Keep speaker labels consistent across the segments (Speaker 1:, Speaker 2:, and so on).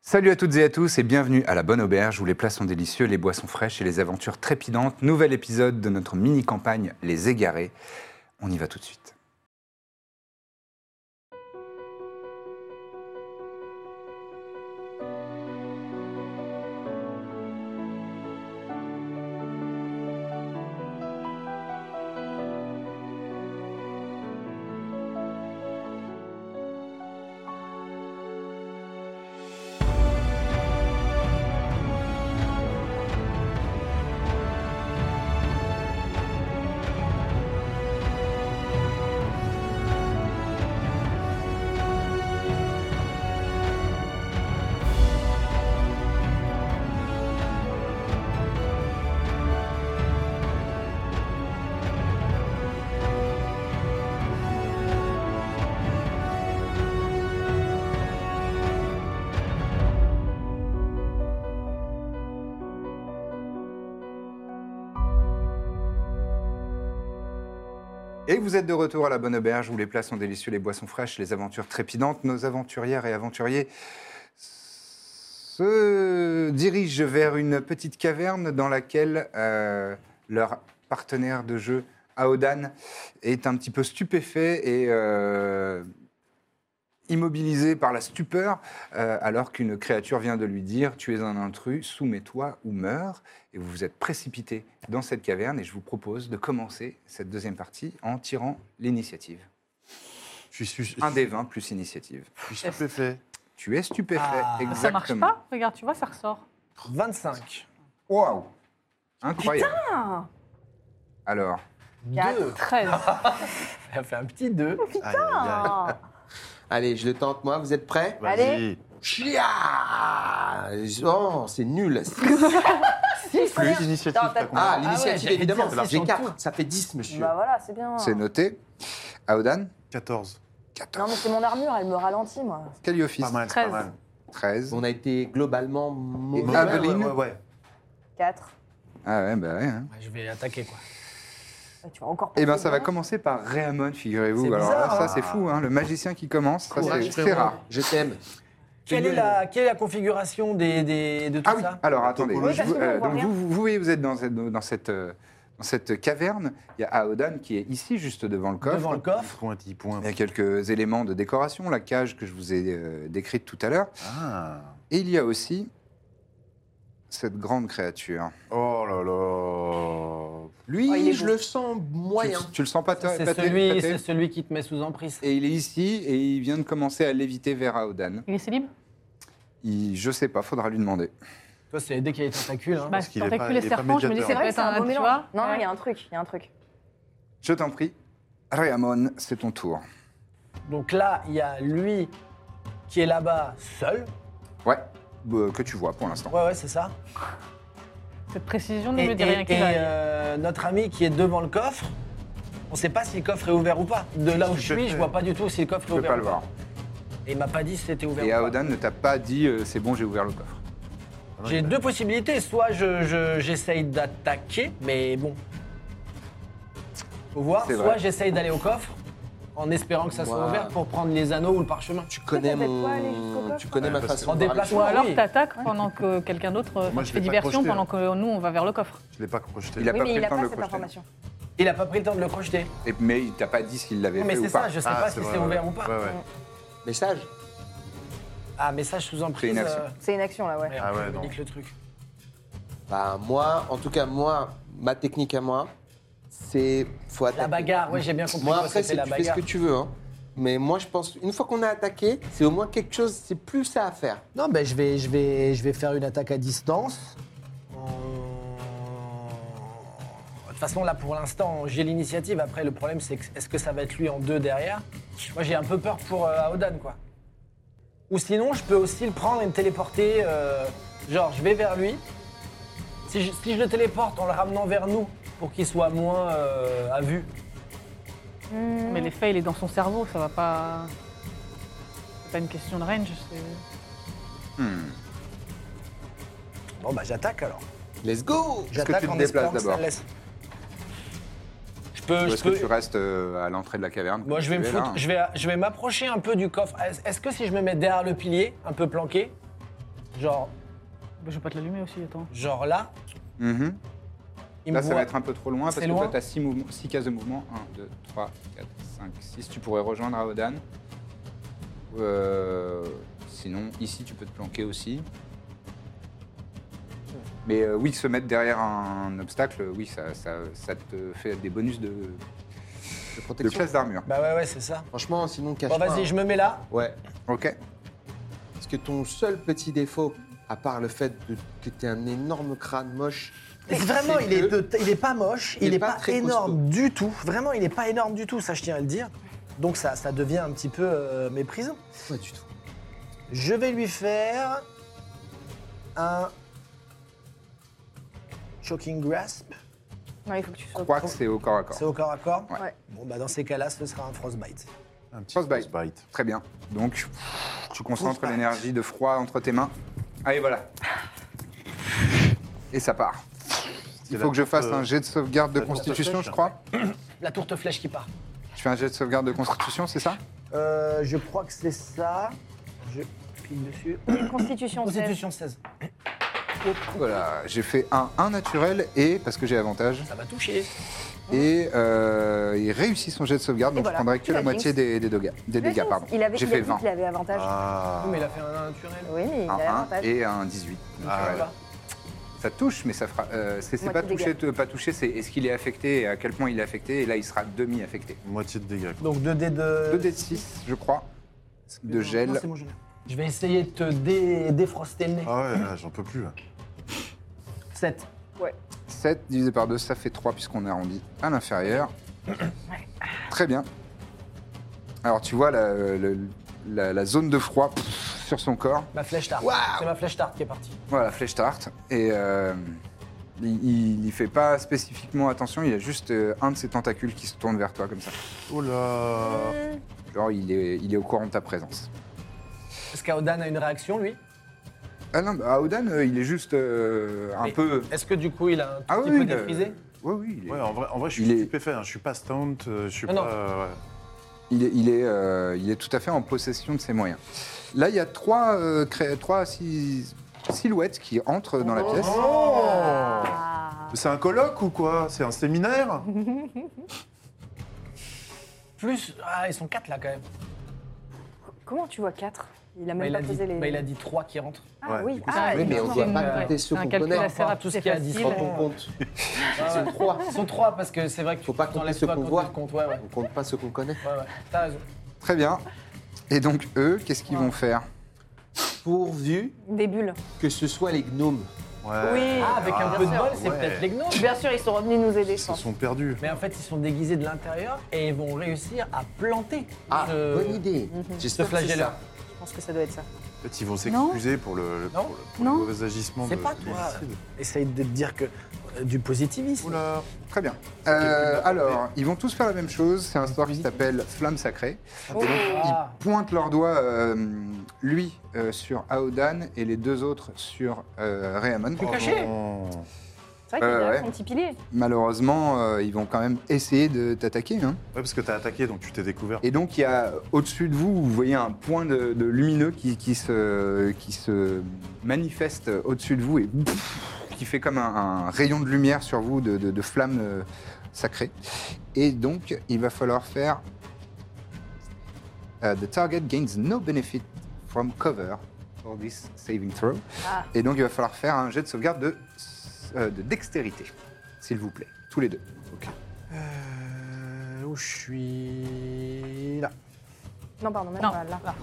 Speaker 1: Salut à toutes et à tous et bienvenue à la Bonne Auberge où les plats sont délicieux, les boissons fraîches et les aventures trépidantes. Nouvel épisode de notre mini-campagne Les Égarés. On y va tout de suite. Et vous êtes de retour à la Bonne Auberge où les plats sont délicieux, les boissons fraîches, les aventures trépidantes. Nos aventurières et aventuriers se dirigent vers une petite caverne dans laquelle euh, leur partenaire de jeu, Aodan, est un petit peu stupéfait et euh, immobilisé par la stupeur, euh, alors qu'une créature vient de lui dire Tu es un intrus, soumets-toi ou meurs. Et vous vous êtes précipité dans cette caverne. Et je vous propose de commencer cette deuxième partie en tirant l'initiative.
Speaker 2: Je suis, su-
Speaker 1: Un des 20 plus initiative.
Speaker 2: je suis stupéfait.
Speaker 1: Tu es stupéfait,
Speaker 3: Ah.
Speaker 1: exactement.
Speaker 4: Ça marche pas Regarde, tu vois, ça ressort.
Speaker 3: 25.
Speaker 1: Waouh Incroyable.
Speaker 4: Ah,
Speaker 1: Alors,
Speaker 3: 2.
Speaker 4: 13.
Speaker 3: Elle a fait un petit 2.
Speaker 2: Aïe, aïe, aïe.
Speaker 4: Ah.
Speaker 5: Allez, je le tente moi, vous êtes prêts
Speaker 2: Vas-y.
Speaker 4: Allez.
Speaker 3: Ah,
Speaker 5: Chia Oh, c'est nul.
Speaker 2: Plus d'initiative,
Speaker 4: Non, t'as-
Speaker 2: t'as compris.
Speaker 5: Ah,
Speaker 3: ouais,
Speaker 5: l'initiative,
Speaker 3: j'allais
Speaker 5: évidemment.
Speaker 3: dire, c'est
Speaker 5: J'ai
Speaker 3: sur
Speaker 5: 4,
Speaker 3: tout.
Speaker 5: ça fait 10, monsieur.
Speaker 4: Bah voilà, c'est bien.
Speaker 1: c'est noté. Aodan
Speaker 2: 14.
Speaker 4: Non, mais c'est mon armure, elle me ralentit, moi.
Speaker 1: Calliophis
Speaker 2: Pas mal,
Speaker 4: Treize.
Speaker 2: pas mal.
Speaker 1: 13.
Speaker 5: On a été globalement mauvais.
Speaker 2: Ouais,
Speaker 1: Aveline.
Speaker 2: ouais, ouais, ouais.
Speaker 4: 4.
Speaker 1: Ah ouais, bah ouais. hein.
Speaker 3: Ouais, je vais attaquer, quoi.
Speaker 4: Tu vas encore
Speaker 1: Eh ben, ça va
Speaker 4: comme
Speaker 1: commencer par Réamon, figurez-vous.
Speaker 3: C'est
Speaker 1: Alors
Speaker 3: bizarre,
Speaker 1: là, ça,
Speaker 3: hein.
Speaker 1: c'est fou, hein, le magicien qui commence. Ça,
Speaker 5: Courage,
Speaker 1: c'est très
Speaker 5: frérot.
Speaker 1: rare.
Speaker 5: Je t'aime.
Speaker 3: Quelle est la, quelle est la configuration des, des- de tout
Speaker 1: Ah oui,
Speaker 3: ça
Speaker 1: alors attendez.
Speaker 4: Oui,
Speaker 1: je
Speaker 4: parce
Speaker 1: vous- euh,
Speaker 4: que nous, on voit
Speaker 1: donc,
Speaker 4: rien.
Speaker 1: vous, vous, vous voyez, vous êtes dans cette, dans cette, euh, dans cette caverne. Il y a Aodan qui est ici, juste devant le coffre.
Speaker 3: Devant le coffre.
Speaker 2: Point, petit point.
Speaker 1: Il y a quelques éléments de décoration, la cage que je vous ai euh, décrite tout à l'heure.
Speaker 2: Ah.
Speaker 1: Et il y a aussi cette grande créature.
Speaker 2: Oh là là.
Speaker 1: Lui,
Speaker 5: Oui,
Speaker 1: je
Speaker 5: je
Speaker 1: le...
Speaker 5: le sens
Speaker 1: Tu,
Speaker 5: moyen.
Speaker 1: le- tu le sens pas
Speaker 3: C'est
Speaker 1: pâté-
Speaker 3: celui,
Speaker 1: pâté
Speaker 3: c'est celui qui te met sous emprise.
Speaker 1: Et il est ici et il vient de commencer à léviter vers Aodan.
Speaker 4: Il est célib
Speaker 1: Il, je sais pas, faudra lui demander.
Speaker 3: Toi, c'est dès qu'il y a les tentacules. hein.
Speaker 4: Bah,
Speaker 2: qu'il est pas-
Speaker 4: tentacule
Speaker 2: il
Speaker 4: et
Speaker 2: est pas
Speaker 4: serpent, je me dis,
Speaker 2: médiateur.
Speaker 4: c'est peut-être
Speaker 2: Ouais,
Speaker 4: un beau
Speaker 6: tu
Speaker 4: mélange.
Speaker 6: vois.
Speaker 4: Non, non,
Speaker 6: Ouais.
Speaker 4: il y a un truc, il y a un truc.
Speaker 1: Je t'en prie. Réamon, c'est ton tour.
Speaker 3: Donc là, il y a lui qui est là-bas seul.
Speaker 1: Ouais, euh, que tu vois pour l'instant.
Speaker 3: Ouais, ouais, c'est ça.
Speaker 6: Cette précision ne
Speaker 3: Et,
Speaker 6: me dit
Speaker 3: et-
Speaker 6: rien qui
Speaker 3: et,
Speaker 6: vaille.
Speaker 3: euh, notre ami qui est devant le coffre, on sait pas si le coffre est ouvert ou pas. De là où je suis, je vois pas du tout si le coffre
Speaker 1: Tu
Speaker 3: est
Speaker 1: peux
Speaker 3: ouvert.
Speaker 1: pas le
Speaker 3: ou pas.
Speaker 1: voir.
Speaker 3: Et il m'a pas dit si c'était ouvert.
Speaker 1: Et
Speaker 3: ou pas.
Speaker 1: Aodan ne t'a pas dit euh, c'est bon, j'ai ouvert le coffre.
Speaker 2: Ah
Speaker 3: J'ai deux possibilités. Soit je- je- j'essaye d'attaquer, mais bon. Faut voir.
Speaker 1: C'est
Speaker 3: Soit
Speaker 1: vrai.
Speaker 3: j'essaye d'aller au coffre en espérant que ça soit
Speaker 5: Wow.
Speaker 3: ouvert pour prendre les anneaux ou le parchemin.
Speaker 5: Tu connais
Speaker 4: Peut-être pas aller jusqu'au
Speaker 5: mon.
Speaker 4: coffre.
Speaker 5: Tu connais ma
Speaker 2: Ouais, parce bah,
Speaker 5: façon
Speaker 3: qu'en
Speaker 5: de voir les
Speaker 3: déplacement,
Speaker 6: Ou
Speaker 5: choses.
Speaker 3: oui.
Speaker 6: alors t'attaques pendant que quelqu'un d'autre euh,
Speaker 2: Moi, je
Speaker 6: fait
Speaker 2: l'ai pas
Speaker 6: diversion
Speaker 2: projeté,
Speaker 6: pendant
Speaker 2: hein.
Speaker 6: que nous on va vers le coffre.
Speaker 2: Je l'ai pas crocheté.
Speaker 1: Il a
Speaker 4: Oui,
Speaker 1: pas pris
Speaker 4: mais il
Speaker 1: le
Speaker 4: a
Speaker 1: temps
Speaker 4: pas
Speaker 1: de le
Speaker 4: cette
Speaker 1: crocheter.
Speaker 4: information.
Speaker 3: Il a pas pris le temps de le crocheter.
Speaker 1: Et- mais il t'a pas dit s'il l'avait
Speaker 3: Non, mais
Speaker 1: fait
Speaker 3: c'est
Speaker 1: ou pas.
Speaker 3: ça. Je sais pas si
Speaker 2: Ah, vrai,
Speaker 3: c'est
Speaker 2: ouais,
Speaker 3: ouvert
Speaker 2: ouais.
Speaker 3: ou pas.
Speaker 2: Ouais, ouais.
Speaker 5: Message
Speaker 3: Ah, message sous
Speaker 1: C'est
Speaker 3: emprise.
Speaker 1: une action.
Speaker 3: euh,
Speaker 4: C'est une action, là, ouais.
Speaker 3: merde,
Speaker 2: Ah ouais,
Speaker 3: je
Speaker 2: non.
Speaker 3: nique le truc.
Speaker 5: Bah, moi, en tout cas, moi, ma technique à moi, c'est. Faut attaquer.
Speaker 3: La bagarre, ouais, j'ai bien compris.
Speaker 5: Moi,
Speaker 3: que
Speaker 5: après,
Speaker 3: c'était
Speaker 5: c'est
Speaker 3: la
Speaker 5: tu fais ce
Speaker 3: bagarre.
Speaker 5: que tu veux. hein. Mais moi, je pense, une fois qu'on a attaqué, c'est au moins quelque chose, c'est plus ça à faire.
Speaker 3: Non, ben je vais, je vais, je vais faire une attaque à distance. Euh, De toute façon, là, pour l'instant, j'ai l'initiative. Après, le problème, c'est que- est-ce que ça va être lui en deux derrière Moi, j'ai un peu peur pour euh, Aodan, quoi. Ou sinon, je peux aussi le prendre et me téléporter. euh, genre, je vais vers lui. Si je, si je le téléporte en le ramenant vers nous, pour qu'il soit moins euh, à vue.
Speaker 6: Mais l'effet, il est dans son cerveau, ça va pas. C'est pas une question de range. c'est-
Speaker 3: Bon, bah j'attaque alors.
Speaker 5: Let's go
Speaker 1: Est-ce que
Speaker 3: J'attaque
Speaker 1: tu te
Speaker 3: en
Speaker 1: déplaces
Speaker 3: espérant que ça
Speaker 1: d'abord
Speaker 3: le laisse. Je peux.
Speaker 1: Ou
Speaker 3: Je
Speaker 1: est-ce que
Speaker 3: peux
Speaker 1: tu restes euh, à l'entrée de la caverne
Speaker 3: moi, je vais
Speaker 1: Tu
Speaker 3: me
Speaker 1: es
Speaker 3: foutre,
Speaker 1: là, hein.
Speaker 3: je vais, je vais m'approcher un peu du coffre. Est-ce- Est-ce que si je me mets derrière le pilier, un peu planqué, genre,
Speaker 6: Bah, je vais pas te l'allumer aussi, attends.
Speaker 3: genre là,
Speaker 1: Mhm.
Speaker 3: il
Speaker 1: Là,
Speaker 3: me
Speaker 1: ça
Speaker 3: voit.
Speaker 1: va être un peu trop loin parce
Speaker 3: C'est
Speaker 1: que
Speaker 3: loin.
Speaker 1: toi, tu as 6 cases de mouvement. 1, 2, 3, 4, 5, 6. Tu pourrais rejoindre Aodan. Euh, sinon, ici, tu peux te planquer aussi. Mais euh, oui, se mettre derrière un obstacle, oui, ça, ça, ça te fait des bonus de,
Speaker 5: De
Speaker 1: de
Speaker 5: protection.
Speaker 1: classe d'armure.
Speaker 3: Bah ouais, ouais, c'est ça.
Speaker 5: Franchement, sinon, cache
Speaker 3: Bon,
Speaker 5: pas, hein.
Speaker 3: vas-y, je me mets là.
Speaker 5: Ouais.
Speaker 1: Ok.
Speaker 5: Parce que ton seul petit défaut, à part le fait de- que t'es un énorme crâne moche,
Speaker 3: Et vraiment,
Speaker 5: c'est
Speaker 3: il est,
Speaker 5: que-
Speaker 3: de- il est pas moche, il, est pas,
Speaker 5: très
Speaker 3: énorme du tout. Vraiment, il est pas énorme du tout, ça je tiens à le dire. Donc ça, ça devient un petit peu euh, méprisant.
Speaker 5: Pas du tout.
Speaker 3: Je vais lui faire un choking grasp.
Speaker 4: Non, il faut que tu
Speaker 1: Je
Speaker 4: sois.
Speaker 1: crois que c'est au corps à corps.
Speaker 3: C'est au corps à corps.
Speaker 1: Ouais.
Speaker 4: Ouais.
Speaker 3: Bon bah dans ces cas-là, ce sera un frostbite.
Speaker 2: Un petit
Speaker 1: Frostbite.
Speaker 2: frostbite.
Speaker 1: Très bien. Donc, tu concentres
Speaker 3: Frostbite.
Speaker 1: l'énergie de froid entre tes mains. Allez, voilà. Et ça part. Il
Speaker 2: C'est
Speaker 1: faut
Speaker 2: la
Speaker 1: que je fasse
Speaker 2: tourte,
Speaker 1: un jet de sauvegarde de
Speaker 2: la tourte
Speaker 1: constitution,
Speaker 2: flèche,
Speaker 1: je
Speaker 2: là.
Speaker 1: crois.
Speaker 3: La tourte flèche qui part.
Speaker 1: Je fais un jet de sauvegarde de constitution, c'est ça
Speaker 3: Euh, je crois que c'est ça. Je pile dessus.
Speaker 4: Constitution 16.
Speaker 3: Constitution 16.
Speaker 1: Voilà, j'ai fait un 1 naturel et parce que j'ai avantage.
Speaker 3: Ça va toucher.
Speaker 1: Et euh, il réussit son jet de sauvegarde, donc
Speaker 4: voilà,
Speaker 1: je prendrai que
Speaker 4: tu
Speaker 1: la
Speaker 4: as
Speaker 1: moitié
Speaker 4: Jinx.
Speaker 1: des, des dégâts. Des dégâts pardon.
Speaker 4: Il avait,
Speaker 1: J'ai
Speaker 4: il
Speaker 1: fait
Speaker 4: a dit
Speaker 1: 20.
Speaker 4: qu'il avait avantage.
Speaker 2: Ah.
Speaker 3: Oui, mais il a fait un naturel.
Speaker 4: Oui, mais il
Speaker 1: Un
Speaker 4: avait
Speaker 1: 1
Speaker 4: avantage.
Speaker 1: Ah, et un 18. Donc,
Speaker 2: Ah,
Speaker 1: euh,
Speaker 2: ouais.
Speaker 3: Voilà.
Speaker 1: Ça touche, mais ça fera. euh, c'est c'est
Speaker 4: Moitié
Speaker 1: pas
Speaker 4: dégâts.
Speaker 1: touché, te- pas touché, c'est est-ce qu'il est affecté et à quel point il est affecté. Et là, il sera demi-affecté.
Speaker 2: Moitié de dégâts. quoi.
Speaker 3: Donc 2 dés de...
Speaker 1: 2 d 6, je crois. de gel.
Speaker 3: Non, c'est bon, je l'ai. Je vais essayer de te dé- défroster le nez.
Speaker 2: Ah ouais, là, j'en peux plus. là.
Speaker 3: 7.
Speaker 1: 7 divisé par 2, ça fait 3 puisqu'on arrondit à l'inférieur. Très bien. Alors tu vois la, le- la- la zone de froid pff, sur son corps.
Speaker 3: Ma flèche tarte. C'est ma flèche tarte qui est partie.
Speaker 1: Voilà, flèche tarte. Et euh, il n'y fait pas spécifiquement attention, il y a juste euh, un de ses tentacules qui se tourne vers toi comme ça.
Speaker 2: Oh là
Speaker 1: Genre il est, il est au courant de ta présence.
Speaker 3: Est-ce qu'Aodan a une réaction, lui
Speaker 1: Ah non, bah, Aodan, euh, il est juste euh, un
Speaker 3: Mais
Speaker 1: peu...
Speaker 3: Est-ce que du coup, il a un tout
Speaker 1: Ah
Speaker 3: petit
Speaker 1: oui,
Speaker 3: peu
Speaker 1: il, euh,
Speaker 3: défrisé
Speaker 1: Oui, oui, il est,
Speaker 2: Ouais, en vrai, en vrai je suis
Speaker 1: Il est-
Speaker 2: stupéfait. hein. Je suis pas stunt, euh, je suis
Speaker 3: Ah, non.
Speaker 2: pas. euh, ouais.
Speaker 1: Il est, il, est, euh, il est tout à fait en possession de ses moyens. Là, il y a trois, euh, cré- trois six- silhouettes qui entrent dans la pièce.
Speaker 2: C'est un colloque ou quoi C'est un séminaire
Speaker 3: Plus. Ah, ils sont 4 là quand même.
Speaker 4: Comment tu vois 4 Il
Speaker 3: Bah,
Speaker 4: a même
Speaker 3: il, a
Speaker 4: pas
Speaker 3: dit,
Speaker 4: posé les.
Speaker 3: bah, il a dit 3 qui rentrent.
Speaker 4: Ah
Speaker 2: Ouais,
Speaker 4: oui,
Speaker 2: du coup,
Speaker 4: ah,
Speaker 5: Oui, mais on voit
Speaker 4: d'accord.
Speaker 6: C'est
Speaker 5: pas
Speaker 6: une-
Speaker 5: compter ceux
Speaker 6: un
Speaker 5: qu'on
Speaker 6: calcul
Speaker 5: connaît.
Speaker 6: assez rapide,
Speaker 3: Tout ce
Speaker 6: c'est
Speaker 3: qu'il a
Speaker 6: facile.
Speaker 3: dit.
Speaker 5: Rends ton compte.
Speaker 3: Ah, ouais.
Speaker 5: Trois.
Speaker 3: Ils sont 3 parce que c'est vrai qu'il
Speaker 5: Faut pas compter ceux
Speaker 3: pas
Speaker 5: qu'on
Speaker 3: compter
Speaker 5: voit.
Speaker 3: le compte. Ouais, ouais.
Speaker 5: On compte pas ceux qu'on connaît.
Speaker 3: ouais, ouais. T'as raison.
Speaker 1: Très bien. Et donc, eux, qu'est-ce qu'ils vont faire
Speaker 5: Pourvu
Speaker 4: Des bulles.
Speaker 5: que ce soit les gnomes.
Speaker 2: Ouais.
Speaker 6: Oui.
Speaker 3: Ah, avec un
Speaker 2: Ah,
Speaker 3: peu de bol, c'est
Speaker 2: ouais.
Speaker 3: peut-être les gnomes.
Speaker 6: Bien sûr, ils sont revenus nous aider.
Speaker 2: Ils se sont perdus.
Speaker 3: Mais en fait, ils sont déguisés de l'intérieur et ils vont réussir à planter
Speaker 5: Ah,
Speaker 3: ce-
Speaker 5: bonne idée.
Speaker 3: ce
Speaker 5: J'espère que c'est
Speaker 3: flagelleur.
Speaker 5: ça.
Speaker 4: Je pense que ça doit être ça.
Speaker 2: Peut-être ils vont s'excuser pour le, pour
Speaker 3: Non.
Speaker 2: le- pour les
Speaker 6: Non.
Speaker 2: mauvais agissement.
Speaker 3: C'est
Speaker 2: de-
Speaker 3: pas
Speaker 2: de
Speaker 3: toi.
Speaker 2: Lucille.
Speaker 3: Essaye de te dire que euh, du positivisme.
Speaker 2: Oula
Speaker 1: Très bien. Euh, alors, ils vont tous faire la même chose. C'est un sort qui s'appelle Flamme Sacrée.
Speaker 3: Ah.
Speaker 1: Ils pointent leurs doigts, euh, lui, euh, sur Aodan et les deux autres sur euh, Rhéamon.
Speaker 3: Plus caché.
Speaker 2: Oh.
Speaker 4: C'est vrai qu'il
Speaker 1: Euh,
Speaker 4: est derrière
Speaker 1: ouais.
Speaker 4: son petit pilier.
Speaker 1: Malheureusement, euh, ils vont quand même essayer de t'attaquer. hein.
Speaker 2: Ouais, parce que t'as attaqué, donc tu t'es découvert.
Speaker 1: Et donc, il y a au-dessus de vous, vous voyez un point de, de lumineux qui, qui se, qui se manifeste au-dessus de vous et pff, qui fait comme un, un rayon de lumière sur vous, de, de, de flammes euh, sacrées. Et donc, il va falloir faire. euh, the target gains no benefit from cover for this saving throw.
Speaker 4: Ah.
Speaker 1: Et donc, il va falloir faire un jet de sauvegarde de, euh, de dextérité, s'il vous plaît, tous les deux.
Speaker 3: Euh, où je suis là.
Speaker 4: Non, pardon, même
Speaker 6: Non.
Speaker 4: pas là.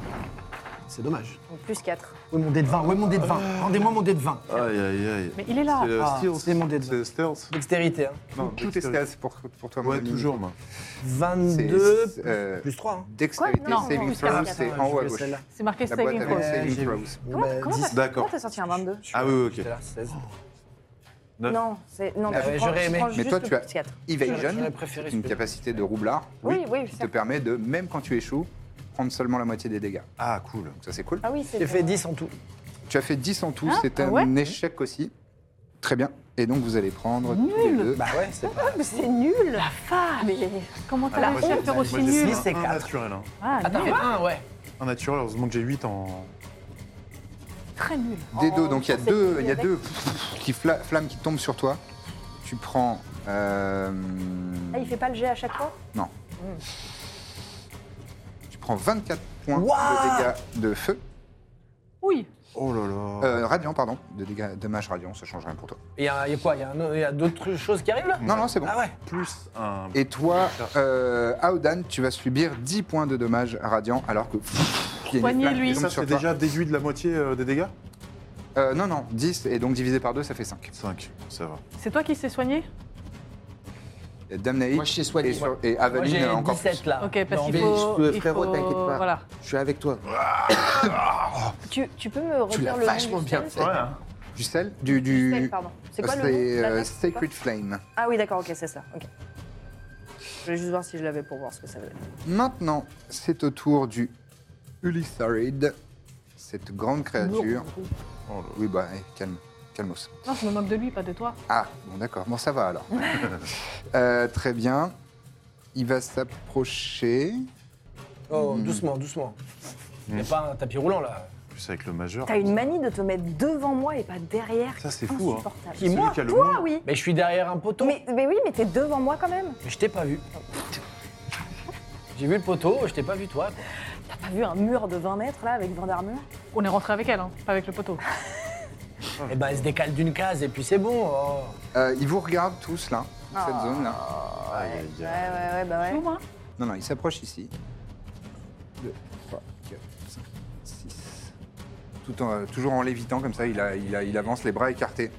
Speaker 7: C'est dommage.
Speaker 4: Donc plus 4.
Speaker 7: Oui, mon dé de 20. Oui, mon dé de 20. Rendez-moi mon dé de 20.
Speaker 2: Aïe, aïe, aïe.
Speaker 6: Mais il est là.
Speaker 2: C'est le
Speaker 7: Ah,
Speaker 2: stealth.
Speaker 7: c'est mon dé de-
Speaker 2: C'est stealth.
Speaker 3: Dextérité, hein.
Speaker 2: Non,
Speaker 1: Tout est
Speaker 2: dextérité.
Speaker 1: stealth pour, pour toi, mon
Speaker 2: Ouais,
Speaker 1: ami.
Speaker 2: toujours, moi.
Speaker 3: 22
Speaker 1: C'est- euh,
Speaker 3: plus 3. Hein.
Speaker 1: Dextérité,
Speaker 4: Quoi Non,
Speaker 1: saving
Speaker 4: plus
Speaker 1: throw,
Speaker 4: quarante.
Speaker 1: c'est en haut à gauche.
Speaker 6: C'est marqué
Speaker 1: La boîte
Speaker 6: saving
Speaker 1: avec
Speaker 6: throw.
Speaker 1: les saving
Speaker 3: Euh, j'ai vu.
Speaker 1: throws.
Speaker 3: Bon,
Speaker 4: Comment
Speaker 3: bah,
Speaker 4: comment
Speaker 3: 10.
Speaker 4: t'as
Speaker 2: d'accord.
Speaker 4: comment t'as sorti un 22
Speaker 2: Ah oui, oui,
Speaker 3: J'étais
Speaker 2: ok.
Speaker 3: là, 16.
Speaker 2: Neuf.
Speaker 4: Non, c'est non,
Speaker 3: Ah
Speaker 4: tu
Speaker 3: ouais,
Speaker 4: prends-
Speaker 3: j'aurais
Speaker 4: tu
Speaker 3: aimé.
Speaker 4: prends
Speaker 3: Mais
Speaker 4: juste
Speaker 1: toi,
Speaker 4: le
Speaker 1: tu as-
Speaker 4: plus 4.
Speaker 1: Evasion,
Speaker 3: J'aurais préféré
Speaker 1: c'est une
Speaker 3: ce-
Speaker 1: capacité de roublard
Speaker 4: Oui, oui,
Speaker 1: qui te
Speaker 4: ça.
Speaker 1: permet de, même quand tu échoues, prendre seulement la moitié des dégâts.
Speaker 2: Ah, cool.
Speaker 1: Donc ça, c'est cool.
Speaker 4: Ah oui, c'est
Speaker 3: J'ai fait 10 en tout.
Speaker 1: Tu as fait 10 en tout,
Speaker 4: Ah,
Speaker 1: c'est
Speaker 4: ah
Speaker 1: un
Speaker 4: ouais
Speaker 1: échec aussi. Très bien. Et donc, vous allez prendre tous les
Speaker 6: Nul.
Speaker 1: deux.
Speaker 3: Bah ouais, c'est pas.
Speaker 4: Mais c'est nul.
Speaker 6: Fâche
Speaker 4: Mais
Speaker 6: Comment t'as
Speaker 3: Ah,
Speaker 6: réussi à
Speaker 3: moi,
Speaker 6: le faire
Speaker 3: j'ai-
Speaker 6: aussi
Speaker 2: j'ai
Speaker 6: nul
Speaker 3: six. c'est
Speaker 2: un
Speaker 3: quatre.
Speaker 2: naturel. Hein.
Speaker 6: Ah,
Speaker 3: Ah, t'as
Speaker 6: nul.
Speaker 3: fait 1, ouais.
Speaker 2: Un naturel, heureusement que j'ai 8 en.
Speaker 6: Très nul.
Speaker 1: Des
Speaker 3: oh,
Speaker 1: deux, donc il y a deux, il y a
Speaker 4: avec-
Speaker 1: deux qui fla- flammes qui tombent sur toi. Tu prends. euh,
Speaker 4: ah, il fait pas le jet à chaque fois
Speaker 1: Non. Tu prends 24 points
Speaker 3: Ouah
Speaker 1: de dégâts de feu.
Speaker 6: Oui.
Speaker 2: Oh là là.
Speaker 1: Euh, radiant, pardon. De dégâts, dommages radiant, ça change rien pour toi.
Speaker 3: Il y, a il y a quoi Il y a, un- il y a d'autres choses qui arrivent là
Speaker 1: Non, non, c'est bon.
Speaker 3: Ah ouais
Speaker 2: Plus un.
Speaker 1: Et toi, euh, Aodan, tu vas subir 10 points de dommages radiant alors que. pff, il y a une
Speaker 6: Soignez-lui.
Speaker 1: flamme qui
Speaker 2: Et
Speaker 1: tombe
Speaker 2: ça,
Speaker 1: sur
Speaker 2: c'est
Speaker 1: toi.
Speaker 2: déjà déduit de la moitié euh, des dégâts
Speaker 1: Euh, non, non, 10 et donc divisé par 2, ça fait 5.
Speaker 2: 5, ça va.
Speaker 6: C'est toi qui s'est soigné
Speaker 1: Damnaï
Speaker 5: Moi, je t'ai soigné.
Speaker 1: et, sur- et
Speaker 3: Moi
Speaker 1: Avaline
Speaker 3: j'ai
Speaker 1: euh, encore.
Speaker 3: 17 là.
Speaker 6: Ok, parce
Speaker 3: Non,
Speaker 6: qu'il
Speaker 5: mais
Speaker 6: faut.
Speaker 5: je peux-
Speaker 6: il
Speaker 5: frérot,
Speaker 6: faut-
Speaker 5: t'inquiète pas.
Speaker 6: Voilà.
Speaker 5: Je suis avec toi.
Speaker 4: tu, tu peux me redire
Speaker 5: Tu l'as
Speaker 4: le nom
Speaker 5: vachement
Speaker 4: du
Speaker 5: bien
Speaker 4: sel
Speaker 5: fait.
Speaker 2: hein.
Speaker 1: plus. Du sel Du.
Speaker 4: Du
Speaker 1: du...
Speaker 4: sel, pardon. C'est quoi le nom
Speaker 1: euh,
Speaker 4: L'attaque, c'est quoi
Speaker 1: Sacred Flame.
Speaker 4: Ah oui, d'accord, ok, c'est ça. Ok. Je vais juste voir si je l'avais pour voir ce que ça veut dire.
Speaker 1: Maintenant, c'est au tour du Ulitharid, cette grande créature.
Speaker 2: Oh là.
Speaker 1: Oui, bah, eh, calme, calmos.
Speaker 6: Non, je me moque de lui, pas de toi.
Speaker 1: Ah, bon, d'accord, bon, ça va alors. Euh, très bien. Il va s'approcher.
Speaker 3: Oh, doucement, doucement. Il n'y a pas un tapis roulant là.
Speaker 2: Plus avec le majeur.
Speaker 4: T'as une manie de te mettre devant moi et pas derrière.
Speaker 2: Ça, c'est fou, hein.
Speaker 4: Insupportable.
Speaker 3: Qui, moi
Speaker 2: qui a le
Speaker 4: Toi,
Speaker 2: moins-
Speaker 4: oui.
Speaker 3: Mais je suis derrière un poteau.
Speaker 4: Mais, mais oui, mais t'es devant moi quand même.
Speaker 3: Mais je t'ai pas vu. J'ai vu le poteau, je t'ai pas vu toi. quoi.
Speaker 4: T'as pas vu un mur de 20 mètres là avec 20 d'armure
Speaker 6: On est rentré avec elle, hein, pas avec le poteau.
Speaker 3: Eh ben, elle se décale d'une case et puis c'est bon. oh.
Speaker 1: Euh, il vous regarde tous là, cette zone là.
Speaker 2: Aïe, aïe, aïe.
Speaker 4: Ouais, ouais, ouais, bah
Speaker 6: Tu vois,
Speaker 4: ouais.
Speaker 6: moi
Speaker 1: Non, non, il s'approche ici. 2, 3, 4, 5, 6. Tout en, toujours en lévitant comme ça, il, a- il a- il avance les bras écartés.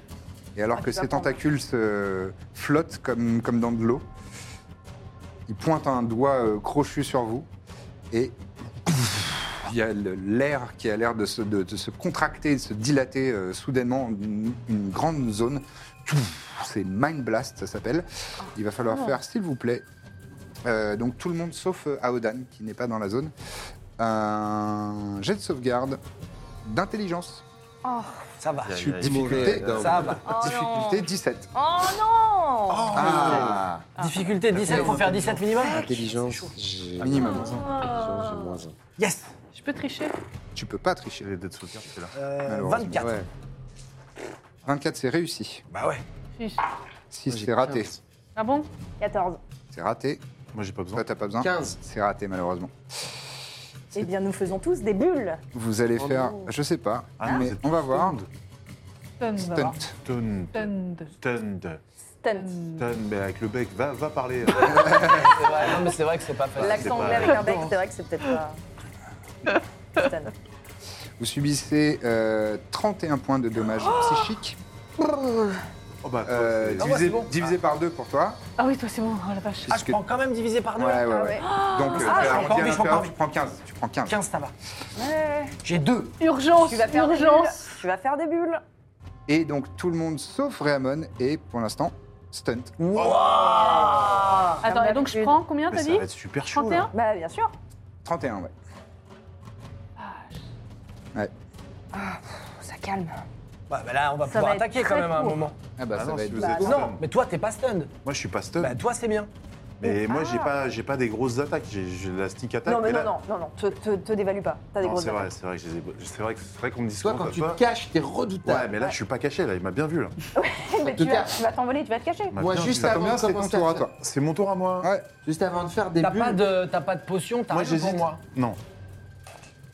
Speaker 1: Et alors
Speaker 4: Ah,
Speaker 1: que
Speaker 4: tu vas
Speaker 1: ses
Speaker 4: prendre.
Speaker 1: tentacules se flottent comme, comme dans de l'eau, il pointe un doigt euh, crochu sur vous et il y a le- l'air qui a l'air de se, de- de se contracter, de se dilater euh, soudainement, une, une grande zone. C'est Mind Blast, ça s'appelle. Il va falloir
Speaker 4: Ah.
Speaker 1: faire, s'il vous plaît, euh, donc tout le monde sauf euh, Aodan, qui n'est pas dans la zone, un jet de sauvegarde d'intelligence.
Speaker 3: Ça va.
Speaker 2: Aïe, aïe, aïe.
Speaker 1: Difficulté,
Speaker 3: Ça va.
Speaker 1: difficulté 17.
Speaker 4: Oh non
Speaker 1: Ah,
Speaker 3: Difficulté 17, faut faire 17 minimum
Speaker 5: Intelligence.
Speaker 2: Ah,
Speaker 5: j'ai-
Speaker 1: Minimum.
Speaker 5: Intelligence, j'ai moins un.
Speaker 3: Yes
Speaker 6: Je peux tricher
Speaker 1: tu peux pas tricher.
Speaker 2: Les dettes sauvegardes, c'est là.
Speaker 3: Euh,
Speaker 1: Malheureusement.
Speaker 3: 24.
Speaker 5: Ouais.
Speaker 1: 24, c'est réussi.
Speaker 3: Bah ouais.
Speaker 6: Triche.
Speaker 1: 6, c'est raté.
Speaker 6: Ah bon
Speaker 4: 14.
Speaker 1: C'est raté.
Speaker 2: Moi, j'ai pas besoin.
Speaker 1: Toi, t'as pas besoin.
Speaker 5: 15.
Speaker 1: C'est raté, malheureusement.
Speaker 4: Eh bien, nous faisons tous des bulles.
Speaker 1: Vous allez faire, je sais pas,
Speaker 2: Ah non,
Speaker 1: mais
Speaker 2: c'est
Speaker 1: on va voir.
Speaker 6: Stun, va
Speaker 1: Stunt.
Speaker 6: voir.
Speaker 2: Stunned.
Speaker 6: Stunned.
Speaker 2: Stunned.
Speaker 4: Stunt.
Speaker 2: Stunned. Mais avec le bec, va, va parler.
Speaker 3: C'est vrai, non mais c'est vrai que c'est pas facile. Ah,
Speaker 4: L'accent
Speaker 2: pas-
Speaker 4: anglais avec un bec, c'est vrai que c'est peut-être pas. Putain.
Speaker 1: Vous subissez euh, 31 points de dommages psychiques,
Speaker 2: oh bah, toi,
Speaker 1: euh,
Speaker 2: c'est-
Speaker 3: Ah ouais,
Speaker 1: divisé,
Speaker 3: c'est bon.
Speaker 1: divisé par deux pour toi.
Speaker 6: Ah oui, toi, c'est bon. Oh la vache.
Speaker 3: Ah, je prends quand même divisé par deux
Speaker 1: Ouais, ouais,
Speaker 3: là.
Speaker 1: ouais. Donc, euh, tu, as arrondi
Speaker 3: j'ai pas
Speaker 1: à
Speaker 3: envie, j'ai pas
Speaker 1: l'intérieur,
Speaker 3: envie.
Speaker 1: tu prends 15. Tu prends 15.
Speaker 3: 15, ça va.
Speaker 4: Ouais.
Speaker 3: J'ai 2.
Speaker 6: Urgence,
Speaker 4: Tu vas faire des bulles.
Speaker 6: urgence.
Speaker 4: Tu vas faire des bulles.
Speaker 1: Et donc, tout le monde sauf Réamon est pour l'instant stunt.
Speaker 4: Ah,
Speaker 6: Attends, et donc je prends combien,
Speaker 2: Mais
Speaker 6: t'as
Speaker 2: ça
Speaker 6: dit
Speaker 2: va être super chaud.
Speaker 6: 31
Speaker 2: là.
Speaker 4: Bah bien sûr.
Speaker 1: 31, ouais.
Speaker 4: Ça calme.
Speaker 3: Ouais, mais Bah, là, on va
Speaker 4: Ça
Speaker 3: pouvoir
Speaker 4: va être
Speaker 3: attaquer
Speaker 4: très
Speaker 3: quand même à un
Speaker 4: court.
Speaker 3: moment.
Speaker 1: Ah bah,
Speaker 2: Ah
Speaker 1: ça
Speaker 2: non,
Speaker 1: va
Speaker 2: si
Speaker 1: être
Speaker 2: vous
Speaker 1: vous.
Speaker 2: êtes
Speaker 3: Non,
Speaker 2: stunned.
Speaker 3: mais toi, t'es pas stun.
Speaker 2: Moi, je suis pas stun.
Speaker 3: Bah, toi, c'est bien.
Speaker 2: mais moi, j'ai pas, j'ai pas des grosses attaques. J'ai j'ai de la sneak attack.
Speaker 4: ah. Non mais
Speaker 2: mais
Speaker 4: non
Speaker 2: là-
Speaker 4: non non non. Te, te, te dévalue pas. T'as des
Speaker 2: Non,
Speaker 4: grosses
Speaker 2: c'est vrai,
Speaker 4: attaques.
Speaker 2: c'est vrai que je les ai- c'est vrai que c'est vrai qu'on me dit
Speaker 5: Toi,
Speaker 2: souvent
Speaker 5: quand
Speaker 2: comme
Speaker 5: tu
Speaker 2: ça.
Speaker 5: te caches, t'es
Speaker 2: Ouais,
Speaker 5: redoutable.
Speaker 2: mais là, je suis pas caché, là. Il m'a bien vu, là.
Speaker 4: Mais
Speaker 5: te
Speaker 4: tu vas
Speaker 5: caches.
Speaker 4: tu vas t'envoler, tu vas te cacher.
Speaker 2: Il m'a
Speaker 5: Moi,
Speaker 2: bien
Speaker 5: juste
Speaker 2: vu.
Speaker 5: avant-
Speaker 1: Damien, c'est ton
Speaker 5: commencer à
Speaker 1: tour à
Speaker 5: faire-
Speaker 1: toi.
Speaker 2: C'est mon tour à moi.
Speaker 1: Ouais.
Speaker 5: Juste avant de faire des
Speaker 3: T'as pas,
Speaker 5: bulles.
Speaker 3: de, t'as pas de potion, t'as
Speaker 2: Moi,
Speaker 3: rien pour
Speaker 2: j'hésite.
Speaker 3: moi.
Speaker 2: Non.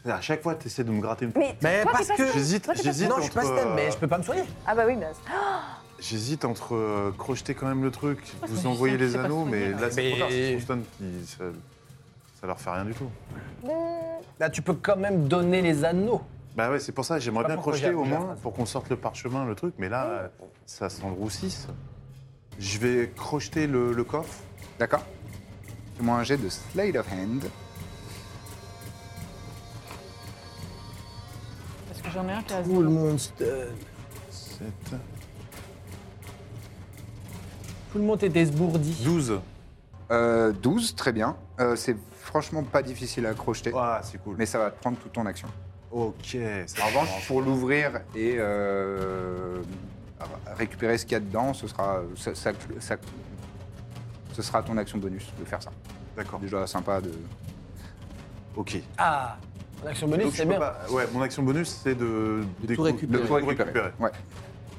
Speaker 2: À chaque fois, t'essaies de me gratter une.
Speaker 4: Mais,
Speaker 3: Mais
Speaker 4: toi, t'es
Speaker 3: parce
Speaker 4: pas
Speaker 3: que-
Speaker 4: sûr.
Speaker 2: J'hésite,
Speaker 4: Toi, t'es pas
Speaker 2: j'hésite
Speaker 3: non, je suis pas
Speaker 2: entre.
Speaker 3: stun, mais
Speaker 2: euh,
Speaker 3: je peux pas me soigner.
Speaker 4: Ah bah oui, bah.
Speaker 2: J'hésite entre euh, crocheter quand même le truc,
Speaker 6: c'est
Speaker 2: vous envoyer
Speaker 6: difficile,
Speaker 2: les
Speaker 6: c'est pas
Speaker 2: anneaux,
Speaker 6: soigné,
Speaker 2: mais
Speaker 6: là.
Speaker 2: là c'est trop tard,
Speaker 3: Mais-
Speaker 2: c'est Stone qui. ça- Ça leur fait rien du tout.
Speaker 3: Là, tu peux quand même donner les anneaux.
Speaker 2: Bah ouais, c'est pour ça, j'aimerais
Speaker 3: Pas
Speaker 2: bien
Speaker 3: pourquoi
Speaker 2: crocheter
Speaker 3: j'ai
Speaker 2: au
Speaker 3: appris la
Speaker 2: moins
Speaker 3: phrase.
Speaker 2: pour qu'on sorte le parchemin, le truc, mais là, euh, ça s'enroussisse. Je vais crocheter le, le coffre.
Speaker 1: D'accord Fais-moi un jet de Slate of Hand.
Speaker 6: Parce que j'en ai un qui a
Speaker 3: Tout le monde se-
Speaker 2: Sept.
Speaker 3: Tout le monde était esbourdi.
Speaker 2: 12.
Speaker 1: Euh, 12, très bien. Euh, c'est franchement pas difficile à crocheter,
Speaker 2: Ah, c'est cool.
Speaker 1: mais ça va te prendre toute ton action.
Speaker 2: Ok. ça
Speaker 1: En
Speaker 2: commence.
Speaker 1: revanche, pour l'ouvrir et euh, récupérer ce qu'il y a dedans, ce sera, ça- ça- ça- ce sera ton action bonus de faire ça.
Speaker 2: D'accord.
Speaker 1: Déjà sympa de.
Speaker 2: Ok.
Speaker 3: Ah L'action bonus,
Speaker 2: Donc, je
Speaker 3: c'est
Speaker 2: peux
Speaker 3: bien.
Speaker 2: pas- Ouais, mon action bonus, c'est de,
Speaker 5: De
Speaker 2: décou-
Speaker 5: tout récupérer.
Speaker 2: de tout récupérer.
Speaker 1: Ouais.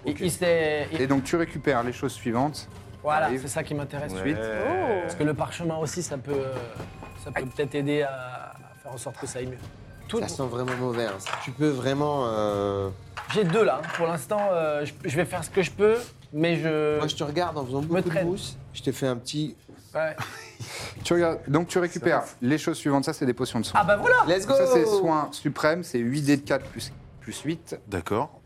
Speaker 3: Il-
Speaker 2: ok.
Speaker 3: Il, s'est- il-
Speaker 1: Et donc tu récupères les choses suivantes.
Speaker 3: Voilà,
Speaker 1: arrive.
Speaker 3: c'est ça qui m'intéresse.
Speaker 2: Ouais.
Speaker 3: Suite. Parce
Speaker 1: Oh.
Speaker 3: que le parchemin aussi, ça peut, ça peut peut-être aider à à faire en sorte que ça aille mieux. Tout-
Speaker 5: Ça sent vraiment mauvais. hein. Si tu peux vraiment. euh,
Speaker 3: J'ai deux là. hein. Pour l'instant, euh, je, je vais faire ce que je peux, mais je.
Speaker 5: Moi, je te regarde en faisant beaucoup de
Speaker 3: traîne.
Speaker 5: mousse. Je te fais un petit.
Speaker 3: Ouais.
Speaker 1: Tu regardes- donc tu récupères les choses suivantes. Ça, c'est des potions de soins.
Speaker 3: Ah bah voilà
Speaker 5: Let's go
Speaker 1: ça, c'est soins suprême, c'est 8 dés de 4 plus, plus 8.
Speaker 2: D'accord.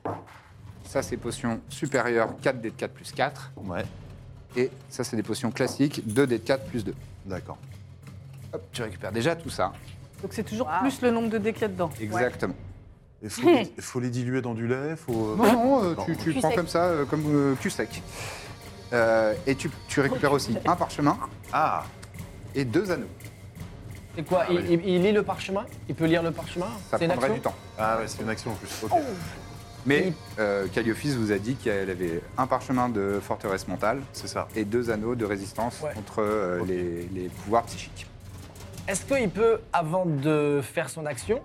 Speaker 1: Ça, c'est potions supérieures, 4 dés de 4 plus 4.
Speaker 2: Ouais.
Speaker 1: Et ça, c'est des potions classiques, 2 dés de 4 plus 2.
Speaker 2: D'accord.
Speaker 1: Hop, tu récupères déjà tout ça.
Speaker 6: Donc c'est toujours
Speaker 4: Wow.
Speaker 6: plus le nombre de dés qu'il y a dedans.
Speaker 1: Exactement.
Speaker 2: Il faut, les- faut les diluer dans du lait, faut.
Speaker 1: Non, non, euh, tu, tu
Speaker 2: Non.
Speaker 4: Cul
Speaker 1: prends
Speaker 4: sec.
Speaker 1: comme ça, euh, comme euh, cul sec. Euh, et tu, tu récupères aussi un parchemin
Speaker 2: Ah,
Speaker 1: et deux anneaux.
Speaker 3: C'est quoi il,
Speaker 2: oui.
Speaker 3: il- il lit le parchemin Il peut lire le parchemin
Speaker 1: Ça
Speaker 3: C'est une
Speaker 1: prendrait
Speaker 3: action
Speaker 1: du temps.
Speaker 2: ah ouais, c'est une action en plus. Ok.
Speaker 1: Oh. Mais euh, Calliophis vous a dit qu'elle avait un parchemin de forteresse mentale
Speaker 2: C'est ça.
Speaker 1: et deux anneaux de résistance
Speaker 3: Ouais.
Speaker 1: contre euh,
Speaker 2: Ok.
Speaker 1: les, les pouvoirs psychiques.
Speaker 3: Est-ce qu'il peut, avant de faire son action,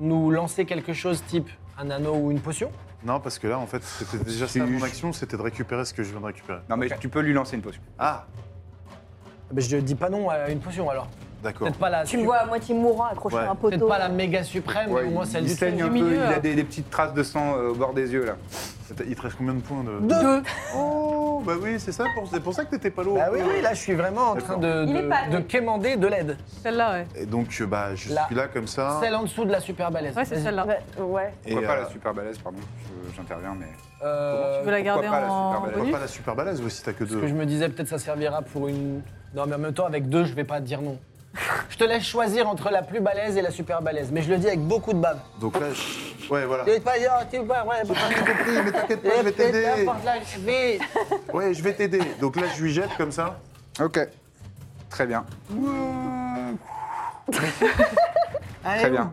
Speaker 3: nous lancer quelque chose type un anneau ou une potion
Speaker 2: Non, parce que là, en fait, c'était déjà
Speaker 1: Si,
Speaker 2: ça mon
Speaker 1: je-
Speaker 2: action, c'était de récupérer ce que je viens de récupérer.
Speaker 1: Non, mais
Speaker 3: Ok.
Speaker 1: tu peux lui lancer une potion.
Speaker 2: Ah,
Speaker 3: Eh ben, Je dis pas non à une potion alors.
Speaker 2: d'accord.
Speaker 3: Peut-être pas la.
Speaker 4: Tu le
Speaker 3: sup-
Speaker 4: vois à moitié mourant accroché
Speaker 2: Ouais.
Speaker 4: à un
Speaker 3: Peut-être
Speaker 4: poteau.
Speaker 3: pas la méga suprême,
Speaker 1: Ouais,
Speaker 3: Ah, mais au moins
Speaker 1: il-
Speaker 3: celle
Speaker 1: il
Speaker 3: du
Speaker 1: saigne
Speaker 3: fond.
Speaker 1: un peu,
Speaker 6: milieu,
Speaker 1: il a
Speaker 6: euh.
Speaker 1: des, des petites traces de sang euh, au bord des yeux là.
Speaker 2: Il te reste combien de points de.
Speaker 6: Deux.
Speaker 2: Oh, bah oui, c'est ça, pour- c'est pour ça que t'étais pas lourd.
Speaker 3: Bah oui, oui, là je suis vraiment en train de,
Speaker 4: Il est pas
Speaker 3: de, de
Speaker 4: allé.
Speaker 3: quémander de l'aide.
Speaker 6: Celle-là, ouais.
Speaker 2: Et donc, euh, bah, je
Speaker 3: Là.
Speaker 2: suis là comme ça.
Speaker 3: Celle en dessous de la super balèze.
Speaker 6: Ouais, c'est
Speaker 3: Vas-y.
Speaker 6: celle-là.
Speaker 4: Ouais, Bah, ouais.
Speaker 2: Et,
Speaker 1: Pourquoi pas
Speaker 2: euh,
Speaker 1: la super balèze, pardon, je- j'interviens, mais.
Speaker 3: Euh,
Speaker 6: Tu veux la
Speaker 1: pourquoi
Speaker 6: garder
Speaker 1: pas la
Speaker 6: en
Speaker 1: super-balèze
Speaker 2: pourquoi
Speaker 6: bonus
Speaker 2: pas la super balèze aussi, t'as que
Speaker 3: Parce que je
Speaker 2: deux.
Speaker 3: me disais peut-être ça servira pour une. Non mais en même temps avec deux je vais pas dire non. Je te laisse choisir entre la plus balèze et la super balèze, mais je le dis avec beaucoup de bave.
Speaker 2: Donc là, je- ouais, voilà.
Speaker 3: Tu vas pas dire, oh, tu vois, ouais, bah,
Speaker 2: Mais t'inquiète pas, je vais
Speaker 3: peut-être
Speaker 2: t'aider.
Speaker 3: n'importe là, je vais.
Speaker 2: Ouais, je vais t'aider. Donc là, je lui jette comme ça.
Speaker 1: Ok, très bien.
Speaker 3: Allez,
Speaker 1: Très bien.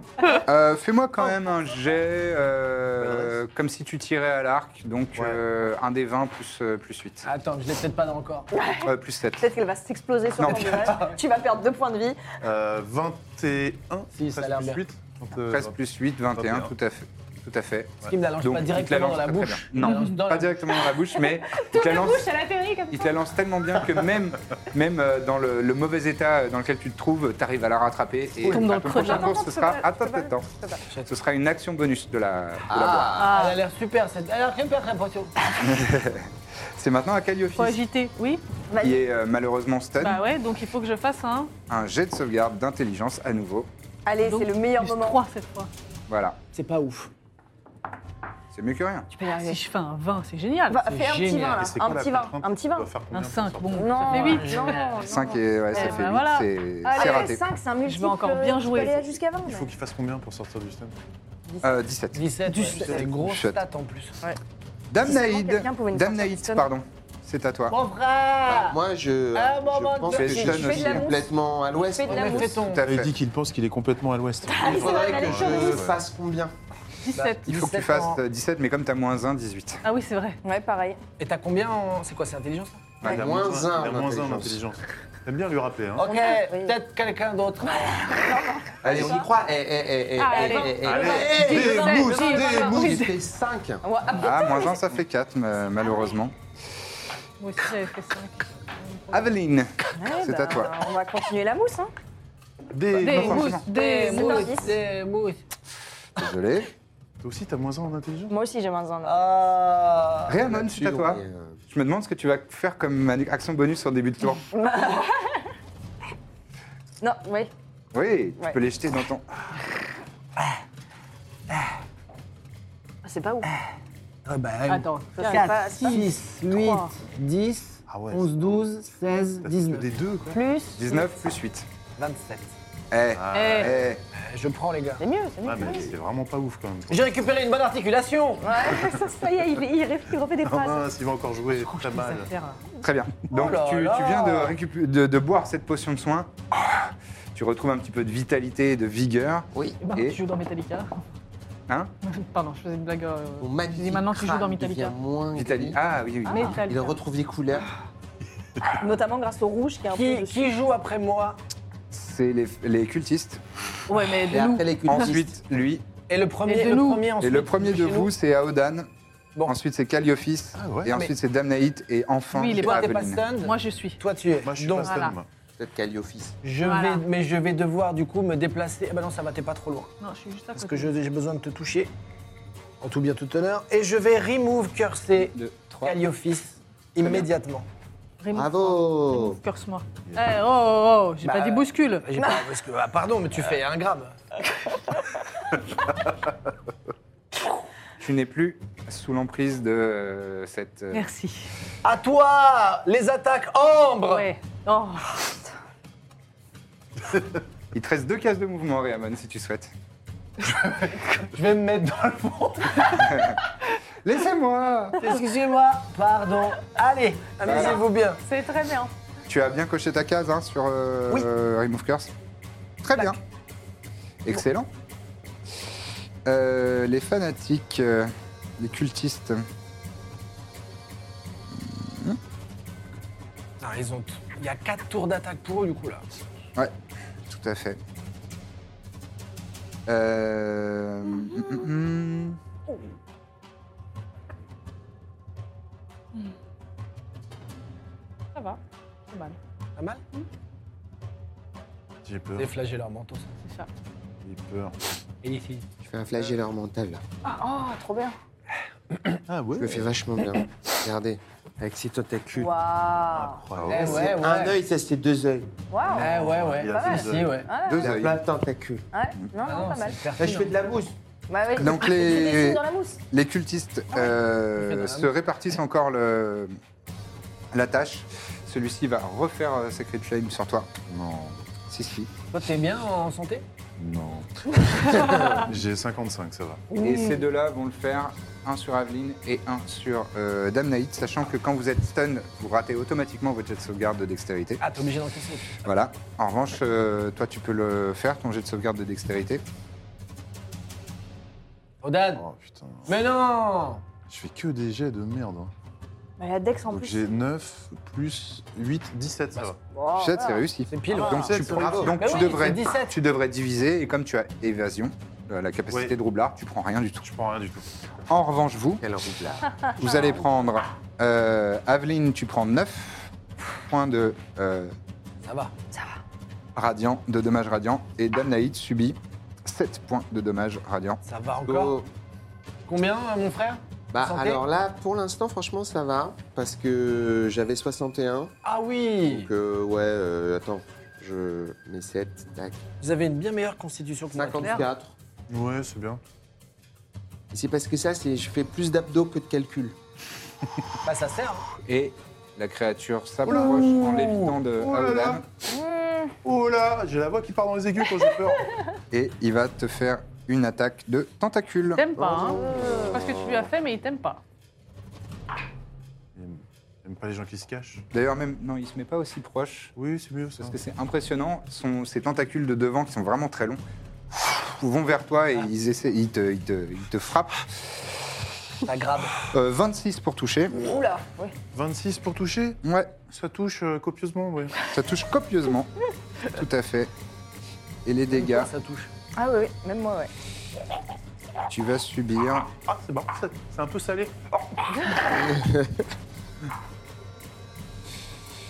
Speaker 1: Euh, Fais-moi
Speaker 3: Oh.
Speaker 1: quand même un jet,
Speaker 3: Bah,
Speaker 1: euh, comme si tu tirais à l'arc, donc
Speaker 2: Ouais.
Speaker 1: euh, un des 20 plus, euh, plus 8.
Speaker 3: Attends, je l'ai peut-être pas dans encore.
Speaker 1: Euh, plus 7.
Speaker 4: Peut-être qu'elle va s'exploser sur
Speaker 1: Non.
Speaker 4: ton visage. Tu vas perdre deux points de vie.
Speaker 2: Euh, 21,
Speaker 3: Si, ça a
Speaker 2: presque
Speaker 3: l'air
Speaker 2: plus
Speaker 3: bien.
Speaker 2: 8.
Speaker 1: 13 plus 8, 21,
Speaker 2: 21.
Speaker 1: tout à fait. Tout à fait.
Speaker 3: Parce qu'il me la lance
Speaker 1: Donc,
Speaker 3: Ah, pas
Speaker 1: il te
Speaker 3: directement
Speaker 1: lance
Speaker 3: dans la
Speaker 1: très, très
Speaker 3: bouche.
Speaker 1: bien.
Speaker 3: Il me
Speaker 1: Non,
Speaker 3: lance dans
Speaker 1: pas
Speaker 3: la-
Speaker 1: directement dans la bouche, mais il te la lance
Speaker 4: elle atterrit comme
Speaker 1: Il te la lance tellement bien que même, même euh, dans le, le mauvais état euh, dans lequel tu te trouves, tu arrives à la rattraper. Et
Speaker 6: Tombe dans
Speaker 1: à
Speaker 6: le
Speaker 1: ton
Speaker 6: creux de
Speaker 1: prochain
Speaker 6: la
Speaker 1: tour, ce sera. Attends,
Speaker 4: pas-
Speaker 1: attends. Ce sera une action bonus de la, de la boîte.
Speaker 5: Ah,
Speaker 3: Elle a l'air super, cette... elle a l'air super très potion.
Speaker 1: C'est maintenant à
Speaker 6: Faut
Speaker 1: Calliophis,
Speaker 6: agiter, oui
Speaker 1: qui est euh, malheureusement stun,
Speaker 6: Bah ouais, donc il faut que je fasse un.
Speaker 1: un jet de sauvegarde d'intelligence à nouveau.
Speaker 4: Allez, c'est
Speaker 6: Donc,
Speaker 4: le meilleur
Speaker 6: plus
Speaker 4: moment.
Speaker 6: 3 cette fois.
Speaker 1: Voilà,
Speaker 3: C'est pas ouf.
Speaker 1: c'est mieux que rien.
Speaker 4: Tu peux y arriver.
Speaker 6: Si je fais un 20, c'est génial.
Speaker 4: Ah, Va,
Speaker 3: C'est
Speaker 4: fais un petit
Speaker 3: génial.
Speaker 4: vin, là.
Speaker 2: Et c'est quoi
Speaker 4: Un
Speaker 2: la
Speaker 4: petit vin.
Speaker 2: contrainte
Speaker 4: Un petit vin.
Speaker 2: Doit faire combien
Speaker 6: Un
Speaker 2: pour
Speaker 6: 5,
Speaker 2: sortir
Speaker 6: bon, ça
Speaker 4: Non,
Speaker 6: fait 8.
Speaker 4: non, non.
Speaker 1: 5 et ouais, ça
Speaker 6: Eh
Speaker 1: fait
Speaker 6: ben
Speaker 1: huit,
Speaker 6: voilà.
Speaker 1: c'est c'est
Speaker 4: Allez,
Speaker 1: raté.
Speaker 4: 5, c'est un multiple.
Speaker 6: encore bien
Speaker 4: tu peux
Speaker 6: jouer.
Speaker 4: aller jusqu'à 20.
Speaker 2: Il faut qu'il fasse combien pour sortir du stun
Speaker 1: Euh, 17.
Speaker 3: 17, ouais, c'est une grosse
Speaker 1: 17.
Speaker 3: stat en plus.
Speaker 4: Si
Speaker 1: Damnaïd,
Speaker 4: quelqu'un pouvait nous sortir du
Speaker 1: Damnaïd,
Speaker 4: stun.
Speaker 1: pardon, c'est à toi.
Speaker 3: Mon frère
Speaker 5: Moi, je. euh,
Speaker 3: Ah, bon, bon,
Speaker 5: je pense
Speaker 3: tu-
Speaker 5: que
Speaker 1: tu
Speaker 5: je
Speaker 1: fais de la
Speaker 5: suis
Speaker 1: mousse.
Speaker 5: complètement à l'ouest.
Speaker 4: Tu fais de la
Speaker 3: Mais
Speaker 4: mousse.
Speaker 3: fais ton-
Speaker 1: Tout à
Speaker 2: Il dit
Speaker 1: fait.
Speaker 2: qu'il pense qu'il est complètement à l'ouest.
Speaker 4: Ah,
Speaker 5: Il faudrait
Speaker 4: vrai,
Speaker 5: que
Speaker 4: elle est
Speaker 5: je
Speaker 2: chaude.
Speaker 5: fasse combien
Speaker 6: 17.
Speaker 1: bah, Il faut que tu
Speaker 3: 17 en-
Speaker 6: hein.
Speaker 1: fasses euh, 17, mais comme t'as moins 1, 18.
Speaker 6: Ah oui, c'est vrai.
Speaker 4: Ouais, pareil.
Speaker 3: Et t'as combien en. C'est quoi, c'est intelligence là
Speaker 2: Il a
Speaker 5: Moins
Speaker 2: moins
Speaker 5: un
Speaker 2: un, il a moins un en
Speaker 5: d'intelligence.
Speaker 2: intelligence. T'aimes bien lui rappeler, hein
Speaker 3: Ok,
Speaker 4: Oui.
Speaker 3: peut-être quelqu'un d'autre.
Speaker 5: Allez, on y croit. Eh, eh, eh, eh,
Speaker 6: Ah,
Speaker 5: eh,
Speaker 6: allez.
Speaker 5: eh, eh,
Speaker 2: Allez,
Speaker 5: eh,
Speaker 6: des
Speaker 5: eh,
Speaker 6: mousses,
Speaker 5: mousses,
Speaker 6: des
Speaker 5: des
Speaker 6: mousses.
Speaker 5: mousses. J'ai fait 5.
Speaker 4: Ouais, ah,
Speaker 1: Ah, moins 1, ça fait 4, malheureusement.
Speaker 6: Moi aussi, j'avais fait 5.
Speaker 1: Aveline,
Speaker 4: ouais,
Speaker 1: c'est
Speaker 4: bah,
Speaker 1: à toi.
Speaker 4: On va continuer la mousse. Hein.
Speaker 2: Des...
Speaker 6: Des
Speaker 1: non,
Speaker 6: mousses,
Speaker 1: forcément.
Speaker 6: des
Speaker 4: C'est
Speaker 6: mousses.
Speaker 4: un dix.
Speaker 3: Des mousses.
Speaker 1: Désolé.
Speaker 2: Toi aussi, t'as moins un en intelligence
Speaker 4: Moi aussi, j'ai moins un.
Speaker 3: Ah.
Speaker 1: Rhiannon, c'est à toi.
Speaker 5: euh,
Speaker 1: Je me demande ce que tu vas faire comme manu- action bonus au début de tour.
Speaker 4: Non, oui.
Speaker 1: Oui, tu
Speaker 4: Ouais.
Speaker 1: peux les jeter dans ton.
Speaker 4: Ah, C'est pas ouf.
Speaker 3: Ah bah,
Speaker 6: Attends,
Speaker 4: Ça, c'est pas-
Speaker 3: 4,
Speaker 4: c'est pas-
Speaker 3: 6, 8,
Speaker 4: Trois.
Speaker 3: 10,
Speaker 2: Ah ouais.
Speaker 3: 11, 12, 16,
Speaker 2: T'as
Speaker 3: 19.
Speaker 2: Des deux, quoi.
Speaker 4: Plus.
Speaker 1: 19 plus 8.
Speaker 3: 27.
Speaker 1: Eh,
Speaker 2: Ah,
Speaker 6: Eh,
Speaker 1: eh,
Speaker 3: Je prends, les gars.
Speaker 4: C'est mieux, c'est mieux.
Speaker 2: ouais, mais c'est vraiment pas ouf quand même.
Speaker 3: J'ai récupéré une bonne articulation
Speaker 4: Ouais, ça, ça y est, il, il, ré- il refait des
Speaker 2: Ah
Speaker 4: phrases.
Speaker 2: mince, il va encore jouer très
Speaker 6: des
Speaker 2: mal.
Speaker 6: affaires, là.
Speaker 1: très bien. Donc
Speaker 3: là
Speaker 1: tu, tu
Speaker 3: là.
Speaker 1: viens de, récup- de, de boire cette potion de soin. Ah, tu retrouves un petit peu de vitalité et de vigueur.
Speaker 5: Oui.
Speaker 6: Eh ben,
Speaker 1: Et-
Speaker 6: tu joues dans Metallica.
Speaker 1: Hein
Speaker 6: Pardon, je faisais une blague. euh,
Speaker 5: Mon
Speaker 6: je
Speaker 5: magnifique
Speaker 6: dis maintenant tu joues dans
Speaker 5: crâne
Speaker 6: Metallica.
Speaker 5: devient moins
Speaker 1: Vitali.
Speaker 5: gris.
Speaker 1: Ah oui, oui.
Speaker 6: Ah, Metallica.
Speaker 5: Il retrouve les couleurs.
Speaker 4: Notamment grâce au rouge qui est un peu
Speaker 3: qui,
Speaker 4: dessus.
Speaker 3: qui joue après moi
Speaker 1: C'est les, les cultistes.
Speaker 6: Ouais, mais
Speaker 5: Et
Speaker 6: de nous.
Speaker 5: après les cultistes.
Speaker 1: Ensuite, lui.
Speaker 3: Et le premier,
Speaker 6: Et de
Speaker 3: le
Speaker 6: nous.
Speaker 3: premier
Speaker 1: Et
Speaker 3: ensuite.
Speaker 1: le premier de
Speaker 3: chez nous.
Speaker 1: vous, c'est Aodan.
Speaker 3: Bon.
Speaker 1: Ensuite, c'est Calliophis.
Speaker 2: Ah ouais.
Speaker 1: Et ensuite, c'est Damnaït. Et enfin,
Speaker 6: Lui, il est
Speaker 1: c'est
Speaker 3: Toi, t'es pas
Speaker 1: Aveline.
Speaker 3: stunned
Speaker 6: Moi, je suis.
Speaker 3: Toi, tu es.
Speaker 2: Moi, je suis
Speaker 3: Donc,
Speaker 2: pas stun,
Speaker 6: voilà.
Speaker 2: moi.
Speaker 5: Peut-être Calliophis.
Speaker 3: je
Speaker 6: Voilà.
Speaker 3: vais, mais je vais devoir du coup me déplacer. Ah bah non, ça va, t'es pas trop loin.
Speaker 6: Non, je suis juste à
Speaker 3: Parce
Speaker 6: côté.
Speaker 3: que je- j'ai besoin de te toucher. En tout bien, tout honneur. Et je vais remove curser
Speaker 1: Deux, trois.
Speaker 3: Calliophis immédiatement.
Speaker 6: Remove-
Speaker 5: Bravo
Speaker 6: Remove, Curse-moi. Eh, oh, oh, oh, j'ai
Speaker 3: Bah,
Speaker 6: pas dit bouscule.
Speaker 3: J'ai pas- parce que- ah, pardon, mais tu fais un gramme.
Speaker 1: Tu n'es plus sous l'emprise de euh, cette. euh,
Speaker 6: Merci.
Speaker 3: À toi, les attaques ambre
Speaker 6: Ouais. Oh,
Speaker 1: Il te reste deux cases de mouvement, Réamon, si tu souhaites.
Speaker 3: Je vais me mettre dans le fond.
Speaker 1: Laissez-moi
Speaker 3: Excusez-moi, pardon. Allez, amusez-vous bien.
Speaker 6: c'est très bien.
Speaker 1: Tu as bien coché ta case hein, sur euh,
Speaker 3: Oui.
Speaker 1: euh, Remove Curse. Très bien. Excellent. Euh, les fanatiques, euh, les cultistes.
Speaker 3: Non, ils ont. Il y a 4 tours d'attaque pour eux, du coup, là.
Speaker 1: Ouais, tout à fait. Euh, mm, mm, mm.
Speaker 6: Ça va. C'est mal.
Speaker 3: Pas mal
Speaker 2: J'ai peur.
Speaker 3: Déflager leur manteau, ça.
Speaker 6: C'est ça.
Speaker 2: J'ai peur.
Speaker 3: Et les filles
Speaker 5: Je fais un flagelleur mental là.
Speaker 4: Ah, oh, trop bien.
Speaker 2: Ah ouais
Speaker 5: Je le fais vachement bien. Regardez. Avec ses tentacules.
Speaker 4: Waouh.
Speaker 2: Incroyable.
Speaker 3: Eh ouais,
Speaker 5: C'est
Speaker 3: ouais.
Speaker 5: Un œil, ça c'est deux œils.
Speaker 4: Waouh.
Speaker 3: Eh ouais, ouais.
Speaker 2: Il a fait
Speaker 3: Si,
Speaker 2: ça.
Speaker 3: ouais.
Speaker 1: Deux
Speaker 5: Il a
Speaker 1: œils.
Speaker 5: plein de tentacules.
Speaker 4: Ouais, non,
Speaker 3: Ah
Speaker 4: non,
Speaker 3: non,
Speaker 4: pas mal.
Speaker 3: c'est
Speaker 5: Là, je fais de la mousse.
Speaker 4: Bah oui.
Speaker 1: Donc,
Speaker 4: Tu
Speaker 1: les-
Speaker 4: dessines dans la mousse.
Speaker 1: Les cultistes
Speaker 3: Ah
Speaker 1: euh,
Speaker 3: Il fait dans la
Speaker 1: se répartissent encore le- la tâche. Celui-ci va refaire euh, Sacred Flame sur toi.
Speaker 2: Non,
Speaker 1: Si, si.
Speaker 3: Toi, t'es bien en santé
Speaker 2: non. J'ai 55, ça va.
Speaker 1: Et ces deux-là vont le faire, un sur Aveline et un sur euh, Damnaït, sachant que quand vous êtes stun, vous ratez automatiquement votre jet de sauvegarde de dextérité.
Speaker 3: Ah, t'es obligé d'encaisser.
Speaker 1: Voilà. En revanche, euh, toi, tu peux le faire, ton jet de sauvegarde de dextérité.
Speaker 3: Odan
Speaker 2: Oh putain.
Speaker 3: Mais non
Speaker 2: Je fais que des jets de merde. hein.
Speaker 4: Bah, la Dex en
Speaker 2: Donc
Speaker 4: plus.
Speaker 2: j'ai 9 plus 8, 17, ça va.
Speaker 4: Wow,
Speaker 1: Jet, c'est
Speaker 4: voilà.
Speaker 1: réussi.
Speaker 3: Oh, ah. C'est pile.
Speaker 1: Donc, tu, prends-
Speaker 5: bravo.
Speaker 1: donc
Speaker 3: Mais
Speaker 1: tu,
Speaker 3: oui, c'est
Speaker 1: devrais,
Speaker 3: 17.
Speaker 1: tu devrais diviser, et comme tu as évasion, euh, la capacité
Speaker 2: Oui.
Speaker 1: de roublard, tu prends rien du tout.
Speaker 2: Je prends rien du tout.
Speaker 1: En revanche, vous,
Speaker 5: Quel roublard.
Speaker 1: Vous allez prendre. Euh, Aveline, tu prends 9 points de euh,
Speaker 3: Ça va.
Speaker 1: radiant, de dommages radiants. Et Damnaïd subit 7 points de dommages radiants.
Speaker 3: Ça va encore.
Speaker 5: Go.
Speaker 3: Combien, euh, mon frère
Speaker 5: Bah
Speaker 3: Santé
Speaker 5: alors là, pour l'instant, franchement, ça va. Parce que j'avais 61.
Speaker 3: Ah oui
Speaker 5: Donc euh, ouais, euh, attends. Je mets 7, tac.
Speaker 3: Vous avez une bien meilleure constitution que moi.
Speaker 5: 54.
Speaker 2: Ouais, c'est bien.
Speaker 5: C'est parce que ça, c'est je fais plus d'abdos que de calcul.
Speaker 3: Bah, ça sert. hein.
Speaker 1: Et la créature s'approche en l'évitant de
Speaker 2: Oh là là.
Speaker 1: Aodan.
Speaker 2: Oh là J'ai la voix qui part dans les aigus quand j'ai peur.
Speaker 1: Et il va te faire une attaque de tentacule.
Speaker 6: T'aimes pas, hein. Je sais pas ce que tu lui as fait, mais il t'aime pas.
Speaker 2: Il aime- il aime pas les gens qui se cachent.
Speaker 1: D'ailleurs, même. Non, il se met pas aussi proche.
Speaker 2: Oui, c'est mieux ça.
Speaker 1: Parce que c'est impressionnant. Son, ses tentacules de devant, qui sont vraiment très longs, vont vers toi et ils, essaient, ils, te, ils te- ils te frappent.
Speaker 3: Ça grave.
Speaker 1: Euh, 26 pour toucher.
Speaker 4: Oula, ouais.
Speaker 2: 26 pour toucher
Speaker 1: Ouais.
Speaker 2: Ça touche euh, copieusement, ouais.
Speaker 1: Ça touche copieusement. Tout à fait. Et les dégâts,
Speaker 3: Ça touche.
Speaker 4: Ah oui, oui, même moi, ouais.
Speaker 1: tu vas subir.
Speaker 2: Ah, c'est bon, ça- c'est un peu salé.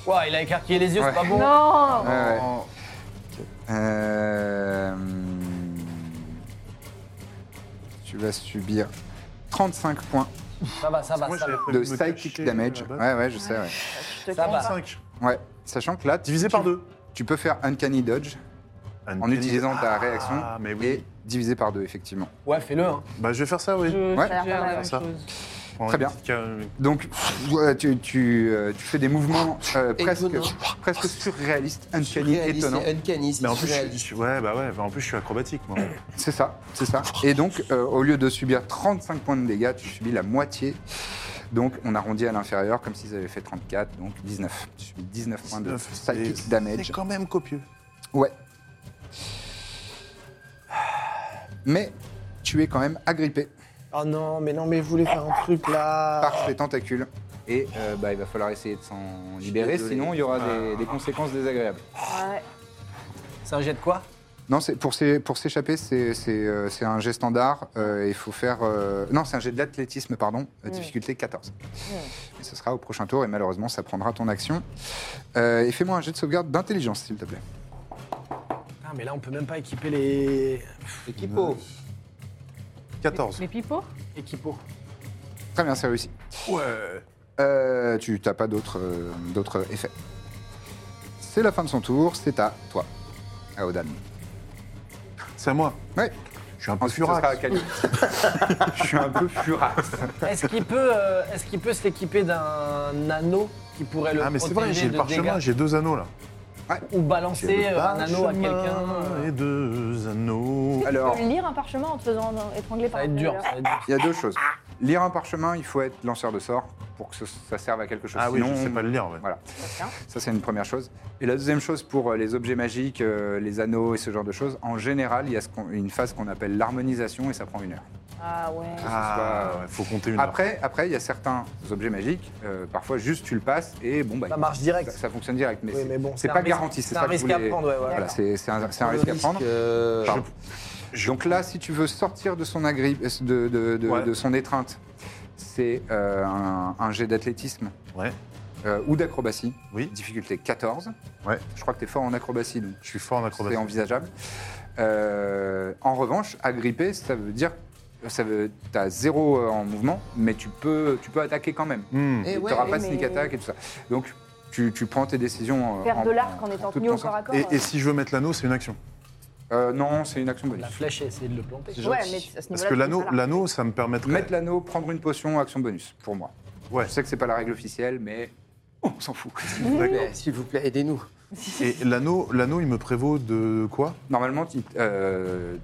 Speaker 3: Ouah, il a écarquillé les yeux,
Speaker 1: Ouais.
Speaker 3: c'est pas bon.
Speaker 6: Non
Speaker 1: Ouais, ouais.
Speaker 2: Oh,
Speaker 1: Euh, Tu vas subir 35 points
Speaker 3: Ça va, ça va,
Speaker 2: Moi,
Speaker 3: Bah, ça
Speaker 2: j'avais
Speaker 3: va.
Speaker 2: prévu
Speaker 1: de
Speaker 2: Ah, me
Speaker 1: psychic
Speaker 2: cacher,
Speaker 1: damage.
Speaker 2: euh, là-bas.
Speaker 1: Ouais, ouais, je sais, ouais.
Speaker 4: Je te
Speaker 3: Ça va.
Speaker 4: compte.
Speaker 2: 35.
Speaker 1: Ouais. Sachant que là, tu,
Speaker 2: Divisé par deux.
Speaker 1: tu peux faire Uncanny Dodge. en utilisant ta
Speaker 2: Ah,
Speaker 1: réaction
Speaker 2: mais oui.
Speaker 1: et divisé par deux, effectivement.
Speaker 3: Ouais, fais-le. Hein.
Speaker 2: Bah, je vais faire ça, oui.
Speaker 6: Je
Speaker 1: Ouais.
Speaker 6: suggère la même
Speaker 2: Ah, Ça.
Speaker 6: chose.
Speaker 2: Prends
Speaker 1: Très
Speaker 2: une
Speaker 1: bien.
Speaker 2: petite ca-
Speaker 1: Donc, ouais, tu, tu, euh, tu fais des mouvements euh, presque,
Speaker 5: Étonnant.
Speaker 1: presque surréalistes, uncanny,
Speaker 5: Surréaliste,
Speaker 1: étonnants.
Speaker 5: c'est Uncanny, c'est
Speaker 2: Mais en plus, je
Speaker 5: surréaliste.
Speaker 2: suis, ouais, bah ouais, bah en plus, je suis acrobatique, moi.
Speaker 1: C'est ça, c'est ça. Et donc, euh, au lieu de subir 35 points de dégâts, tu subis la moitié. Donc, on arrondit à l'inférieur comme s'ils avaient fait 34, donc 19. Tu subis 19 points de psychic
Speaker 2: C'est-
Speaker 1: damage.
Speaker 2: C'est quand même copieux.
Speaker 1: Ouais. Mais tu es quand même agrippé
Speaker 3: Oh non, mais non, mais je voulais faire un truc là.
Speaker 1: par ces tentacules. Et euh, bah, il va falloir essayer de s'en libérer,
Speaker 5: désolé.
Speaker 1: sinon il y aura des, des conséquences désagréables.
Speaker 4: Ouais.
Speaker 3: C'est un jet de quoi
Speaker 1: Non, c'est- pour s'é- pour s'échapper, c'est c'est, euh, c'est un jet standard. euh, Il faut faire. euh, non, c'est un jet de l'athlétisme, pardon. euh, Difficulté 14. Et ce sera au prochain tour, et malheureusement, ça prendra ton action. Euh, et fais-moi un jet de sauvegarde d'intelligence, s'il te plaît.
Speaker 3: Ah, mais là, on peut même pas équiper les.
Speaker 5: Équipo.
Speaker 2: 14.
Speaker 6: Les pipeaux
Speaker 3: Équipos.
Speaker 1: Très bien, c'est réussi.
Speaker 2: Ouais.
Speaker 1: Euh, tu n'as pas d'autres euh, d'autres effets. C'est la fin de son tour, c'est à toi, à Odan.
Speaker 2: C'est à moi.
Speaker 1: Ouais,
Speaker 2: Je suis un peu
Speaker 1: ensuite, ce sera à
Speaker 2: furax.
Speaker 1: Kali. Je suis un peu furax.
Speaker 3: Est-ce qu'il peut, euh, est-ce qu'il peut s'équiper d'un anneau qui pourrait le
Speaker 2: Ah, mais c'est vrai,
Speaker 3: protéger
Speaker 2: j'ai le
Speaker 3: de
Speaker 2: parchemin,
Speaker 3: dégâts
Speaker 2: j'ai deux anneaux là.
Speaker 3: ou balancer
Speaker 2: J'ai le
Speaker 3: euh, un anneau à
Speaker 2: parchemin
Speaker 3: quelqu'un euh,
Speaker 2: Et deux anneaux.
Speaker 1: Alors,
Speaker 4: Tu peux lire un parchemin en te faisant étrangler
Speaker 3: Ça
Speaker 4: par
Speaker 3: va
Speaker 4: un
Speaker 3: être dur.
Speaker 4: tailleur.
Speaker 3: Ça va être dur.
Speaker 2: Ah,
Speaker 1: il y a deux choses. Lire un parchemin, il faut être lanceur de sorts pour que ce- ça serve à quelque chose.
Speaker 2: Ah oui,
Speaker 1: Sinon,
Speaker 2: je sais pas le lire, ouais.
Speaker 1: Voilà. Ça, c'est une première chose. Et la deuxième chose, pour euh, les objets magiques, euh, les anneaux et ce genre de choses, en général, il y a ce qu'on- une phase qu'on appelle l'harmonisation et ça prend une heure.
Speaker 4: Ah ouais.
Speaker 2: Ah,
Speaker 1: soit-
Speaker 2: ouais, faut compter une heure.
Speaker 1: Après, après, il y a certains objets magiques, euh, parfois juste tu le passes et bon, bah,
Speaker 3: Ça marche direct.
Speaker 1: Ça, ça fonctionne direct, mais
Speaker 3: Oui,
Speaker 1: c'est-
Speaker 3: mais bon,
Speaker 1: c'est
Speaker 3: un
Speaker 1: pas
Speaker 3: risque-
Speaker 1: garanti.
Speaker 3: C'est
Speaker 1: ça
Speaker 3: un
Speaker 1: que je
Speaker 3: risque à
Speaker 1: voulais-
Speaker 3: prendre, ouais, voilà.
Speaker 1: Voilà, c'est c'est un, c'est un
Speaker 5: Le
Speaker 1: risque à prendre.
Speaker 5: euh,
Speaker 1: Pardon. Donc là, si tu veux sortir de son, agri- de, de- de-
Speaker 2: Ouais.
Speaker 1: de son étreinte, c'est euh, un, un jet d'athlétisme
Speaker 2: Ouais.
Speaker 1: euh, ou d'acrobatie.
Speaker 2: Oui.
Speaker 1: Difficulté 14.
Speaker 2: Ouais.
Speaker 1: Je crois que tu es fort en acrobatie, donc
Speaker 2: Je suis fort en
Speaker 1: c'est
Speaker 2: acrobatie.
Speaker 1: envisageable. Euh, en revanche, agripper, ça veut dire ça veut t'as zéro euh, en mouvement, mais tu peux tu peux attaquer quand même.
Speaker 2: Hmm.
Speaker 5: Eh
Speaker 1: Tu
Speaker 5: ouais,
Speaker 1: n'auras
Speaker 5: ouais,
Speaker 1: pas de
Speaker 5: mais-
Speaker 1: sneak attack et tout ça. Donc tu, tu prends tes décisions. euh,
Speaker 4: Faire
Speaker 1: en-
Speaker 4: de l'arc en étant
Speaker 1: toute
Speaker 4: tenu au
Speaker 1: conscience.
Speaker 4: corps à corps.
Speaker 2: Et, et si je veux mettre l'anneau, c'est une action.
Speaker 1: Euh, non, c'est une action bonus.
Speaker 3: La flèche et essayer de le planter.
Speaker 5: C'est
Speaker 4: Ouais,
Speaker 5: gentil.
Speaker 4: mais à ce niveau-là.
Speaker 2: Parce
Speaker 4: tu
Speaker 2: que
Speaker 4: peux
Speaker 2: l'anneau,
Speaker 4: faire l'arc.
Speaker 2: l'anneau, ça me permettrait.
Speaker 1: Mettre l'anneau, prendre une potion, action bonus pour moi.
Speaker 2: Ouais.
Speaker 1: Je sais que c'est pas la règle officielle, mais on s'en fout.
Speaker 5: mais S'il vous plaît, aidez-nous.
Speaker 2: Et l'anneau, l'anneau, il me prévaut de quoi
Speaker 1: Normalement, tu- euh,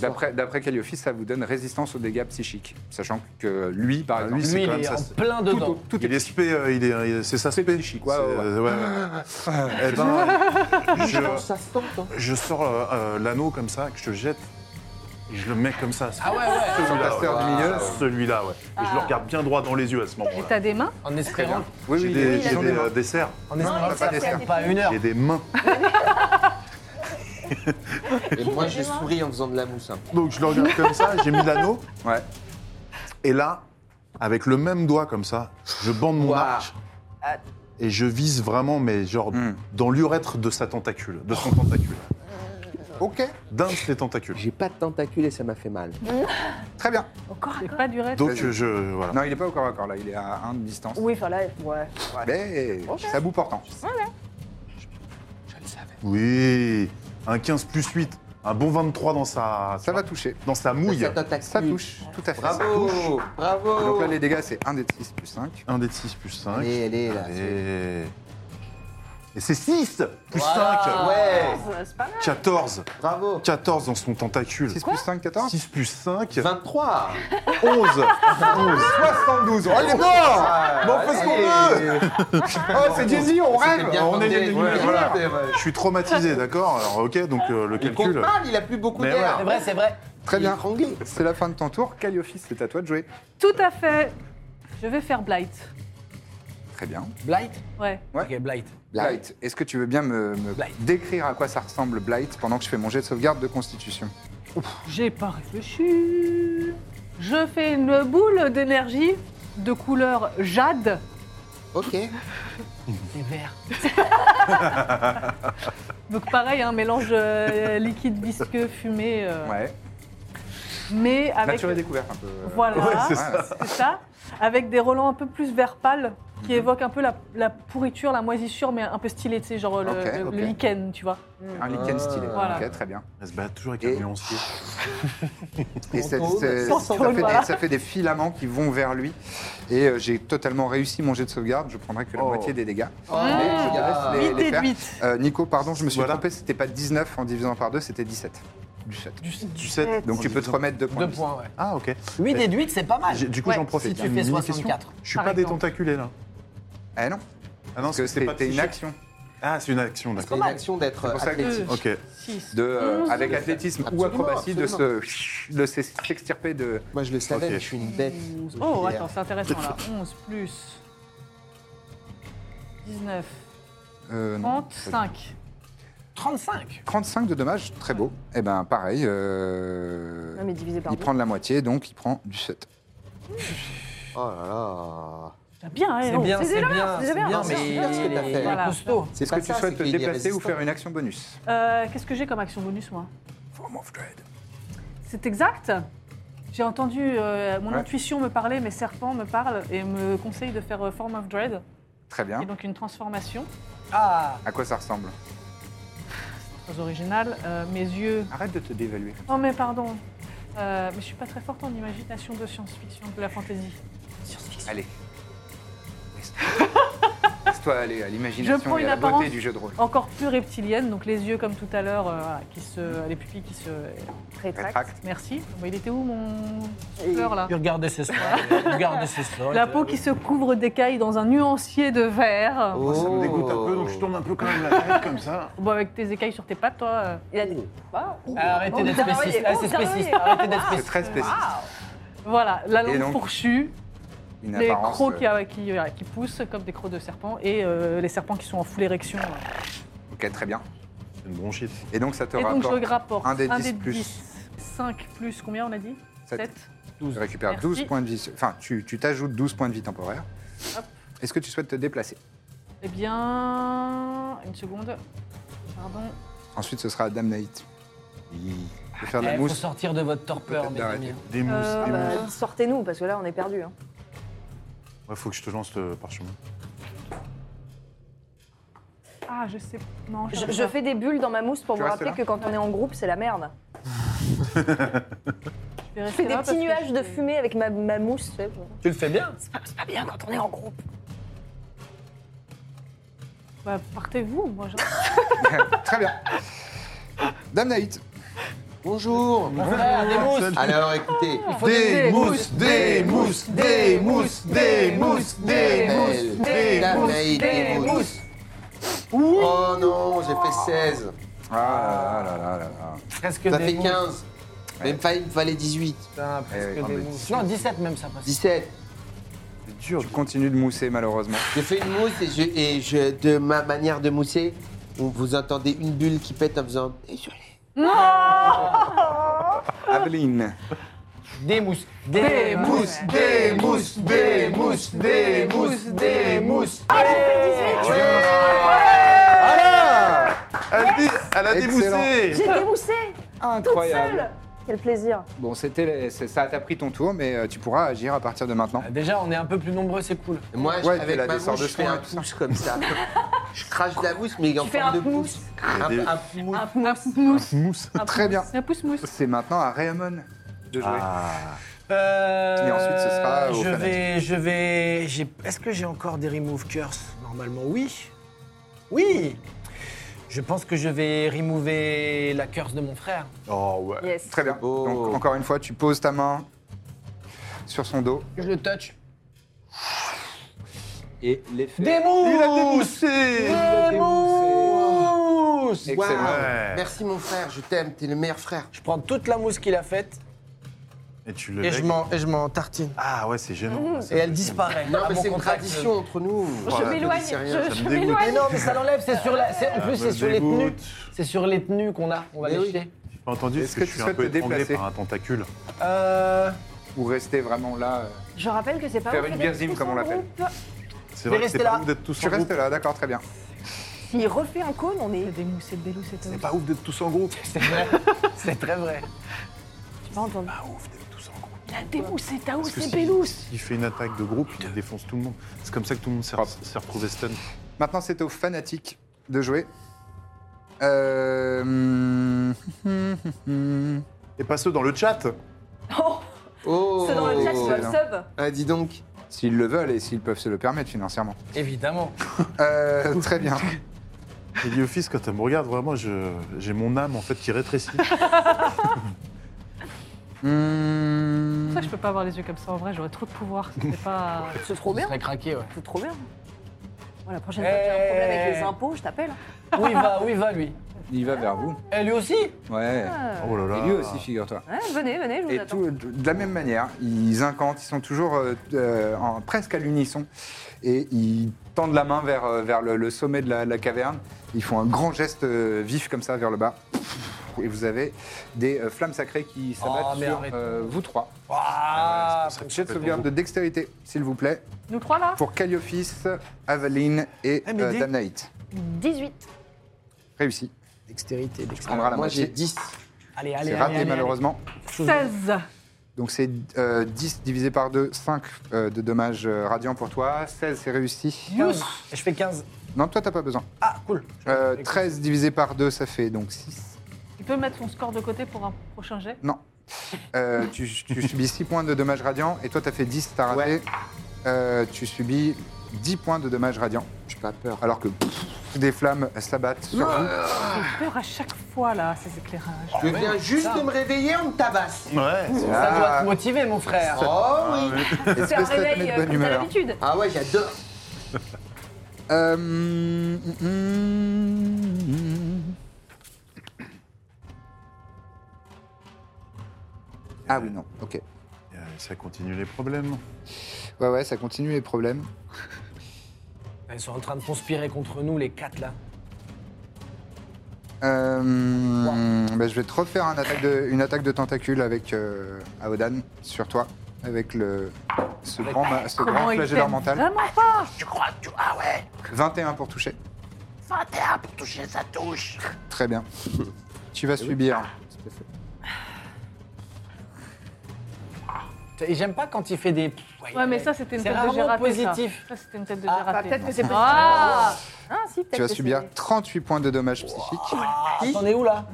Speaker 1: d'après d'après Calliophis, ça vous donne résistance aux dégâts psychiques, sachant que lui, par
Speaker 2: Ah,
Speaker 1: exemple,
Speaker 2: lui, c'est
Speaker 3: Lui, il
Speaker 2: quand même
Speaker 3: est
Speaker 2: ça.
Speaker 3: en
Speaker 2: c'est-
Speaker 3: plein
Speaker 1: tout,
Speaker 3: dedans.
Speaker 1: tout
Speaker 2: Il est spé, euh, il est, euh, c'est ça spé.
Speaker 1: psychique, ouais,
Speaker 2: C'est-
Speaker 1: ouais, ouais.
Speaker 2: euh, ouais. Eh ben, je,
Speaker 5: Ça se tente, hein.
Speaker 2: je sors euh, euh, l'anneau comme ça, que je te jette, et je le mets comme ça.
Speaker 3: Ah ouais, ouais.
Speaker 1: Sur
Speaker 2: Celui-là,
Speaker 1: la sphère
Speaker 2: ouais. Ah,
Speaker 1: du milieu.
Speaker 2: Celui-là, ouais. Et je le regarde bien droit dans les yeux à ce
Speaker 6: Et
Speaker 2: moment-là.
Speaker 6: t'as des mains
Speaker 3: En espérant,
Speaker 1: Oui,
Speaker 2: J'ai
Speaker 1: oui,
Speaker 2: des,
Speaker 1: oui,
Speaker 2: j'ai
Speaker 1: j'en ai Ah.
Speaker 2: des,
Speaker 1: marre.
Speaker 2: euh, des serres,
Speaker 3: en espérant
Speaker 1: il
Speaker 3: que ça
Speaker 1: fait
Speaker 3: prenne pas une heure.
Speaker 2: j'ai des mains.
Speaker 5: Et moi, je souris en faisant de la mousse. hein.
Speaker 2: Donc je le regarde comme ça, j'ai mis l'anneau,
Speaker 1: Ouais.
Speaker 2: et là, avec le même doigt comme ça, je bande mon
Speaker 5: Waouh.
Speaker 2: arc et je vise vraiment, mais genre
Speaker 1: Hmm.
Speaker 2: dans l'urètre de sa tentacule, de son tentacule,
Speaker 1: Ok,
Speaker 2: d'un de ses tentacules.
Speaker 5: J'ai pas de tentacules et ça m'a fait mal.
Speaker 1: très bien.
Speaker 6: C'est pas du reste.
Speaker 2: Donc je voilà.
Speaker 1: Non, il n'est pas au corps à corps, là, il est à 1 de distance.
Speaker 4: Oui, enfin là, ouais.
Speaker 1: Mais ça bout portant.
Speaker 2: Oui, un 15 plus 8, un bon 23 dans sa
Speaker 1: Ça va toucher.
Speaker 2: dans sa mouille.
Speaker 5: Ça t'attaque
Speaker 1: Ça
Speaker 5: plus.
Speaker 1: touche, tout à fait. Ça touche.
Speaker 5: Bravo Bravo
Speaker 1: Donc là, les dégâts, c'est 1 des 6 plus 5.
Speaker 2: Un des 6 plus 5.
Speaker 5: Allez, allez, là.
Speaker 2: Et c'est 6 plus 5
Speaker 5: Ouais
Speaker 4: C'est pas mal.
Speaker 2: 14
Speaker 5: Ah. Bravo
Speaker 2: 14 dans son tentacule.
Speaker 1: 6 plus 5, 14
Speaker 2: 6 plus 5
Speaker 5: 23
Speaker 2: 11 11
Speaker 1: 72 Oh, il est mort Bon, on fait ce qu'on veut Oh, c'est Jay-Z, on rêve
Speaker 5: bien
Speaker 2: on est
Speaker 5: tenté.
Speaker 2: des-
Speaker 5: Ouais,
Speaker 2: voilà.
Speaker 5: ouais, ouais.
Speaker 2: Je suis traumatisé, d'accord Alors ok, donc euh, le
Speaker 5: Il compte
Speaker 2: calcul.
Speaker 5: mal, il a plus beaucoup
Speaker 2: Mais
Speaker 5: d'air.
Speaker 3: C'est vrai, c'est vrai.
Speaker 1: Très
Speaker 5: Il est
Speaker 1: bien,
Speaker 5: étranglé.
Speaker 1: c'est la fin de ton tour. Calliophis, c'est à toi de jouer.
Speaker 6: Tout à fait. Je vais faire Blight.
Speaker 1: Très bien.
Speaker 3: Blight
Speaker 6: Ouais.
Speaker 1: Ouais.
Speaker 3: Ok, Blight.
Speaker 1: Blight, est-ce que tu veux bien me, me
Speaker 3: Blight.
Speaker 1: décrire à quoi ça ressemble Blight pendant que je fais mon jet de sauvegarde de constitution
Speaker 6: J'ai pas réfléchi. Je fais une boule d'énergie de couleur jade.
Speaker 5: Ok.
Speaker 3: C'est vert.
Speaker 6: Donc pareil, un mélange euh, liquide visqueux fumé. euh,
Speaker 1: Ouais.
Speaker 6: mais avec.
Speaker 1: Nature et découverte un peu. euh,
Speaker 6: Voilà,
Speaker 2: Ouais, c'est ça.
Speaker 6: c'est ça. Avec des relents un peu plus vert pâle
Speaker 1: Mhm.
Speaker 6: qui évoquent un peu la, la pourriture, la moisissure, mais un peu stylé, tu sais, genre le,
Speaker 1: Ok,
Speaker 6: le-
Speaker 1: ok.
Speaker 6: le lichen, tu vois.
Speaker 1: Un lichen stylé.
Speaker 6: Voilà.
Speaker 1: Ok, très bien.
Speaker 2: Elle se bat toujours avec
Speaker 1: Et-
Speaker 2: un nuancier.
Speaker 1: Et ça,
Speaker 3: Fantôme.
Speaker 1: ça-
Speaker 6: Sans
Speaker 1: ça
Speaker 6: tôle,
Speaker 1: fait
Speaker 6: voilà.
Speaker 1: des, ça fait des filaments qui vont vers lui. Et euh, j'ai totalement réussi mon jet de sauvegarde. Je prendrai que la
Speaker 2: Oh.
Speaker 1: moitié des dégâts.
Speaker 5: Oh,
Speaker 1: Mais je
Speaker 2: Ah.
Speaker 1: laisse les-
Speaker 6: 8
Speaker 1: les
Speaker 6: et
Speaker 1: faire.
Speaker 6: 8.
Speaker 1: Euh, Nico, pardon, je me suis
Speaker 2: Voilà.
Speaker 1: trompé. C'était pas 19 en divisant par 2, c'était 17. Du 7.
Speaker 2: Du 7.
Speaker 1: Donc tu peux te remettre 2 points.
Speaker 3: Deux
Speaker 1: de vie.
Speaker 3: points, ouais.
Speaker 2: Ah, ok. Mais-
Speaker 3: 8 déduites, c'est pas mal.
Speaker 2: J'ai- Du coup,
Speaker 6: Ouais,
Speaker 2: j'en profite.
Speaker 3: si tu
Speaker 2: une
Speaker 3: fais
Speaker 2: mini question.
Speaker 3: 64.
Speaker 2: Je suis
Speaker 6: Par
Speaker 2: pas
Speaker 6: exemple.
Speaker 2: détentaculé là.
Speaker 1: Eh non,
Speaker 2: Ah non,
Speaker 1: parce que
Speaker 2: c'est pas
Speaker 1: c'était une
Speaker 2: psychique.
Speaker 1: action.
Speaker 2: Ah, c'est une action,
Speaker 5: C'est
Speaker 2: d'accord.
Speaker 5: une action d'être
Speaker 1: pour ça que-
Speaker 5: athlétique.
Speaker 2: Ok.
Speaker 6: Euh, Six.
Speaker 1: De, euh, avec athlétisme ou
Speaker 5: Absolument,
Speaker 1: acrobatie, de se- de s'ex- s'extirper de.
Speaker 5: Moi, je le savais,
Speaker 2: Ok.
Speaker 5: mais je suis une bête.
Speaker 6: Oh, attends, c'est intéressant là. 11 plus 19,
Speaker 1: euh, non.
Speaker 6: 35.
Speaker 3: 35.
Speaker 1: 35 de dommages, très beau. Et ben pareil. euh,
Speaker 4: Non, mais divisé par
Speaker 1: il
Speaker 4: deux.
Speaker 1: prend de la moitié, donc il prend du 7.
Speaker 5: Oh là là.
Speaker 6: C'est bien, hein,
Speaker 3: C'est
Speaker 6: oh.
Speaker 3: bien,
Speaker 4: c'est
Speaker 3: c'est
Speaker 4: déjà bien,
Speaker 3: bien,
Speaker 4: c'est
Speaker 3: c'est
Speaker 4: déjà
Speaker 3: bien,
Speaker 4: bien.
Speaker 3: mais
Speaker 5: C'est
Speaker 3: il
Speaker 5: bien ce que t'as
Speaker 3: est-
Speaker 5: fait.
Speaker 3: il est
Speaker 6: Voilà.
Speaker 3: costaud.
Speaker 5: C'est
Speaker 1: Est-ce que tu souhaites te déplacer ou faire une action bonus
Speaker 6: Euh, Qu'est-ce que j'ai comme action bonus, moi C'est exact J'ai entendu euh, mon
Speaker 1: Ouais.
Speaker 6: intuition me parler, mes serpents me parlent et me conseillent de faire euh, Form of Dread,
Speaker 1: Très bien.
Speaker 6: et donc une transformation.
Speaker 3: Ah,
Speaker 1: À quoi ça ressemble
Speaker 6: Très original. Euh, mes yeux.
Speaker 1: Arrête de te dévaluer.
Speaker 6: Oh, mais pardon. Euh, mais je suis pas très forte en imagination de science-fiction, de la fantaisie.
Speaker 1: Allez. Laisse-toi aller à
Speaker 6: Je prends
Speaker 1: l'imagination et
Speaker 6: une
Speaker 1: à la
Speaker 6: apparence.
Speaker 1: beauté du jeu de rôle.
Speaker 6: Encore plus reptilienne, donc les yeux comme tout à l'heure, euh, voilà, qui se, les pupilles qui se.
Speaker 4: Rétracte.
Speaker 1: Rétracte.
Speaker 6: Merci. Bon, il était où mon fleur là
Speaker 3: il regardait ses soins. il regardait ses soins.
Speaker 6: La peau qui se couvre d'écailles dans un nuancier de
Speaker 5: Oh,
Speaker 6: verre.
Speaker 1: Oh.
Speaker 2: Moi, ça me dégoûte un peu, donc je tourne un peu quand même la tête comme ça.
Speaker 6: Bon, avec tes écailles sur tes pattes, toi. euh,
Speaker 4: Il a des. Ah,
Speaker 3: Arrêtez d'être
Speaker 4: Oh, vous
Speaker 3: spéciste.
Speaker 4: travaillez,
Speaker 3: Ah,
Speaker 4: vous
Speaker 3: c'est spéciste.
Speaker 4: travaillez.
Speaker 3: Arrêtez d'être
Speaker 1: C'est
Speaker 3: spéciste.
Speaker 1: très spécifique.
Speaker 6: Ah. Voilà, la
Speaker 1: Et
Speaker 6: langue
Speaker 1: donc,
Speaker 6: fourchue,
Speaker 1: Une
Speaker 6: les
Speaker 1: apparence,
Speaker 6: crocs qui,
Speaker 1: euh,
Speaker 6: euh, qui, euh, qui poussent comme des crocs de serpent et euh, les serpents qui sont en full érection. euh.
Speaker 1: Ok, très bien.
Speaker 2: C'est une bronchite.
Speaker 1: Et donc ça te
Speaker 6: Et donc, je
Speaker 1: rapporte.
Speaker 6: rapporte
Speaker 1: un des 10
Speaker 6: dix
Speaker 1: plus.
Speaker 6: 5 plus, combien on a dit
Speaker 1: Sept.
Speaker 6: 7.
Speaker 1: Tu récupères
Speaker 6: Merci.
Speaker 1: 12 points de vie. Enfin, tu tu t'ajoutes 12 points de vie temporaires.
Speaker 6: Hop.
Speaker 1: Est-ce que tu souhaites te déplacer
Speaker 6: Eh bien. Une seconde. Pardon.
Speaker 1: Ensuite, ce sera à Damnaït. De faire de la
Speaker 3: Il faut
Speaker 1: mousse.
Speaker 3: sortir de votre torpeur,
Speaker 1: Peut-être
Speaker 3: mes
Speaker 1: d'arrêter.
Speaker 3: amis.
Speaker 2: Des mousses,
Speaker 6: Euh,
Speaker 2: des
Speaker 4: bah,
Speaker 2: mousses.
Speaker 4: Sortez-nous, parce que là, on est perdu. Hein.
Speaker 2: Ouais, faut que je te lance le parchemin.
Speaker 6: Ah, je sais. Non, je,
Speaker 4: Je, je fais des bulles dans ma mousse pour
Speaker 1: Tu
Speaker 4: vous
Speaker 1: restes
Speaker 4: rappeler
Speaker 1: là
Speaker 4: que quand on est en groupe, c'est la merde.
Speaker 6: vais
Speaker 4: Je
Speaker 6: rester
Speaker 4: fais des
Speaker 6: là
Speaker 4: petits
Speaker 6: parce que
Speaker 4: nuages
Speaker 6: je-
Speaker 4: de fumée avec ma, ma mousse. tu sais, pour-
Speaker 3: Tu le fais bien.
Speaker 4: C'est pas bien quand on est en groupe.
Speaker 6: Bah, partez-vous, moi, je-
Speaker 1: Très bien. Damnaït.
Speaker 5: Bonjour.
Speaker 3: Ah, des mousses.
Speaker 5: Alors, écoutez.
Speaker 6: Des mousses,
Speaker 2: des mousses, des mousses, des mousses, des
Speaker 5: Belle, Danaï, des mousses. Oh non, j'ai fait 16.
Speaker 1: Ah là là là là là.
Speaker 3: Presque
Speaker 5: Ça
Speaker 3: des
Speaker 5: fait
Speaker 3: mousses.
Speaker 5: 15. Mais il me fallait- il me fallait 18.
Speaker 3: Putain,
Speaker 1: Eh,
Speaker 3: presque
Speaker 1: grande
Speaker 3: des
Speaker 1: bêtise.
Speaker 3: mousses. Non, 17 même, ça passe.
Speaker 5: 17.
Speaker 2: C'est dur.
Speaker 1: Tu continues de mousser, malheureusement.
Speaker 5: J'ai fait une mousse et, je, et je, de ma manière de mousser, on- vous entendez une bulle qui pète en faisant désolé.
Speaker 1: Aveline.
Speaker 3: Des mousses. Des mousses.
Speaker 2: Des mousses, des mousses, des mousses, des mousses.
Speaker 1: Voilà
Speaker 2: Elle, dit- elle a
Speaker 1: Excellent.
Speaker 2: démoussé.
Speaker 4: J'ai démoussé toute
Speaker 1: Incroyable.
Speaker 4: seule Quel plaisir.
Speaker 1: Bon, c'était, les- c'est- ça t'a pris ton tour, mais euh, tu pourras agir à partir de maintenant.
Speaker 3: Déjà, on est un peu plus nombreux, c'est cool.
Speaker 5: Et Moi, je-
Speaker 1: Ouais,
Speaker 5: avec
Speaker 1: elle a
Speaker 5: ma
Speaker 1: des sortes
Speaker 5: mousse, je
Speaker 1: de
Speaker 5: fais
Speaker 1: soins
Speaker 5: un
Speaker 1: et tout ça.
Speaker 5: pouce comme ça. je crache de la mousse, Ah, mais en
Speaker 4: Tu fais
Speaker 5: forme
Speaker 4: un
Speaker 5: de pouce. Un,
Speaker 2: Des-
Speaker 1: Ah,
Speaker 5: un pouce.
Speaker 6: Un pouce-mousse.
Speaker 2: Mousse.
Speaker 6: Un
Speaker 1: Très bien.
Speaker 6: pouce-mousse. Un pouce-mousse.
Speaker 1: C'est maintenant à Raymond de jouer.
Speaker 2: Ah.
Speaker 3: Euh,
Speaker 1: Et ensuite, ce sera aux
Speaker 3: je
Speaker 1: fenêtres.
Speaker 3: vais, je vais. j'ai- Est-ce que j'ai encore des remove curse Normalement, oui. Oui. Je pense que je vais remover la curse de mon frère.
Speaker 2: Oh ouais.
Speaker 4: Yes.
Speaker 1: Très bien.
Speaker 5: beau.
Speaker 1: Donc, encore une fois, tu poses ta main sur son dos.
Speaker 3: Je le touch.
Speaker 1: Et l'effet.
Speaker 3: Des mousses.
Speaker 2: Il a démoussé.
Speaker 3: Des mousses.
Speaker 1: Excellent.
Speaker 5: Waouh.
Speaker 2: Ouais.
Speaker 5: ah, Merci mon frère, je t'aime, t'es le meilleur frère.
Speaker 3: Je prends toute la mousse qu'il a faite
Speaker 2: Et tu le
Speaker 3: et je
Speaker 2: lèves.
Speaker 3: m'en, et je m'en tartine.
Speaker 2: Ah ouais, c'est
Speaker 1: Mmh.
Speaker 2: gênant.
Speaker 3: Et elle disparaît.
Speaker 5: Non,
Speaker 3: à
Speaker 5: mais
Speaker 3: mon
Speaker 5: c'est une
Speaker 3: contact. euh.
Speaker 5: tradition entre nous.
Speaker 4: Je
Speaker 5: Voilà,
Speaker 4: m'éloigne.
Speaker 5: c'est rien,
Speaker 4: Je,
Speaker 2: ça me
Speaker 4: je
Speaker 2: dégoûte.
Speaker 3: Mais
Speaker 4: m'éloigne.
Speaker 3: non, mais ça l'enlève. C'est sur la. c'est- En
Speaker 1: Ah,
Speaker 3: plus,
Speaker 1: bah,
Speaker 3: c'est sur les tenues. C'est sur les tenues qu'on a. On va
Speaker 5: Mais
Speaker 3: les
Speaker 5: oui.
Speaker 3: jeter.
Speaker 2: J'ai pas entendu parce
Speaker 1: Est-ce
Speaker 2: que,
Speaker 1: que
Speaker 2: je
Speaker 1: tu
Speaker 2: suis un
Speaker 1: souhaites
Speaker 2: peu
Speaker 1: te
Speaker 2: étranglé
Speaker 1: déplacer
Speaker 2: par un tentacule.
Speaker 3: Euh,
Speaker 1: Ou rester vraiment là. euh.
Speaker 4: Je rappelle que c'est pas
Speaker 1: Faire
Speaker 4: on
Speaker 1: une
Speaker 4: fait des
Speaker 1: birzim,
Speaker 4: tous
Speaker 1: comme on
Speaker 4: en
Speaker 1: l'appelle.
Speaker 4: groupe.
Speaker 2: C'est
Speaker 3: Mais
Speaker 2: vrai que
Speaker 3: restez
Speaker 2: c'est
Speaker 3: là.
Speaker 2: pas ouf d'être tous
Speaker 1: Tu
Speaker 2: en groupe.
Speaker 1: restes là, d'accord, très bien.
Speaker 4: S'il refait un cône, on est.
Speaker 6: Des mousses et des loups, c'est
Speaker 2: C'est pas ouf d'être tous en groupe.
Speaker 3: c'est vrai. C'est très vrai.
Speaker 4: J'ai pas entendu.
Speaker 2: Ah ouf, t'es tous en groupe.
Speaker 6: La démoussée, t'as où
Speaker 2: Parce que
Speaker 6: c'est
Speaker 2: si-
Speaker 6: Bélous
Speaker 2: Il fait une attaque de groupe, il défonce tout le monde. C'est comme ça que tout le monde s'est
Speaker 1: Hop.
Speaker 2: s'est retrouvé stun.
Speaker 1: Maintenant, c'est aux fanatiques de jouer. Euh...
Speaker 2: Et pas ceux dans le chat
Speaker 4: Oh,
Speaker 5: Oh
Speaker 4: c'est dans le chat, sur le
Speaker 1: non.
Speaker 4: sub.
Speaker 5: Ah, dis donc.
Speaker 1: S'ils le veulent et s'ils peuvent se le permettre financièrement.
Speaker 3: Évidemment.
Speaker 1: Euh, très bien.
Speaker 2: Et Lyophis, quand elle me regarde, vraiment, je- j'ai mon âme en fait qui rétrécit.
Speaker 6: C'est
Speaker 1: Hmm.
Speaker 6: pour ça que je peux pas avoir les yeux comme ça en vrai, j'aurais trop de pouvoir. C'est pas.
Speaker 4: C'est trop bien.
Speaker 3: Très craqué, ouais.
Speaker 4: C'est trop bien. Moi, la prochaine fois que j'ai un problème
Speaker 1: Eh.
Speaker 4: avec les impôts, je t'appelle.
Speaker 3: Où il va, où il va lui
Speaker 1: Il va vers vous.
Speaker 3: Eh, lui aussi
Speaker 1: Ouais.
Speaker 2: Oh là là.
Speaker 1: Ah. Et lui aussi, figure-toi.
Speaker 4: Ouais, Hein, venez, venez, je vous
Speaker 1: Et
Speaker 4: attends.
Speaker 1: tout, de la même manière, ils incantent, ils sont toujours euh, euh, en- presque à l'unisson. Et ils tendent la main vers, euh, vers le, le sommet de la, la caverne. Ils font un grand geste euh, vif comme ça vers le bas. Et vous avez des euh, flammes sacrées qui s'abattent
Speaker 3: Oh, mais
Speaker 1: sur
Speaker 3: arrête.
Speaker 1: euh, vous trois.
Speaker 3: Ah,
Speaker 2: c'est pour ça que
Speaker 1: Jet de
Speaker 2: ça fait
Speaker 1: sauvegarde de dextérité, s'il vous plaît,
Speaker 6: Nous trois là
Speaker 1: pour Calliophis, Aveline et
Speaker 3: Ah,
Speaker 7: Eh, mais
Speaker 1: euh,
Speaker 7: dès-
Speaker 1: Danaït.
Speaker 4: 18.
Speaker 1: Réussi.
Speaker 3: Dextérité, dextérité.
Speaker 1: Prendra la
Speaker 5: Moi, j'ai
Speaker 1: moitié.
Speaker 5: 10.
Speaker 3: Allez, allez,
Speaker 1: C'est
Speaker 3: allez,
Speaker 1: raté
Speaker 3: allez,
Speaker 1: malheureusement.
Speaker 6: 16
Speaker 1: Donc c'est euh, 10 divisé par 2, 5 euh, de dommages euh, radiants pour toi. 16, c'est réussi.
Speaker 3: allez. Yous Et je fais 15.
Speaker 1: Non, toi, t'as pas besoin.
Speaker 3: Ah, cool.
Speaker 1: Euh, 13 divisé par 2, ça fait donc 6.
Speaker 6: Tu peux mettre son score de côté pour un prochain jet
Speaker 1: Non. Euh, tu, tu subis 6 points de dommages radiants et toi, t'as fait 10, t'as raté. Euh, tu subis 10 points de dommages radiants.
Speaker 5: J'ai pas peur.
Speaker 1: Alors que pff, des flammes s'abattent sur vous.
Speaker 6: J'ai peur à chaque fois là, ces éclairages.
Speaker 5: Je viens juste de me réveiller, on me tabasse.
Speaker 2: Ouais,
Speaker 1: Mmh.
Speaker 2: c'est-
Speaker 3: Ça doit te motiver, mon frère.
Speaker 5: Oh oui.
Speaker 4: C'est un
Speaker 1: Espèce de
Speaker 4: réveil
Speaker 1: de bonne
Speaker 4: euh, comme t'as
Speaker 1: humeur.
Speaker 4: l'habitude.
Speaker 5: Ah ouais, j'adore.
Speaker 1: Euh, mm, mm, mm. Ah oui, non, ok.
Speaker 2: Euh, ça continue les problèmes.
Speaker 1: Ouais, ouais, ça continue les problèmes.
Speaker 3: Ils sont en train de conspirer contre nous, les quatre là.
Speaker 1: Euh, bah, je vais te refaire un attaque de- une attaque de tentacule avec euh, Aodan sur toi, avec le, ce grand, ma- ce grand
Speaker 6: il
Speaker 1: flageolet
Speaker 6: t'aime
Speaker 1: mental.
Speaker 6: Vraiment pas
Speaker 1: 21 pour toucher. 21 pour toucher, ça touche. Très bien. tu vas subir.
Speaker 3: Et j'aime pas quand il fait des.
Speaker 6: Ouais, mais ça c'était une
Speaker 3: C'est
Speaker 6: tête de
Speaker 3: rarement
Speaker 6: j'ai raté. ça.
Speaker 3: positif.
Speaker 6: Ça, c'était une tête de
Speaker 3: Ah,
Speaker 6: j'ai
Speaker 4: Ah,
Speaker 6: raté.
Speaker 4: peut-être que c'est possible.
Speaker 6: Ah
Speaker 4: Ah, si, peut-être
Speaker 1: Tu vas
Speaker 4: que
Speaker 1: subir
Speaker 4: c'est-
Speaker 1: 38 points de dommages psychiques.
Speaker 3: Ah, T'en es où là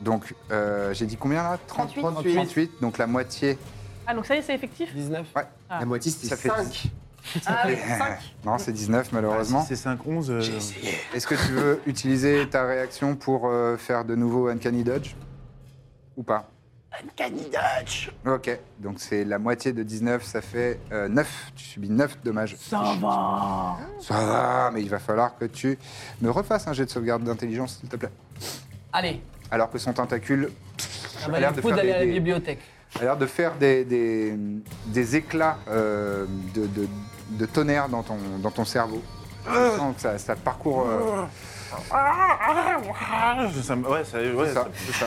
Speaker 1: Donc, euh, j'ai dit combien là 30,
Speaker 4: 38.
Speaker 1: 38. donc la moitié.
Speaker 6: Ah, donc ça y est, c'est effectif
Speaker 3: 19.
Speaker 1: Ouais.
Speaker 6: Ah.
Speaker 5: La moitié, c'était
Speaker 1: Ça fait
Speaker 5: 5.
Speaker 4: Ah, oui, 5.
Speaker 1: Non, c'est 19
Speaker 2: Ah,
Speaker 1: malheureusement.
Speaker 2: si c'est 5-11. euh,
Speaker 1: Est-ce que tu veux utiliser ta réaction pour euh, faire de nouveau Uncanny Dodge Ou pas Uncanny Dodge Ok, donc c'est la moitié de 19, ça fait euh, 9. Tu subis 9 dommages. Ça va Ça va, mais il va falloir que tu me refasses un jet de sauvegarde d'intelligence, s'il te plaît.
Speaker 3: Allez,
Speaker 1: Alors que son tentacule
Speaker 3: ça
Speaker 1: a
Speaker 3: va
Speaker 1: l'air
Speaker 3: le
Speaker 1: de
Speaker 3: coup
Speaker 1: faire
Speaker 3: d'aller
Speaker 1: des-
Speaker 3: à la
Speaker 1: des-
Speaker 3: bibliothèque.
Speaker 1: a l'air de faire des, des, des éclats euh, de, de- de tonnerre dans ton, dans ton cerveau. Tu sens que ça, ça parcourt euh,
Speaker 2: ah, ça me- ouais, ça, ouais,
Speaker 1: ça,
Speaker 2: ça-
Speaker 1: c'est ça.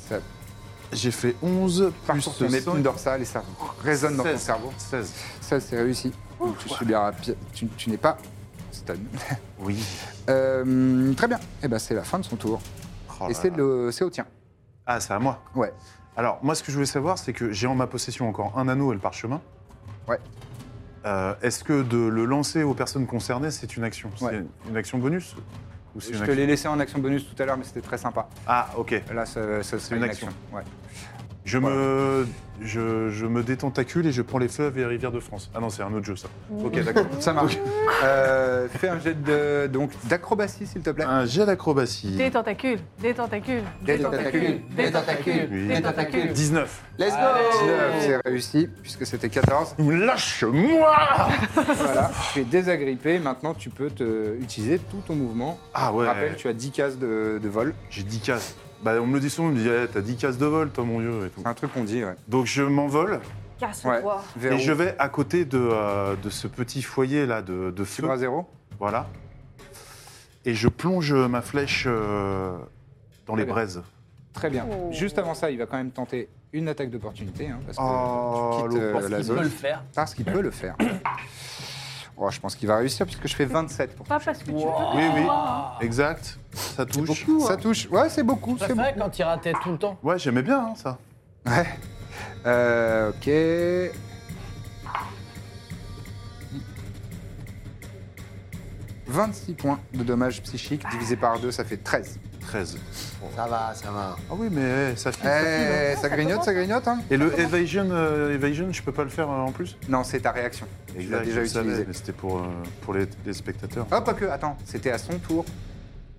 Speaker 1: Ça
Speaker 2: J'ai fait 11 plus
Speaker 1: parcourt ton
Speaker 2: cinq-
Speaker 1: épine dorsale et ça résonne dans ton
Speaker 2: 16.
Speaker 1: cerveau.
Speaker 2: 16.
Speaker 1: Ça, c'est réussi. Donc, tu subiras pi- Tu, tu n'es pas stun.
Speaker 2: Oui.
Speaker 1: Euh, très bien. Et ben, c'est la fin de son tour.
Speaker 2: Oh là
Speaker 1: et c'est
Speaker 2: là.
Speaker 1: le- c'est au tien.
Speaker 2: Ah, c'est à moi.
Speaker 1: Ouais.
Speaker 2: Alors, moi, ce que je voulais savoir, c'est que j'ai en ma possession encore un anneau et le parchemin.
Speaker 1: Ouais.
Speaker 2: Euh, Est-ce que de le lancer aux personnes concernées, c'est une action C'est
Speaker 1: Ouais.
Speaker 2: une action bonus Ou c'est
Speaker 1: Je
Speaker 2: une
Speaker 1: te
Speaker 2: action
Speaker 1: l'ai laissé en action bonus tout à l'heure, mais c'était très sympa.
Speaker 2: Ah, ok.
Speaker 1: Là, ça, ça serait
Speaker 2: une
Speaker 1: une
Speaker 2: action.
Speaker 1: action. Ouais.
Speaker 2: Je me, je, je me détentacule et je prends les fleuves et les rivières de France. Ah non, c'est un autre jeu, ça. Ok, d'accord.
Speaker 1: Ça marche. Euh, fais un jet de- donc, d'acrobatie, s'il te plaît.
Speaker 2: Un jet d'acrobatie.
Speaker 6: Des tentacules, des tentacules.
Speaker 1: Des tentacules.
Speaker 6: Des tentacules,
Speaker 2: Oui.
Speaker 6: des tentacules.
Speaker 2: 19.
Speaker 5: Let's go
Speaker 1: Neuf, C'est réussi, puisque c'était 14.
Speaker 2: Lâche-moi
Speaker 1: Voilà, tu es désagrippé. Maintenant, tu peux te, utiliser tout ton mouvement.
Speaker 2: Ah ouais.
Speaker 1: Rappel, tu as 10 cases de, de vol.
Speaker 2: J'ai 10 cases. Bah, on me le dit souvent, on me dit, Eh, t'as 10 cases de vol, toi, mon vieux. et tout.
Speaker 1: C'est un truc qu'on dit, ouais.
Speaker 2: Donc je m'envole
Speaker 1: Ouais.
Speaker 4: Casse-toi.
Speaker 1: Vers
Speaker 2: et
Speaker 1: où
Speaker 2: je vais à côté de, euh, de ce petit foyer là de, de
Speaker 1: Tu
Speaker 2: feu.
Speaker 1: vas à zéro
Speaker 2: Voilà. Et je plonge ma flèche euh, dans les
Speaker 1: Très bien.
Speaker 2: braises.
Speaker 1: Très bien.
Speaker 4: Oh.
Speaker 1: Juste avant ça, il va quand même tenter une attaque d'opportunité, hein, parce que
Speaker 2: Oh,
Speaker 1: tu quittes, euh,
Speaker 2: l'opportunité.
Speaker 1: la
Speaker 3: Il peut le
Speaker 1: zone.
Speaker 3: faire.
Speaker 1: Parce qu'il peut le faire. Oh, je pense qu'il va réussir, puisque je fais 27 pour
Speaker 6: Pas parce que tu veux.
Speaker 2: Oui, oui. Exact. Ça touche.
Speaker 1: Ça touche. Ouais, c'est beaucoup.
Speaker 3: Ça
Speaker 1: c'est
Speaker 3: fait
Speaker 1: beaucoup.
Speaker 3: quand il ratait tout le temps.
Speaker 2: Ouais, j'aimais bien hein, ça.
Speaker 1: Ouais. Euh, ok. « 26 points de dommages psychiques divisé par 2, ça fait 13.
Speaker 2: 13.
Speaker 5: Ça va, ça va.
Speaker 2: Ah oui, mais eh, ça
Speaker 1: Eh,
Speaker 2: file. ça file, hein.
Speaker 1: ça grignote, ça grignote, hein
Speaker 2: Et le evasion, euh, evasion, je peux pas le faire euh, en plus
Speaker 1: Non, c'est ta réaction. Tu l'as
Speaker 2: Exact,
Speaker 1: déjà
Speaker 2: je savais,
Speaker 1: utilisé.
Speaker 2: mais C'était pour, euh, pour les, les spectateurs.
Speaker 1: Ah, pas que, attends, c'était à son tour.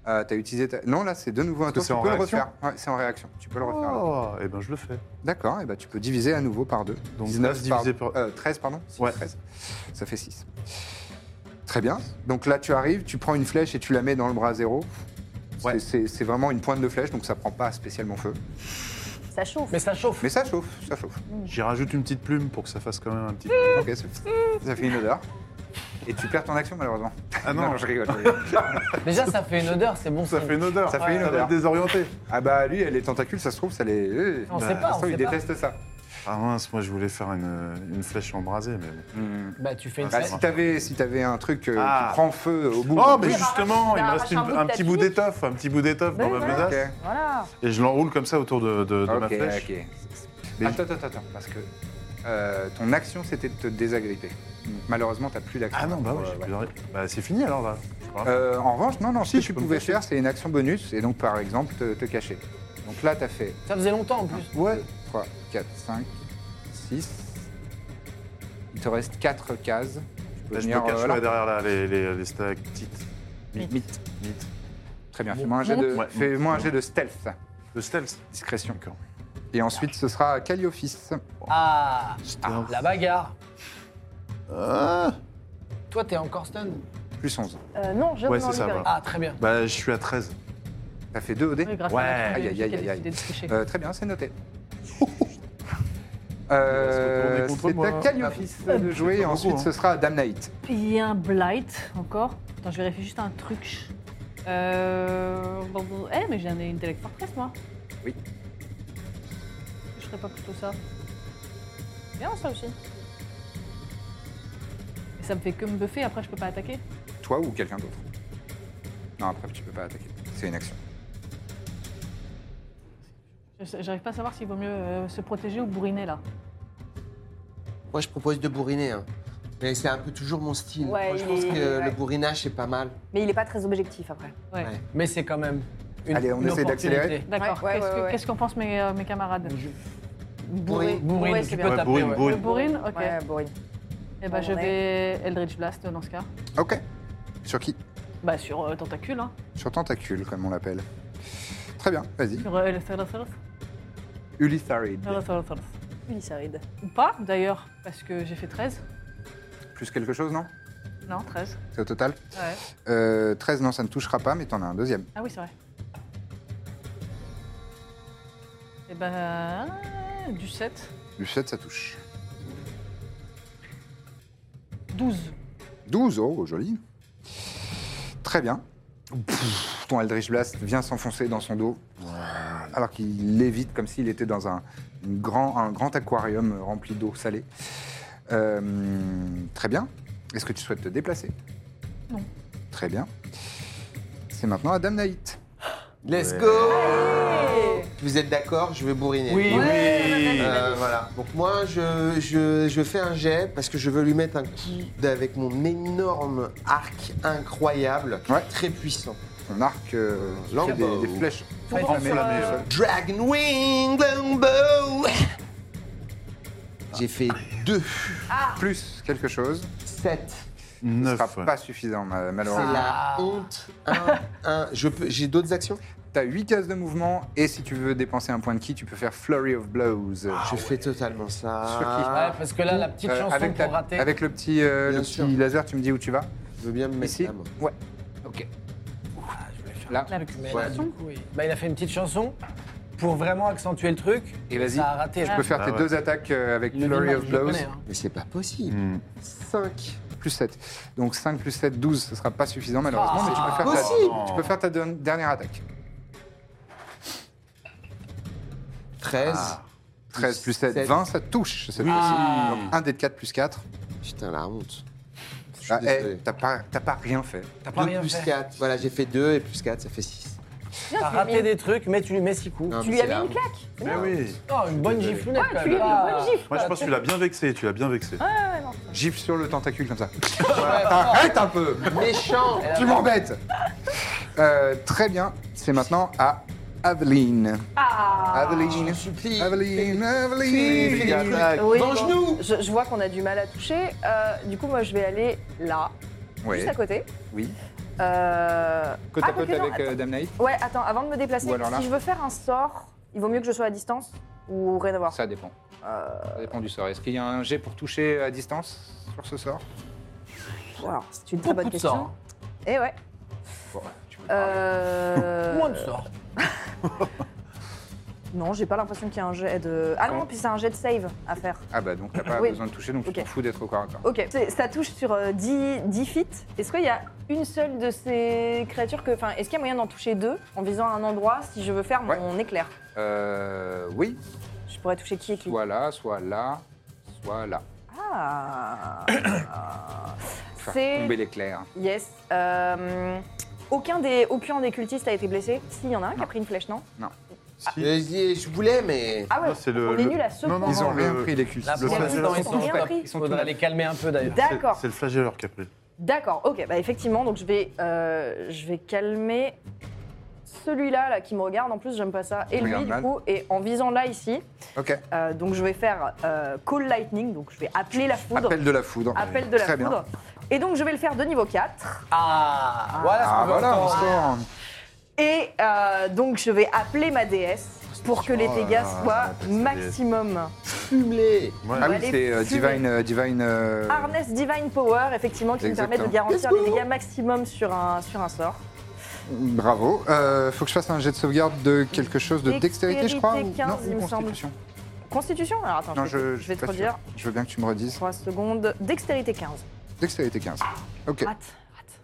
Speaker 1: Euh, T'as utilisé ta... Non, là, c'est de nouveau un
Speaker 2: Parce
Speaker 1: tour.
Speaker 2: que
Speaker 1: Tu
Speaker 2: c'est
Speaker 1: peux le
Speaker 2: en réaction.
Speaker 1: refaire. Ouais, c'est en réaction. Tu peux le refaire. là.
Speaker 2: Oh, et ben je le fais.
Speaker 1: D'accord, et bah tu peux diviser à nouveau par 2.
Speaker 2: Donc, 13
Speaker 1: par...
Speaker 2: divisé par-
Speaker 1: euh, 13, pardon Six,
Speaker 2: Ouais.
Speaker 1: 13. Ça fait 6. Très bien. Donc là, tu arrives, tu prends une flèche et tu la mets dans le bras zéro. C'est-
Speaker 2: Ouais.
Speaker 1: C'est c'est vraiment une pointe de flèche, donc ça prend pas spécialement feu.
Speaker 4: Ça chauffe.
Speaker 3: Mais ça chauffe.
Speaker 1: Mais ça chauffe, ça chauffe.
Speaker 2: J'y rajoute une petite plume pour que ça fasse quand même un petit.
Speaker 1: Ok, c'est- ça fait une odeur. Et tu perds ton action, malheureusement.
Speaker 2: Ah non.
Speaker 1: je rigole. je rigole.
Speaker 3: Déjà, ça fait une odeur, c'est bon.
Speaker 2: Ça
Speaker 3: signe.
Speaker 2: fait une odeur.
Speaker 1: Ça fait une
Speaker 2: va
Speaker 1: odeur.
Speaker 2: le désorienter.
Speaker 1: ah bah lui, les tentacules, ça se trouve, ça les. euh,
Speaker 3: On
Speaker 1: bah,
Speaker 3: sait pas,
Speaker 1: pour
Speaker 3: on
Speaker 1: l'instant,
Speaker 3: sait
Speaker 1: il
Speaker 3: pas.
Speaker 1: déteste ça.
Speaker 2: Ah mince, moi je voulais faire une, une flèche embrasée, mais bon.
Speaker 3: Bah, tu fais une
Speaker 1: Bah,
Speaker 3: fête.
Speaker 1: si t'avais si t'avais un truc euh,
Speaker 2: Hmm. Ah.
Speaker 1: qui prend feu au bout.
Speaker 2: Oh, mais
Speaker 4: Il a
Speaker 2: justement, il
Speaker 4: arraché- il a
Speaker 2: me reste
Speaker 4: arraché
Speaker 2: une-
Speaker 4: un bout de
Speaker 2: un
Speaker 4: ta
Speaker 2: petit bout
Speaker 4: tunique.
Speaker 2: d'étoffe, un petit bout d'étoffe dans ma
Speaker 4: Ben voilà.
Speaker 2: menace,
Speaker 1: Ok.
Speaker 4: Voilà.
Speaker 2: et je l'enroule comme ça autour de, de- de ma
Speaker 1: Ok,
Speaker 2: flèche.
Speaker 1: ok.
Speaker 2: Mais-
Speaker 1: Attends, attends, attends, parce que euh, ton action c'était de te désagripper. Donc, Malheureusement, t'as plus l'action.
Speaker 2: Ah non, bah ouais,
Speaker 1: Euh,
Speaker 2: j'ai
Speaker 1: ouais.
Speaker 2: plus envie. Bah c'est fini alors là. Je crois.
Speaker 1: Euh, en revanche, non, non, si
Speaker 2: je
Speaker 1: tu
Speaker 2: peux me
Speaker 1: pouvais
Speaker 2: cacher.
Speaker 1: faire, c'est une action bonus, et donc par exemple te, te cacher. Donc là, t'as fait
Speaker 3: Ça faisait longtemps en plus.
Speaker 1: 3, 4, 5, 6. Il te reste 4 cases. Tu peux
Speaker 2: Là, je me
Speaker 1: venir,
Speaker 2: cache
Speaker 1: euh, là.
Speaker 2: ouais, derrière là, les, les, les stalactites.
Speaker 1: Mythe.
Speaker 2: Mythes.
Speaker 1: Très bien, fais-moi un jet de,
Speaker 2: Ouais.
Speaker 1: fais-moi un jet de stealth,
Speaker 2: Le stealth.
Speaker 1: discrétion.
Speaker 2: D'accord.
Speaker 1: Et ensuite, ce sera Calliophis.
Speaker 3: Ah,
Speaker 2: Ah.
Speaker 3: la bagarre.
Speaker 2: Ah.
Speaker 3: Toi, t'es encore stun.
Speaker 1: Plus 11.
Speaker 4: Euh, non, je
Speaker 2: Ouais,
Speaker 4: vais en
Speaker 2: c'est ça,
Speaker 4: libérer.
Speaker 2: voilà.
Speaker 3: Ah, très bien.
Speaker 2: Bah je suis à 13.
Speaker 1: T'as fait 2 au dé
Speaker 6: Oui, grâce
Speaker 2: Ouais.
Speaker 6: à la
Speaker 1: Aïe, aïe, aïe,
Speaker 6: technologie qui a
Speaker 1: aïe, aïe.
Speaker 6: décidé de tricher.
Speaker 1: Euh, très bien, c'est noté.
Speaker 2: Il va se retourner
Speaker 1: Euh,
Speaker 2: contre
Speaker 1: c'est
Speaker 2: moi. hein. Ah,
Speaker 1: à Calliophis de jouer,
Speaker 2: pas
Speaker 1: et ensuite
Speaker 2: beaucoup, hein.
Speaker 1: ce sera à Damnite.
Speaker 6: Il y a un blight encore. Attends, je vérifie juste un truc. Euh. bon, bon, Eh, mais j'ai un intellect fortress, moi.
Speaker 1: Oui.
Speaker 6: Je ferais pas plutôt ça.
Speaker 4: Bien, ça aussi.
Speaker 6: Et ça me fait que me buffer, après je peux pas attaquer.
Speaker 1: Toi ou quelqu'un d'autre Non, après tu peux pas attaquer. C'est une action.
Speaker 6: Je- J'arrive pas à savoir s'il vaut mieux euh, se protéger ou bourriner là.
Speaker 5: Moi, je propose de bourriner. hein. Mais c'est un peu toujours mon style.
Speaker 4: Ouais,
Speaker 5: Moi, je
Speaker 4: il
Speaker 5: pense
Speaker 4: est-
Speaker 5: que
Speaker 4: ouais.
Speaker 5: le bourrinage, c'est pas mal.
Speaker 4: Mais il est pas très objectif après.
Speaker 6: Ouais.
Speaker 5: Ouais.
Speaker 3: Mais c'est quand même une
Speaker 1: Allez, on
Speaker 3: une
Speaker 1: essaie
Speaker 3: opportunité.
Speaker 1: d'accélérer.
Speaker 6: D'accord.
Speaker 4: Ouais, ouais,
Speaker 6: Qu'est-ce que-
Speaker 4: ouais, ouais.
Speaker 6: qu'est-ce qu'en pensent mes, euh, mes camarades
Speaker 4: Bourré.
Speaker 3: Bourrine,
Speaker 4: Bourré,
Speaker 3: tu
Speaker 4: c'est
Speaker 3: peux
Speaker 4: bien.
Speaker 2: Ouais,
Speaker 3: taper,
Speaker 2: bourrine,
Speaker 3: ouais.
Speaker 2: bourrine.
Speaker 6: Le bourrine Ok.
Speaker 4: Ouais, bourrine.
Speaker 6: Eh ben,
Speaker 4: bon,
Speaker 6: je
Speaker 4: ouais.
Speaker 6: vais Eldritch Blast dans ce cas.
Speaker 1: Ok. Sur qui
Speaker 6: Bah, sur euh, Tentacule, hein.
Speaker 1: Sur Tentacule, comme on l'appelle. Très bien, vas-y.
Speaker 6: Sur euh, Elsarosaurus.
Speaker 1: Ulitharid.
Speaker 6: Elsarosaurus.
Speaker 4: Ulyssaride.
Speaker 6: Ou pas, d'ailleurs, parce que j'ai fait 13.
Speaker 1: Plus quelque chose, non
Speaker 6: Non, 13.
Speaker 1: C'est au total
Speaker 6: Ouais.
Speaker 1: Euh, 13, non, ça ne touchera pas, mais t'en as un deuxième.
Speaker 6: Ah oui, c'est vrai. Eh ben. Du 7.
Speaker 1: Du 7, ça touche.
Speaker 6: 12.
Speaker 1: 12, oh, joli. Très bien. Pff, ton Eldritch Blast vient s'enfoncer dans son dos, alors qu'il lévite comme s'il était dans un, une grand, un grand aquarium rempli d'eau salée. Euh, très bien. Est-ce que tu souhaites te déplacer
Speaker 6: Non.
Speaker 1: Très bien. C'est maintenant à Damnaït.
Speaker 5: Let's
Speaker 2: Ouais.
Speaker 5: go Vous êtes d'accord Je vais bourriner.
Speaker 3: Oui,
Speaker 5: Euh, voilà. Donc moi, je, je- je fais un jet parce que je veux lui mettre un coup avec mon énorme arc incroyable,
Speaker 1: Ouais.
Speaker 5: très puissant.
Speaker 1: son arc, euh, qui fait des, des flèches
Speaker 2: Pour enflammer, ouais.
Speaker 5: Dragon Wing Longbow J'ai fait 2,
Speaker 1: plus quelque chose.
Speaker 5: 7.
Speaker 1: Ce sera
Speaker 2: Neuf, ouais.
Speaker 1: pas suffisant, ma-
Speaker 5: C'est
Speaker 1: malheureusement.
Speaker 5: la honte. 1, 1. J'ai d'autres actions
Speaker 1: T'as 8 cases de mouvement, et si tu veux dépenser un point de ki, tu peux faire Flurry of Blows.
Speaker 5: Je fais totalement
Speaker 1: Sur qui
Speaker 5: ça.
Speaker 3: parce que Ah là, la petite
Speaker 1: Euh,
Speaker 3: chanson
Speaker 1: avec,
Speaker 3: pour
Speaker 1: ta-
Speaker 3: rater.
Speaker 1: avec le petit, euh,
Speaker 5: Bien
Speaker 1: le
Speaker 5: sûr.
Speaker 1: petit laser, tu me dis où tu vas
Speaker 5: Je veux bien me mettre
Speaker 1: Ici
Speaker 5: la main.
Speaker 1: Ouais. Ok. Là.
Speaker 6: La
Speaker 3: Mais
Speaker 6: petite
Speaker 3: là,
Speaker 6: chanson.
Speaker 3: du coup, il... bah, il a fait une petite chanson pour vraiment accentuer le truc.
Speaker 1: Et vas-y.
Speaker 3: Ça a raté.
Speaker 1: Tu peux faire
Speaker 5: Bah
Speaker 2: Ah
Speaker 1: tes
Speaker 2: ouais.
Speaker 1: deux attaques euh, avec
Speaker 3: Le
Speaker 1: Flurry
Speaker 3: Vinland,
Speaker 1: of
Speaker 3: je le
Speaker 1: Blows.
Speaker 3: connais, hein.
Speaker 5: Mais c'est pas possible.
Speaker 2: Hmm.
Speaker 5: 5.
Speaker 1: Plus 7. Donc 5 plus 7, 12, ce sera pas suffisant
Speaker 3: Ah,
Speaker 1: malheureusement, mais tu peux, faire
Speaker 5: possible.
Speaker 1: ta, tu peux faire ta der- dernière attaque.
Speaker 5: 13.
Speaker 1: 13 plus 7,
Speaker 5: Sept.
Speaker 1: 20, ça touche cette
Speaker 3: Ah.
Speaker 1: fois-ci. Donc 1 dé de 4 plus 4.
Speaker 5: Putain, la honte. Je suis
Speaker 1: Ah, eh,
Speaker 5: désolé.
Speaker 1: t'as pas, t'as pas rien fait.
Speaker 3: T'as pas
Speaker 5: 2
Speaker 3: rien
Speaker 5: plus
Speaker 3: fait.
Speaker 5: 4. Voilà, j'ai fait 2 et plus 4, ça fait 6.
Speaker 4: Ah,
Speaker 3: T'as raté des trucs, mais tu lui mets six coups.
Speaker 4: Tu lui as mis une claque
Speaker 2: Mais oui.
Speaker 3: Oh, une bonne
Speaker 5: désolé.
Speaker 3: giflounette quand
Speaker 4: Tu lui
Speaker 3: même.
Speaker 4: as mis
Speaker 3: Ah.
Speaker 4: une bonne gifle
Speaker 2: Moi, je pense que tu l'as bien vexé, tu l'as bien vexé.
Speaker 1: Gifle sur le tentacule comme ça. Arrête un peu
Speaker 5: Méchant
Speaker 1: Tu m'embêtes Euh, Très bien, c'est maintenant à Aveline.
Speaker 4: Ah.
Speaker 1: Aveline.
Speaker 5: supplie.
Speaker 1: Aveline,
Speaker 5: Fais des
Speaker 1: Aveline.
Speaker 5: trucs.
Speaker 4: Oui,
Speaker 5: Venge-nous
Speaker 4: bon, je, je vois qu'on a du mal à toucher. Euh, du coup, moi, je vais aller là,
Speaker 1: Oui,
Speaker 4: juste à côté.
Speaker 1: oui.
Speaker 4: Ah, Euh,
Speaker 1: Côte à
Speaker 4: ah,
Speaker 1: côte
Speaker 4: quoique non,
Speaker 1: avec euh, Dame Knight,
Speaker 4: att- Ouais, attends, avant de me déplacer,
Speaker 1: Ou alors là.
Speaker 4: si je veux faire un sort, il vaut mieux que je sois à distance ou rien à voir.
Speaker 1: ça dépend.
Speaker 4: Euh.
Speaker 1: Ça dépend du sort. Est-ce qu'il y a un jet pour toucher à distance sur ce sort
Speaker 4: Alors, c'est une très bonne
Speaker 3: Beaucoup de
Speaker 4: question.
Speaker 3: sorts.
Speaker 4: Et ouais.
Speaker 1: Bon, tu peux parler. Ah
Speaker 4: Euh...
Speaker 3: Moins de sorts.
Speaker 4: Non, j'ai pas l'impression qu'il y a un jet de. Ah non,
Speaker 1: Bon.
Speaker 4: puis c'est un jet de save à faire.
Speaker 1: Ah bah donc t'as pas
Speaker 4: Oui.
Speaker 1: besoin de toucher, donc
Speaker 4: Ok.
Speaker 1: tu t'en fous d'être au corps à corps.
Speaker 4: Ok, c'est- ça touche sur euh, 10, 10 feet. Est-ce qu'il y a une seule de ces créatures que. Enfin, est-ce qu'il y a moyen d'en toucher deux en visant un endroit si je veux faire
Speaker 1: Ouais.
Speaker 4: mon éclair
Speaker 1: Euh, oui,
Speaker 4: Je pourrais toucher qui et qui
Speaker 1: soit là, soit là, soit là.
Speaker 4: Ah
Speaker 1: Faire
Speaker 4: C'est.
Speaker 1: tomber l'éclair.
Speaker 4: Yes. euh, Aucun des, aucun des cultistes a été blessé. Si, il y en a un qui a pris une flèche, non
Speaker 2: Si.
Speaker 5: Euh, Je je voulais, mais.
Speaker 4: Ah ouais,
Speaker 2: Non, c'est le-
Speaker 4: on est
Speaker 2: le-
Speaker 4: nul à ce
Speaker 2: non, non,
Speaker 4: point.
Speaker 1: Ils ont
Speaker 2: le-
Speaker 1: rien pris les cultes.
Speaker 3: Là,
Speaker 2: Le
Speaker 3: pour
Speaker 2: flagelleur,
Speaker 3: l'instant, ils sont
Speaker 4: ils ont
Speaker 3: top.
Speaker 4: pris.
Speaker 3: Il faudrait les calmer un peu d'ailleurs.
Speaker 2: C'est-
Speaker 4: D'accord.
Speaker 2: C'est le flagelleur qui a pris.
Speaker 4: D'accord, ok, bah effectivement, donc je vais, euh, je vais calmer celui-là là, qui me regarde, en plus j'aime pas ça, et
Speaker 1: Il
Speaker 4: lui
Speaker 1: regarde
Speaker 4: du
Speaker 1: mal.
Speaker 4: coup, et en visant là ici,
Speaker 1: Ok,
Speaker 4: euh, donc je vais faire euh, Call Lightning, donc je vais appeler la foudre,
Speaker 1: appel de la foudre.
Speaker 4: Appel de la
Speaker 1: Très bien.
Speaker 4: foudre, et donc je vais le faire de niveau 4,
Speaker 3: Ah, voilà ce
Speaker 1: Ah
Speaker 3: qu'on veut
Speaker 1: voilà,
Speaker 3: entendre.
Speaker 1: l'histoire.
Speaker 4: et euh, donc je vais appeler ma déesse pour que les
Speaker 2: Oh là
Speaker 4: dégâts
Speaker 2: là,
Speaker 4: soient
Speaker 2: appelle sa déesse.
Speaker 4: maximum.
Speaker 5: Fumelé
Speaker 2: Ouais.
Speaker 1: Ah
Speaker 4: va
Speaker 1: oui,
Speaker 4: les
Speaker 1: c'est euh,
Speaker 4: fumer.
Speaker 1: Divine. euh, divine euh,
Speaker 4: Harness Divine Power, effectivement, qui me permet de garantir les dégâts maximum sur un, sur un sort.
Speaker 1: Bravo. Euh, faut que je fasse un jet de sauvegarde de quelque chose de dextérité, je crois. ou-
Speaker 4: 15,
Speaker 1: non,
Speaker 4: il
Speaker 1: ou
Speaker 4: me semble.
Speaker 1: constitution.
Speaker 4: Constitution Alors attends,
Speaker 1: Non,
Speaker 4: je, vais-
Speaker 1: je,
Speaker 4: je vais
Speaker 1: suis
Speaker 4: te
Speaker 1: pas sûr.
Speaker 4: redire.
Speaker 1: Je veux bien que tu me redises.
Speaker 4: 3 secondes. Dextérité 15.
Speaker 1: Dextérité 15. Ok.
Speaker 4: Rate.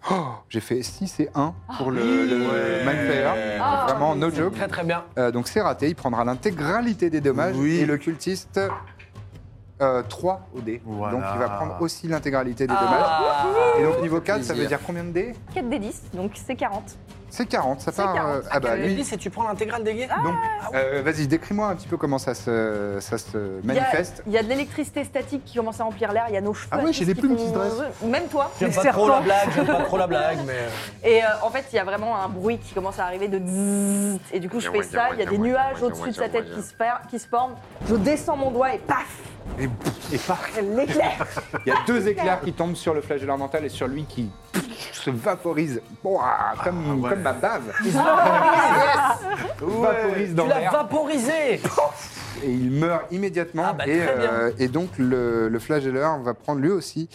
Speaker 1: Oh, j'ai fait 6 et 1 pour le, le
Speaker 2: Ouais.
Speaker 1: Mindflayer.
Speaker 4: Ah,
Speaker 1: Vraiment, no joke.
Speaker 3: Très très bien.
Speaker 1: Euh, donc c'est raté, il prendra l'intégralité des dommages.
Speaker 2: Oui.
Speaker 1: Et le cultiste, 3 au dé.
Speaker 2: Voilà.
Speaker 1: Donc il va prendre aussi l'intégralité des
Speaker 3: Ah.
Speaker 1: dommages. Et donc niveau 4, ça veut
Speaker 5: Plaisir.
Speaker 1: dire combien de dés
Speaker 4: 4 des 10, donc c'est 40.
Speaker 1: C'est 40, ça
Speaker 4: C'est
Speaker 1: part.
Speaker 4: 40.
Speaker 1: ah bah
Speaker 3: Le
Speaker 1: lui.
Speaker 3: 10 et tu prends l'intégrale des
Speaker 4: Ah.
Speaker 3: guets.
Speaker 1: Donc, euh, vas-y, décris-moi un petit peu comment ça se, ça se
Speaker 4: Il y a-
Speaker 1: manifeste.
Speaker 4: Il y, a de l'électricité statique qui commence à remplir l'air, il y a nos cheveux.
Speaker 5: Ah ouais,
Speaker 4: tout
Speaker 5: j'ai
Speaker 4: ce
Speaker 5: des
Speaker 4: qui
Speaker 5: plumes qui se
Speaker 4: font-
Speaker 5: dressent.
Speaker 4: Même toi,
Speaker 3: J'aime
Speaker 4: les
Speaker 3: pas trop la
Speaker 4: serpents.
Speaker 3: blague, j'aime pas trop la blague, mais.
Speaker 4: Et euh, en fait, il y a vraiment un bruit qui commence à arriver de zzzz. Et du coup, je fais ça, il y a des nuages au-dessus de sa tête qui se, fer- qui se forment. Je descends mon doigt et paf
Speaker 1: Et, et pas.
Speaker 4: L'éclair
Speaker 1: Il y a deux éclairs qui tombent sur le flagelleur mental et sur lui qui se vaporise. Ouah, comme,
Speaker 2: Ah, ouais.
Speaker 1: comme ma bave. Vaporise dans
Speaker 3: Tu l'as
Speaker 1: l'air.
Speaker 3: vaporisé
Speaker 1: Et il meurt immédiatement.
Speaker 3: Ah bah,
Speaker 1: et, euh,
Speaker 3: très bien.
Speaker 1: et donc le, le flagelleur va prendre lui aussi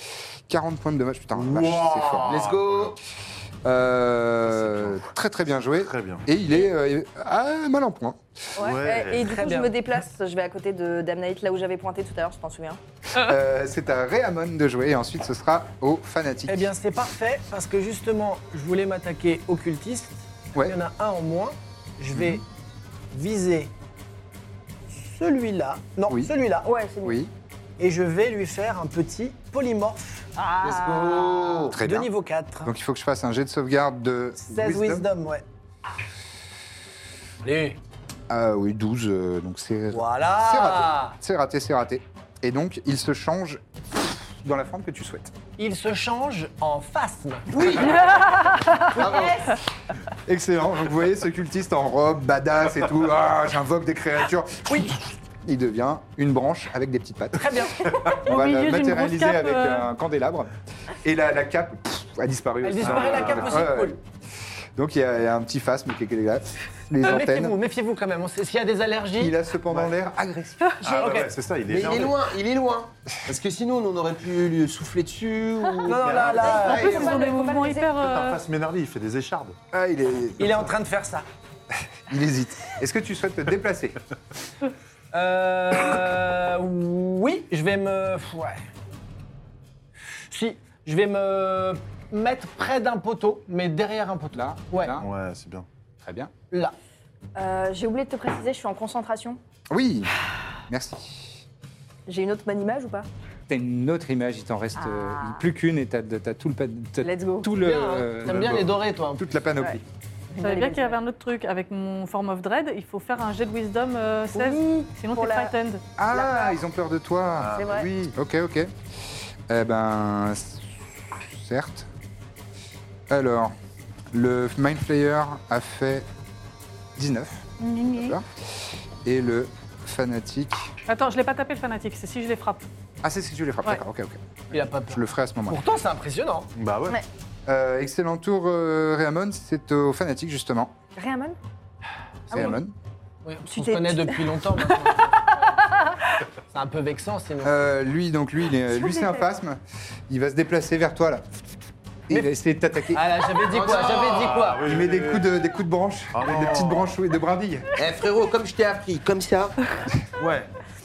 Speaker 1: 40 points de dommage. Putain, la vache, c'est fort.
Speaker 5: Let's go
Speaker 1: Euh, très très bien joué.
Speaker 2: Très bien.
Speaker 1: Et il est euh, ah, mal en point.
Speaker 4: ouais.
Speaker 2: Ouais.
Speaker 4: Et du
Speaker 3: Très
Speaker 4: coup,
Speaker 3: bien.
Speaker 4: je me déplace, je vais à côté de Damnite, là où j'avais pointé tout à l'heure, je t'en souviens.
Speaker 3: Ah.
Speaker 1: Euh, c'est à Réamon de jouer et ensuite ce sera aux fanatiques.
Speaker 3: Eh bien, c'est parfait parce que justement, je voulais m'attaquer aux cultistes.
Speaker 1: Ouais.
Speaker 3: Il y en a un en moins. Je vais viser celui-là. Non,
Speaker 1: Oui.
Speaker 3: celui-là.
Speaker 4: Ouais, c'est bon.
Speaker 1: Oui,
Speaker 3: Et je vais lui faire un petit polymorphe
Speaker 4: Ah.
Speaker 1: très
Speaker 3: de
Speaker 1: bien.
Speaker 3: niveau 4.
Speaker 1: Donc il faut que je fasse un jet de sauvegarde de
Speaker 3: 16
Speaker 1: wisdom.
Speaker 3: wisdom, ouais. Allez.
Speaker 1: Ah oui, 12, euh, donc c'est
Speaker 3: Voilà.
Speaker 1: c'est raté, c'est raté. Et donc il se change dans la forme que tu souhaites.
Speaker 3: Il se change en phasme.
Speaker 1: Excellent. Donc vous voyez ce cultiste en robe, badass et tout. Ah, j'invoque des créatures. Oui. Il devient une branche avec des petites pattes.
Speaker 3: Très bien.
Speaker 1: On va
Speaker 6: milieu
Speaker 1: le
Speaker 6: d'une grosse
Speaker 1: matérialiser
Speaker 6: cape,
Speaker 1: avec
Speaker 6: euh.
Speaker 1: un candélabre. Et la, la cape pff, a disparu.
Speaker 3: Elle
Speaker 1: aussi.
Speaker 3: disparaît, la cape aussi,
Speaker 1: Ouais, ouais.
Speaker 3: cool.
Speaker 1: Donc il y, a il y a un petit phasme qui est là. Les
Speaker 3: Méfiez-vous,
Speaker 1: antennes.
Speaker 3: méfiez-vous quand même. On sait- S'il y a des allergies,
Speaker 1: Il a cependant l'air agressif.
Speaker 2: Ah,
Speaker 3: ok.
Speaker 2: ouais, c'est ça, il est
Speaker 5: Mais il
Speaker 2: énervé.
Speaker 5: est loin, il est loin. Parce que sinon, on aurait pu lui souffler dessus. Ou...
Speaker 3: Non, non, là, là,
Speaker 5: Ah, il est
Speaker 6: Ils
Speaker 5: loin.
Speaker 6: ont des mouvements hyper.
Speaker 2: Par
Speaker 6: euh,
Speaker 2: Ah, face Ménardi, il fait des échardes.
Speaker 1: Ah, il, est-
Speaker 3: il est en train de faire ça.
Speaker 1: il hésite. Est-ce que tu souhaites te déplacer
Speaker 3: Euh. oui, je vais me. Ouais. Si, je vais me mettre près d'un poteau, mais derrière un poteau.
Speaker 1: Là
Speaker 3: Ouais.
Speaker 1: Là
Speaker 2: Ouais, c'est bien.
Speaker 1: Très bien.
Speaker 3: Là.
Speaker 4: Euh, J'ai oublié de te préciser, je suis en concentration.
Speaker 1: Oui. Merci.
Speaker 4: J'ai une autre manimage ou pas
Speaker 1: T'as une autre image, il t'en reste euh,
Speaker 4: Ah.
Speaker 1: plus qu'une et t'as t'as tout le, pa- t'as
Speaker 4: Let's go.
Speaker 1: tout le,
Speaker 3: Bien, hein.
Speaker 1: euh,
Speaker 3: T'aimes bien les dorés, toi.
Speaker 1: toute la panoplie.
Speaker 4: Ouais.
Speaker 6: Je savais bien qu'il y avait un autre truc. Avec mon Form of Dread, il faut faire un jet de Wisdom euh, 16.
Speaker 4: Oui,
Speaker 6: Sinon,
Speaker 4: pour
Speaker 6: t'es
Speaker 4: la- Ah.
Speaker 6: frightened.
Speaker 1: Ah, ils ont peur de toi.
Speaker 4: C'est vrai.
Speaker 1: Oui. Ok, ok. Eh ben, c- certes. Alors, le Mind Flayer a fait 19. Voilà. Et le fanatique.
Speaker 6: Attends, je l'ai pas tapé le fanatique, c'est si je les frappe.
Speaker 1: Ah, c'est si tu les frappes.
Speaker 6: Ouais.
Speaker 1: D'accord, ok, ok.
Speaker 3: Il a pas peur.
Speaker 1: Je le ferai à ce moment-là.
Speaker 3: Pourtant, c'est impressionnant.
Speaker 2: Bah ouais.
Speaker 4: Ouais.
Speaker 1: Euh, excellent tour, euh, Réamon. C'est au fanatique, justement.
Speaker 4: Réamon Ah
Speaker 1: C'est Réamon.
Speaker 3: Ouais, on
Speaker 4: Tu
Speaker 3: se
Speaker 4: t'es-
Speaker 3: connaît depuis longtemps. maintenant. c'est un peu vexant, sinon.
Speaker 1: Euh, lui, donc lui, il est- lui c'est un phasme. Il va se déplacer vers toi là. Et il va essayer de t'attaquer.
Speaker 3: Ah là, j'avais dit quoi J'avais dit quoi
Speaker 2: Ah, oui,
Speaker 1: il met des coups de des coups de branche,
Speaker 2: Ah
Speaker 1: avec
Speaker 2: non.
Speaker 1: des petites branches oui, de brindilles.
Speaker 5: Eh frérot, comme je t'ai appris, comme ça.
Speaker 2: Ouais.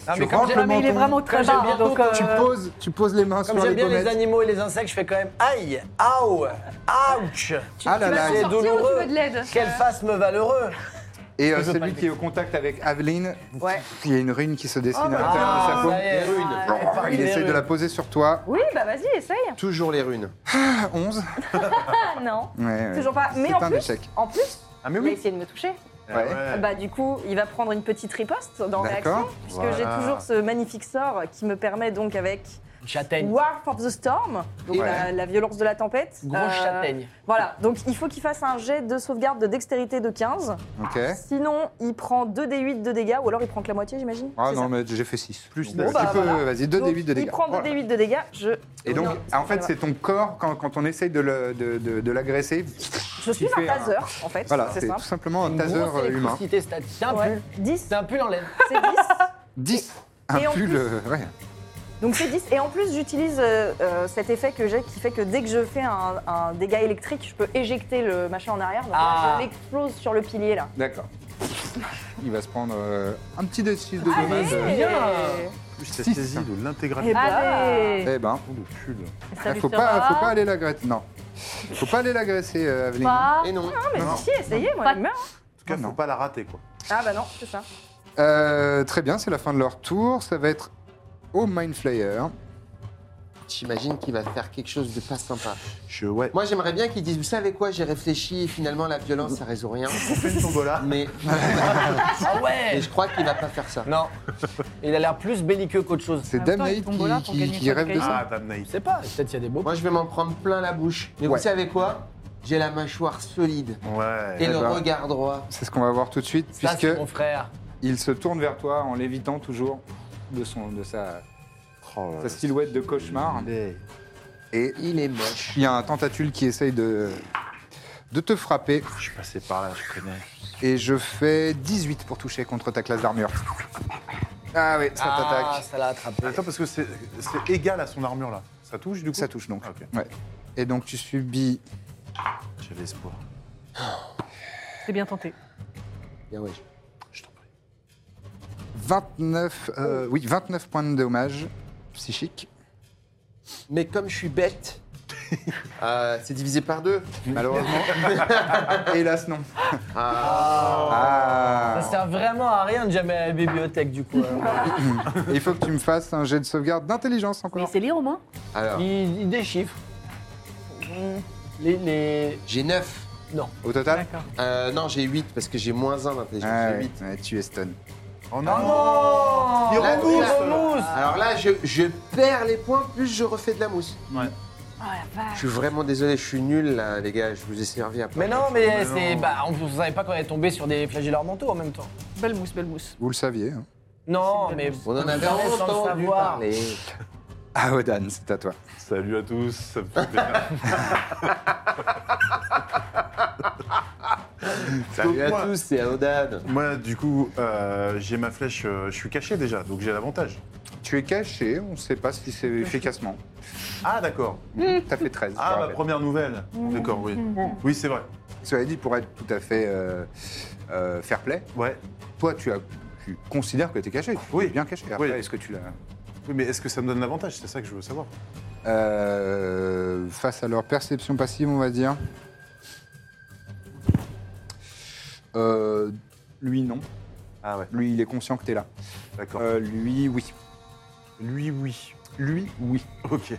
Speaker 3: Non,
Speaker 1: Tu
Speaker 3: mais comme
Speaker 1: rentres
Speaker 3: j'ai-
Speaker 1: le
Speaker 3: ah, mais
Speaker 6: Mais
Speaker 3: il
Speaker 6: il
Speaker 3: est
Speaker 6: est
Speaker 1: menton.
Speaker 6: vraiment
Speaker 3: Comme
Speaker 6: très
Speaker 3: j'ai
Speaker 6: bas.
Speaker 3: bien
Speaker 6: Donc,
Speaker 3: compris,
Speaker 6: euh,
Speaker 1: Tu poses, tu poses les mains
Speaker 3: Comme
Speaker 1: sur
Speaker 3: j'aime
Speaker 1: les
Speaker 3: bien les
Speaker 1: pommettes.
Speaker 3: animaux et les insectes, je fais quand même aïe, aouh, ouch.
Speaker 1: Ah là là.
Speaker 3: C'est
Speaker 1: il-
Speaker 6: sortir ou tu
Speaker 3: douloureux.
Speaker 6: veux de l'aide
Speaker 3: Quelle face me valeureux.
Speaker 1: Et euh,
Speaker 3: Je veux pas
Speaker 1: celui
Speaker 3: le
Speaker 1: qui est au contact avec Aveline,
Speaker 4: Ouais.
Speaker 1: il y a une rune qui se dessine à
Speaker 4: bah,
Speaker 1: l'intérieur de sa peau.
Speaker 3: Oh, ça y est.
Speaker 1: Brrr, Il
Speaker 3: les
Speaker 1: essaye de
Speaker 3: runes.
Speaker 1: la poser sur toi.
Speaker 4: Oui, bah vas-y, essaye.
Speaker 5: Toujours les runes.
Speaker 1: Ah, 11.
Speaker 4: Ah non,
Speaker 1: Ouais, ouais.
Speaker 4: toujours pas. Mais
Speaker 1: C'est
Speaker 4: en
Speaker 1: un
Speaker 4: plus,
Speaker 1: échec.
Speaker 4: en plus,
Speaker 2: Ah, mais
Speaker 4: il a
Speaker 2: oui.
Speaker 4: essayé de me toucher.
Speaker 2: Ah
Speaker 1: Ouais.
Speaker 2: ouais.
Speaker 4: Bah du coup, il va prendre une petite riposte dans
Speaker 1: D'accord.
Speaker 4: réaction, puisque j'ai
Speaker 2: Voilà.
Speaker 4: toujours ce magnifique sort qui me permet donc avec
Speaker 3: Châtaigne.
Speaker 4: Warp of the Storm, donc
Speaker 1: Ouais.
Speaker 4: la, la violence de la tempête.
Speaker 3: Grosse
Speaker 4: euh,
Speaker 3: châtaigne.
Speaker 4: Voilà, donc il faut qu'il fasse un jet de sauvegarde de dextérité de 15.
Speaker 1: Ok.
Speaker 4: Sinon, il prend 2d8 de dégâts, ou alors il prend que la moitié, j'imagine.
Speaker 1: Ah
Speaker 4: C'est
Speaker 1: non,
Speaker 4: ça.
Speaker 1: mais j'ai fait 6. Plus
Speaker 4: neuf.
Speaker 1: tu
Speaker 4: Bon, bah,
Speaker 1: peux,
Speaker 4: voilà.
Speaker 1: vas-y, 2
Speaker 4: Donc,
Speaker 1: d8 de dégâts.
Speaker 4: Il prend 2
Speaker 1: Voilà.
Speaker 4: d8 de dégâts, je.
Speaker 1: Et donc,
Speaker 4: Non,
Speaker 1: en fait,
Speaker 4: va.
Speaker 1: c'est ton corps, quand, quand on essaye de le- de- de- de l'agresser,
Speaker 4: Je suis
Speaker 1: qui fait
Speaker 4: un
Speaker 1: un-
Speaker 4: taser, en fait.
Speaker 1: Voilà,
Speaker 4: c'est
Speaker 1: c'est tout
Speaker 4: simple.
Speaker 1: simplement un
Speaker 3: Une
Speaker 1: taser
Speaker 3: grosse
Speaker 1: euh, humain.
Speaker 3: électricité statique. C'est un
Speaker 4: Ouais.
Speaker 3: pull.
Speaker 4: 10,
Speaker 3: C'est un pull en laine.
Speaker 4: c'est 10.
Speaker 1: 10
Speaker 4: Et
Speaker 1: Un
Speaker 4: en
Speaker 1: pull,
Speaker 4: plus-
Speaker 1: euh, ouais.
Speaker 4: Donc c'est 10. Et en plus, j'utilise euh, euh, cet effet que j'ai qui fait que dès que je fais un, un dégât électrique, je peux éjecter le machin en arrière. Donc là,
Speaker 3: Ah.
Speaker 4: je l'explose sur le pilier là.
Speaker 1: D'accord. Il va se prendre euh, un petit D6 de dommage. euh,
Speaker 3: Bien.
Speaker 2: Plus t'as
Speaker 1: Six.
Speaker 2: saisi de
Speaker 4: Et
Speaker 2: l'intégralité
Speaker 1: ben,
Speaker 4: bah,
Speaker 6: Allez
Speaker 1: Eh ben,
Speaker 2: de pull.
Speaker 6: Ah. ça
Speaker 1: il
Speaker 6: lui
Speaker 1: faut
Speaker 6: sera-
Speaker 1: pas, faut pas aller l'agresser. Non. Faut pas aller l'agresser, euh, Aveline.
Speaker 6: Pas.
Speaker 5: Et non.
Speaker 4: mais
Speaker 2: Non.
Speaker 4: si, essayez, moi,
Speaker 6: Pas-
Speaker 4: il meurt.
Speaker 2: En tout cas,
Speaker 1: Ah, non.
Speaker 2: faut pas la rater, quoi.
Speaker 4: Ah bah non, c'est ça.
Speaker 1: Euh, très bien, c'est la fin de leur tour. Ça va être au Mind Flayer.
Speaker 5: J'imagine qu'il va faire quelque chose de pas sympa.
Speaker 2: Je, ouais.
Speaker 5: Moi, j'aimerais bien qu'ils disent, vous savez quoi, j'ai réfléchi et finalement, la violence, ça résout rien.
Speaker 2: On fait une tombola.
Speaker 5: Mais,
Speaker 3: Ah
Speaker 5: mais
Speaker 3: ouais
Speaker 5: je crois qu'il va pas faire ça.
Speaker 3: Non. Il a l'air plus belliqueux qu'autre chose.
Speaker 1: C'est
Speaker 6: En même temps,
Speaker 1: Damnaid
Speaker 6: ils tombent là
Speaker 1: qui,
Speaker 6: pour
Speaker 1: qui-
Speaker 6: gagner
Speaker 1: qui
Speaker 6: sur le
Speaker 1: rêve de
Speaker 6: cahier.
Speaker 1: ça.
Speaker 2: Ah, damn
Speaker 3: Je sais pas, peut-être il y a des beaux.
Speaker 5: Moi, je vais m'en prendre plein la bouche. Mais
Speaker 1: Ouais.
Speaker 5: vous savez quoi J'ai la mâchoire solide
Speaker 2: Ouais.
Speaker 5: et
Speaker 1: Eh
Speaker 5: le
Speaker 1: ben.
Speaker 5: regard droit.
Speaker 1: C'est ce qu'on va voir tout de suite,
Speaker 3: Ça,
Speaker 1: puisque
Speaker 3: c'est mon frère.
Speaker 1: il se tourne vers toi en l'évitant toujours de, son, de sa,
Speaker 2: Oh là
Speaker 1: sa
Speaker 2: là.
Speaker 1: silhouette de cauchemar. Et
Speaker 5: Il est moche.
Speaker 1: il y a un tentatule qui essaye de, de te frapper.
Speaker 2: Je suis passé par là, je connais.
Speaker 1: Et je fais 18 pour toucher contre ta classe d'armure. Ah oui, ça
Speaker 3: Ah,
Speaker 1: t'attaque.
Speaker 3: ça l'a attrapé.
Speaker 2: Attends, parce que c'est c'est égal à son armure, là. Ça touche, du coup
Speaker 1: Ça touche donc.
Speaker 2: Ah, ok.
Speaker 1: Ouais. Et donc tu subis
Speaker 2: J'ai l'espoir.
Speaker 6: C'est bien tenté.
Speaker 5: Bien, ouais.
Speaker 1: 29, euh, oui, 29 points de dommage psychique.
Speaker 5: Mais comme je suis bête, euh, c'est divisé par deux.
Speaker 1: Malheureusement. Hélas, non.
Speaker 3: Ça
Speaker 1: Ah.
Speaker 3: sert vraiment à rien de jamais à la bibliothèque, du coup. alors.
Speaker 1: Ah. Et Il faut que tu me fasses un jet de sauvegarde d'intelligence
Speaker 6: Mais
Speaker 1: encore.
Speaker 6: c'est lire au moins.
Speaker 5: Alors,
Speaker 3: il, il déchiffre. Mm. Les, les...
Speaker 5: j'ai Euh, 9.
Speaker 1: Au total
Speaker 6: D'accord.
Speaker 5: non, j'ai 8 parce que j'ai moins 1 d'intelligence.
Speaker 1: Ah
Speaker 5: j'ai
Speaker 1: ouais,
Speaker 5: huit.
Speaker 1: ouais, Tu es stun.
Speaker 2: Oh non,
Speaker 3: Oh
Speaker 2: Il
Speaker 5: Là,
Speaker 2: remousse
Speaker 5: là.
Speaker 3: Remousse
Speaker 5: Alors là, je, je perds les points, plus je refais de la mousse.
Speaker 6: Oh la
Speaker 5: Je
Speaker 6: vache.
Speaker 5: suis vraiment désolé, je suis nul là, les gars, je vous ai servi après.
Speaker 3: Mais non, mais
Speaker 2: Mais
Speaker 3: c'est.
Speaker 2: non.
Speaker 3: Bah, on ne savait pas qu'on allait tomber sur des flagelleurs mentaux en même temps.
Speaker 6: Belle mousse, belle mousse.
Speaker 1: Vous le saviez. hein.
Speaker 3: Non, mais.
Speaker 5: On en avait
Speaker 3: Sans le
Speaker 5: entendu
Speaker 3: savoir.
Speaker 5: parler.
Speaker 1: Aodan, c'est à toi.
Speaker 2: Salut à tous, ça me fait plaisir.
Speaker 5: Salut
Speaker 2: Donc,
Speaker 5: à
Speaker 2: Ah, moi-
Speaker 5: tous, c'est Aodan.
Speaker 2: Moi, du coup, euh, j'ai ma flèche, euh, je suis caché déjà, donc j'ai l'avantage.
Speaker 1: Tu es caché, on ne sait pas si c'est efficacement. Mmh.
Speaker 2: Ah, d'accord.
Speaker 1: T'as fait 13.
Speaker 2: Ah,
Speaker 1: je te
Speaker 2: ma
Speaker 1: rappelle.
Speaker 2: première nouvelle. D'accord, oui.
Speaker 1: Mhm.
Speaker 2: Oui, c'est vrai.
Speaker 1: Cela dit, pour être tout à fait euh, euh, fair play,
Speaker 2: Ouais.
Speaker 1: toi, tu, as, tu considères que tu es caché. Tu
Speaker 2: Oui.
Speaker 1: es bien caché. Après,
Speaker 2: Oui.
Speaker 1: est-ce que tu l'as.
Speaker 2: Oui, mais est-ce que ça me donne l'avantage C'est ça que je veux savoir.
Speaker 1: Euh, face à leur perception passive, on va dire. Euh, lui, non.
Speaker 2: Ah ouais,
Speaker 1: Lui, il est conscient que tu es là.
Speaker 2: d'accord.
Speaker 1: Euh, lui, oui.
Speaker 2: lui, oui.
Speaker 1: Lui, oui.
Speaker 2: Ok.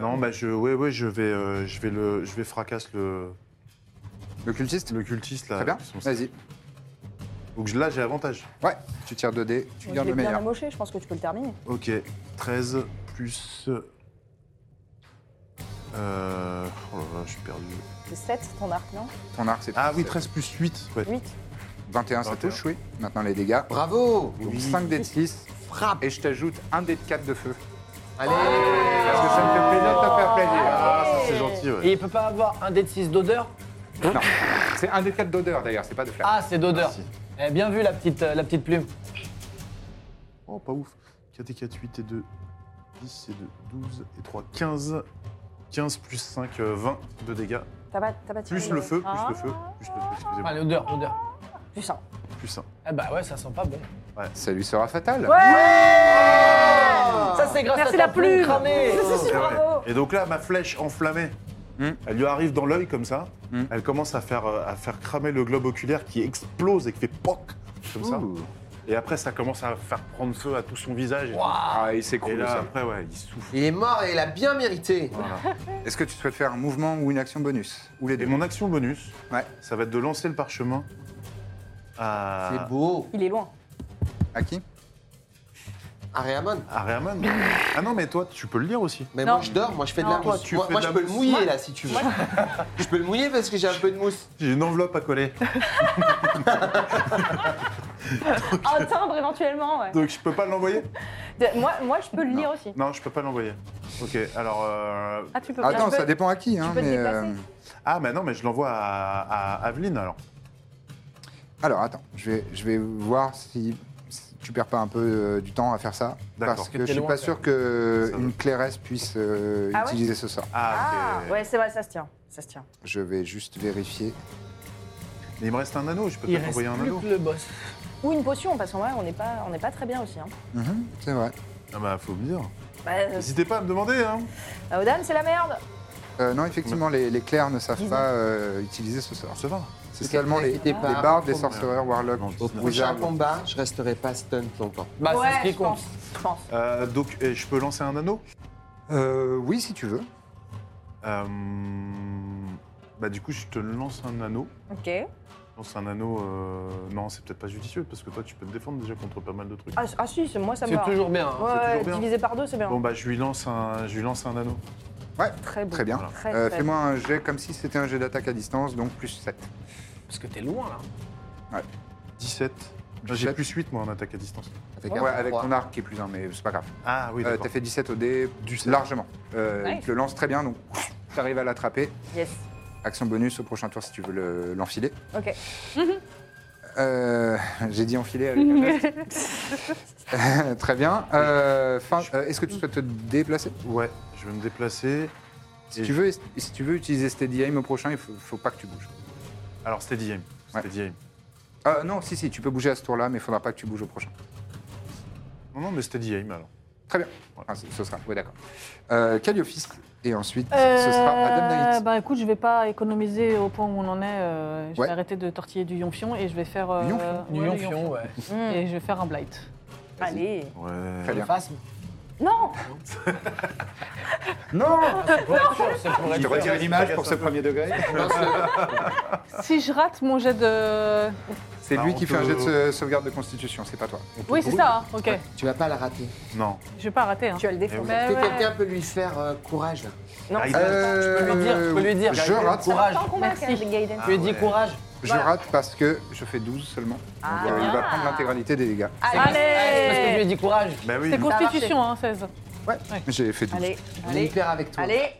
Speaker 2: Non, bah je, ouais, ouais, je vais, euh, je vais le, je vais fracasse le,
Speaker 1: Le cultiste
Speaker 2: le cultiste là.
Speaker 1: Très bien.
Speaker 2: avec son-
Speaker 1: Vas-y.
Speaker 2: Donc je- là, j'ai avantage.
Speaker 1: Ouais, tu tires 2 dés, tu
Speaker 4: Je
Speaker 1: gardes
Speaker 4: l'ai
Speaker 1: le
Speaker 4: bien
Speaker 1: meilleur.
Speaker 4: amoché, je pense que tu peux le terminer.
Speaker 2: Ok, 13 plus. Euh... Oh là là, je suis perdu.
Speaker 4: C'est 7 ton arc, non
Speaker 1: Ton arc, c'est
Speaker 2: Ah oui,
Speaker 1: c'est
Speaker 2: 13 plus 8. Ouais.
Speaker 4: 8
Speaker 1: 21, ça
Speaker 2: 21.
Speaker 1: touche, oui. Maintenant, les dégâts.
Speaker 8: 아,
Speaker 5: Bravo
Speaker 8: 그
Speaker 1: Donc 5 dés de 6.
Speaker 5: Frappe
Speaker 1: Et je t'ajoute un dé de 4 de feu.
Speaker 5: Allez
Speaker 1: Parce que ça me fait plaisir de te faire plaisir.
Speaker 2: Ah, ça c'est gentil, ouais.
Speaker 3: Et il peut pas avoir un dé de 6 d'odeur
Speaker 1: Non, c'est un des 4 d'odeur d'ailleurs, c'est pas de flair.
Speaker 3: Ah, c'est d'odeur.
Speaker 2: Merci.
Speaker 3: Eh, bien vu la petite, euh, la petite plume.
Speaker 2: Oh, pas ouf. 4 et 4, 8 et 2. 10 et 2, 12 et 3, 15. 15 plus 5, 20 de dégâts.
Speaker 4: T'as pas, t'as pas tiré
Speaker 2: Plus le feu, plus le feu, plus le feu,
Speaker 3: Enfin,
Speaker 2: excusez-moi.
Speaker 3: l'odeur, l'odeur.
Speaker 4: Plus un.
Speaker 2: Plus 1.
Speaker 3: Eh bah ouais, ça sent pas bon.
Speaker 1: Ça lui sera fatal.
Speaker 5: Ah.
Speaker 3: Ça, c'est grâce
Speaker 6: Merci
Speaker 3: à ta
Speaker 6: la plume.
Speaker 3: cramée.
Speaker 4: Bravo
Speaker 2: Et donc là, ma flèche enflammée,
Speaker 1: Hmm.
Speaker 2: elle lui arrive dans l'œil comme ça.
Speaker 1: Hmm.
Speaker 2: Elle commence à faire, euh, à faire cramer le globe oculaire qui explose et qui fait POC comme ça.
Speaker 1: Ouh.
Speaker 2: Et après, ça commence à faire prendre feu à tout son visage. et tout.
Speaker 1: Ah, il
Speaker 2: Et
Speaker 1: s'écroule.
Speaker 2: là,
Speaker 1: ça.
Speaker 2: après, ouais, il souffle.
Speaker 5: Il est mort et il a bien mérité.
Speaker 1: Est-ce que tu souhaites faire un mouvement ou une action bonus Ou les
Speaker 2: Et
Speaker 1: deux
Speaker 2: mon action bonus,
Speaker 1: Ouais.
Speaker 2: ça va être de lancer le parchemin à, Ah.
Speaker 5: C'est beau.
Speaker 4: Il est loin.
Speaker 1: À qui
Speaker 5: Ah, Ariamon,
Speaker 2: à Rayman. Ah non, mais toi, tu peux le lire aussi.
Speaker 5: mais
Speaker 4: Non.
Speaker 5: moi je dors, moi je fais de
Speaker 4: Non.
Speaker 5: la
Speaker 2: Toi,
Speaker 5: mousse.
Speaker 2: tu
Speaker 5: moi
Speaker 2: fais
Speaker 5: moi,
Speaker 2: de
Speaker 5: je
Speaker 2: la
Speaker 5: peux le
Speaker 2: mousse.
Speaker 5: mouiller là si tu veux. je peux le mouiller parce que j'ai un peu de mousse.
Speaker 2: J'ai une enveloppe à coller.
Speaker 4: Un Oh, timbre éventuellement, ouais.
Speaker 2: Donc, je peux pas l'envoyer
Speaker 4: De- Moi, moi, je peux le lire aussi.
Speaker 2: Non, je peux pas l'envoyer. Ok, alors. euh,
Speaker 4: Ah, tu peux
Speaker 1: Attends,
Speaker 4: tu peux-
Speaker 1: ça dépend à qui. Hein,
Speaker 4: peux te
Speaker 1: mais,
Speaker 4: déplacer.
Speaker 2: Ah, mais non, mais je l'envoie à, à Aveline alors.
Speaker 1: Alors, attends, je vais, je vais voir si, si tu perds pas un peu euh, du temps à faire ça.
Speaker 2: D'accord.
Speaker 1: Parce que
Speaker 3: Parce que
Speaker 1: je
Speaker 3: t'es
Speaker 1: suis
Speaker 3: loin,
Speaker 1: pas
Speaker 3: ça.
Speaker 1: sûr que
Speaker 2: Ça va.
Speaker 1: une clairesse puisse euh,
Speaker 4: Ah ouais
Speaker 1: utiliser ce sort.
Speaker 2: Ah,
Speaker 4: Ah,
Speaker 2: ok.
Speaker 4: ouais, c'est vrai, ça se tient. Ça se tient.
Speaker 1: Je vais juste vérifier.
Speaker 2: Mais il me reste un anneau, je peux
Speaker 3: Il
Speaker 2: peut-être
Speaker 3: reste
Speaker 2: envoyer un
Speaker 3: plus
Speaker 2: anneau.
Speaker 3: que le boss.
Speaker 4: Ou une potion, parce qu'en vrai, on n'est pas, on n'est pas très bien aussi. Hein.
Speaker 1: Mhm, c'est vrai.
Speaker 2: Ah bah faut me dire.
Speaker 4: Bah, euh,
Speaker 2: N'hésitez pas à me demander hein.
Speaker 4: Aodan, c'est la merde
Speaker 1: Euh, non, effectivement, les, les clercs ne savent pas euh, utiliser ce sort.
Speaker 2: Ça va.
Speaker 1: C'est
Speaker 5: Ok,
Speaker 1: seulement les,
Speaker 5: n'inquiétez
Speaker 1: les
Speaker 5: pas.
Speaker 1: bardes, les sorcereurs,
Speaker 2: Non,
Speaker 1: warlocks,
Speaker 2: je-
Speaker 5: Au prochain
Speaker 1: wizards.
Speaker 5: combat, je resterai pas stun longtemps.
Speaker 3: Bah,
Speaker 4: Ouais,
Speaker 3: c'est ce qui
Speaker 4: je
Speaker 3: compte.
Speaker 4: pense. Je pense.
Speaker 2: Euh, donc euh, je peux lancer un anneau
Speaker 1: Euh, oui, si tu veux.
Speaker 2: Euh, Bah du coup je te lance un anneau.
Speaker 4: Ok.
Speaker 2: Je lance un anneau. euh, Non c'est peut-être pas judicieux parce que toi tu peux te défendre déjà contre pas mal de trucs.
Speaker 4: Ah, ah si, c'est- moi, ça me
Speaker 3: C'est
Speaker 4: va.
Speaker 3: toujours bien. hein.
Speaker 4: Ouais,
Speaker 2: c'est toujours
Speaker 4: ouais,
Speaker 2: bien.
Speaker 4: divisé par deux, c'est bien.
Speaker 2: Bon bah je lui lance un, je lui lance un anneau.
Speaker 4: très beau.
Speaker 1: Très bien.
Speaker 4: Très,
Speaker 1: Euh,
Speaker 4: très
Speaker 1: Fais-moi un jet comme si c'était un jet d'attaque à distance, donc plus 7.
Speaker 3: Parce que t'es loin, là.
Speaker 2: 17. Ah, J'ai
Speaker 1: 17.
Speaker 2: plus 8 moi en attaque à distance.
Speaker 5: Avec,
Speaker 1: Ouais,
Speaker 5: un
Speaker 1: avec
Speaker 5: trois.
Speaker 1: ton arc qui est plus 1, mais c'est pas grave.
Speaker 2: Ah oui
Speaker 1: Euh,
Speaker 2: d'accord.
Speaker 1: T'as fait 17 au dé,
Speaker 2: Du sept.
Speaker 1: largement. Euh,
Speaker 4: Nice.
Speaker 1: Il te le lance très bien, donc t'arrives à l'attraper.
Speaker 4: bien. Yes.
Speaker 1: Action bonus au prochain tour si tu veux le- l'enfiler.
Speaker 4: Ok.
Speaker 1: Euh, J'ai dit enfiler avec un geste. Très bien. Euh, fin- euh, Est-ce que tu souhaites te déplacer
Speaker 2: Ouais je vais me déplacer.
Speaker 1: si
Speaker 2: Et-
Speaker 1: tu, veux, si tu veux utiliser Steady Aim au prochain, il faut, faut pas que tu bouges.
Speaker 2: Alors steady aim.
Speaker 1: Ouais.
Speaker 2: Steady aim.
Speaker 1: Ah non, si, si, tu peux bouger à ce tour-là, mais il faudra pas que tu bouges au prochain.
Speaker 2: Non non mais steady aim alors.
Speaker 1: Très bien. Ah, ce ce sera, oui, d'accord. Euh, Calliophis, et ensuite, ce
Speaker 6: Euh,
Speaker 1: sera Adam Knight.
Speaker 6: Bah écoute, je vais pas économiser au point où on en est. euh, je
Speaker 1: Ouais.
Speaker 6: vais arrêter de tortiller du yonfion et je vais faire. euh,
Speaker 1: Yonfion
Speaker 6: ouais,
Speaker 3: Du
Speaker 6: le
Speaker 4: Mm.
Speaker 3: yonfion, ouais.
Speaker 6: Et je vais faire un blight.
Speaker 4: Hmm, Allez.
Speaker 2: Ouais.
Speaker 1: Très bien.
Speaker 3: Phasme.
Speaker 4: Non
Speaker 1: Non
Speaker 3: pour
Speaker 1: Je retire l'image pour ce premier degré.
Speaker 6: Si je rate mon jet de.
Speaker 1: C'est
Speaker 2: Bah,
Speaker 1: lui
Speaker 2: on
Speaker 1: qui fait un
Speaker 2: peut-
Speaker 1: jet de se- sauvegarde de constitution, c'est pas toi.
Speaker 6: Oui, c'est ça, hein, ok.
Speaker 5: Tu vas pas la rater.
Speaker 2: Non.
Speaker 6: Je vais pas rater. Hein.
Speaker 4: Tu vas le défoncer.
Speaker 6: Mais
Speaker 5: Est-ce que
Speaker 6: ouais.
Speaker 5: quelqu'un peut lui faire euh, courage là
Speaker 4: Non,
Speaker 2: Ah, il-
Speaker 1: Euh,
Speaker 3: Tu peux lui dire, tu peux lui dire.
Speaker 1: Je rate,
Speaker 3: Courage.
Speaker 4: Ah,
Speaker 9: Sans combat,
Speaker 6: Merci.
Speaker 4: hein,
Speaker 9: Guidance.
Speaker 3: Tu lui dis courage.
Speaker 1: je rate parce que je fais 12 seulement. Donc,
Speaker 4: Ah.
Speaker 1: euh, il va prendre l'intégralité des dégâts.
Speaker 3: Ah, C'est parce que je lui ai
Speaker 6: Allez
Speaker 3: dit courage.
Speaker 2: Bah oui.
Speaker 6: C'est constitution, hein, 16.
Speaker 1: J'ai fait 12.
Speaker 4: Allez,
Speaker 5: On est
Speaker 4: allez,
Speaker 5: hyper avec toi.
Speaker 4: allez.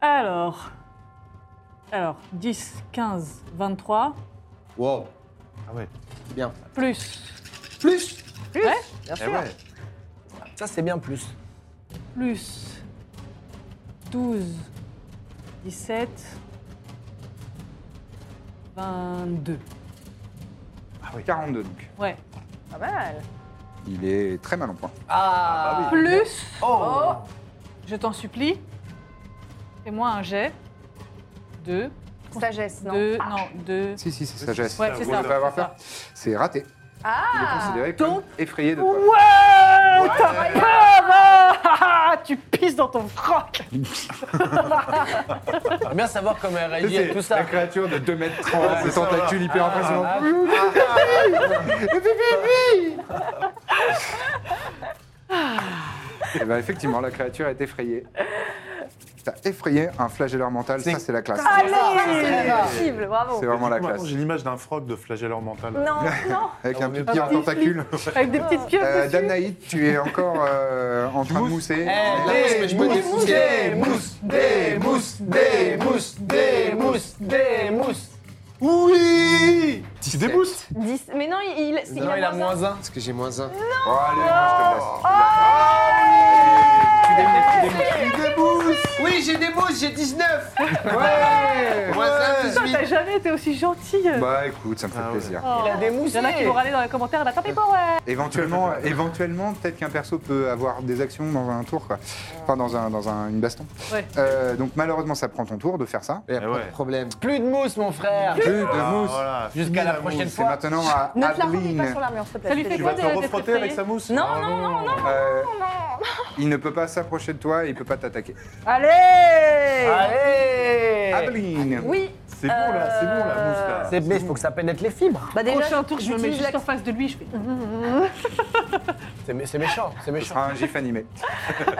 Speaker 6: Alors. Alors, 10, 15, 23,
Speaker 5: Wow.
Speaker 2: Ah ouais.
Speaker 5: Bien.
Speaker 6: plus.
Speaker 5: Plus
Speaker 6: Ouais
Speaker 4: Bien
Speaker 2: Eh
Speaker 4: sûr.
Speaker 2: ouais.
Speaker 3: Ça, c'est bien plus.
Speaker 6: Plus. 12, 17, 22.
Speaker 1: 42 Ah donc.
Speaker 6: Ouais.
Speaker 4: Pas mal.
Speaker 1: Il est très mal en point.
Speaker 6: bah
Speaker 3: Ah,
Speaker 6: Plus.
Speaker 3: Oh
Speaker 6: Je t'en supplie. Fais-moi un jet. Deux.
Speaker 4: Sagesse, non Ah.
Speaker 6: Deux. Non, deux.
Speaker 1: Si, si, c'est sagesse.
Speaker 6: Ouais, c'est
Speaker 1: Vous
Speaker 6: ça,
Speaker 1: voulez pas avoir
Speaker 6: c'est
Speaker 1: peur C'est raté. Il est
Speaker 4: Ah
Speaker 1: considéré comme effrayé de toi.
Speaker 6: Ouais, t'as peur hein Tu pisses dans ton froc
Speaker 3: J'aimerais bien savoir comment elle réagit à
Speaker 1: C'est
Speaker 3: tout ça.
Speaker 1: La créature de 2m30, ses
Speaker 2: c'est ça,
Speaker 1: tentacules hyper impressionnantes.
Speaker 3: Ah,
Speaker 1: Eh ben, effectivement, la créature est effrayée. T'as effrayé un flagelleur mental, ça c'est la classe.
Speaker 4: Allez Possible, bravo.
Speaker 1: C'est vraiment la
Speaker 2: Maintenant,
Speaker 1: classe.
Speaker 2: J'ai l'image d'un frog de flagelleur mental.
Speaker 4: Non, non.
Speaker 1: Avec
Speaker 3: Ah,
Speaker 1: un
Speaker 6: Un
Speaker 1: pipi en
Speaker 6: petit
Speaker 1: tentacule.
Speaker 6: Avec des petites pieuvres
Speaker 1: Euh,
Speaker 6: dessus.
Speaker 1: Damnaïd, tu es encore euh, en train de
Speaker 3: Eh,
Speaker 1: mousser.
Speaker 5: mais je peux défoncer.
Speaker 3: des mousses, des mousses, des mousses, des mousses, des mousses.
Speaker 2: Oui Tu débousses
Speaker 4: 10. Mais non, il, il, s'il
Speaker 3: Non, il a
Speaker 4: moins un.
Speaker 3: moins un.
Speaker 5: Parce que j'ai moins un.
Speaker 1: Oh, allez,
Speaker 3: Oh,
Speaker 1: je te laisse. Je te laisse. Tu démousses, tu démousses,
Speaker 5: Oui, j'ai des mousses, j'ai 19
Speaker 1: tu démousses. Ouais
Speaker 5: Moins un,
Speaker 6: Putain,
Speaker 5: 18
Speaker 6: T'as jamais été aussi gentille
Speaker 1: Bah écoute, ça me fait plaisir.
Speaker 6: Il a des Il y en a qui vont râler dans les commentaires, là, t'as pas ouais
Speaker 1: Éventuellement, éventuellement peut-être qu'un perso peut avoir des actions dans un tour, quoi. Enfin, dans, un, dans un, une baston.
Speaker 6: Ouais.
Speaker 1: Euh, donc malheureusement, ça prend ton tour de faire ça.
Speaker 5: Il a pas
Speaker 2: Eh ouais.
Speaker 5: de problème.
Speaker 3: Plus de mousse, mon frère.
Speaker 1: Plus de
Speaker 2: Ah,
Speaker 1: mousse.
Speaker 2: voilà.
Speaker 3: Jusqu'à la prochaine
Speaker 1: C'est
Speaker 3: fois.
Speaker 1: maintenant à
Speaker 4: Ne te la remets pas
Speaker 1: Adeline.
Speaker 4: sur l'armure, s'il te plaît.
Speaker 6: Ça lui fait
Speaker 2: Tu
Speaker 6: quoi
Speaker 2: vas
Speaker 6: de-
Speaker 2: te
Speaker 6: d'être
Speaker 2: refrotter avec
Speaker 6: effrayé
Speaker 2: sa mousse
Speaker 4: Non, non, non, non.
Speaker 1: Euh, Il ne peut pas s'approcher de toi et il peut pas t'attaquer.
Speaker 3: Ah.
Speaker 4: Allez
Speaker 3: Allez
Speaker 1: Adeline
Speaker 4: Eh. Oui.
Speaker 2: C'est bon là, c'est bon la mousse là.
Speaker 3: C'est Ah, mais il faut que ça pénètre les fibres.
Speaker 4: Bah déjà,
Speaker 6: Prochain tour, je me mets
Speaker 4: j'utilise
Speaker 6: juste
Speaker 4: l'action.
Speaker 6: en face de lui, je fais.
Speaker 3: C'est mé- c'est méchant, c'est
Speaker 1: Ce
Speaker 3: méchant.
Speaker 1: sera un gif animé.
Speaker 4: Euh,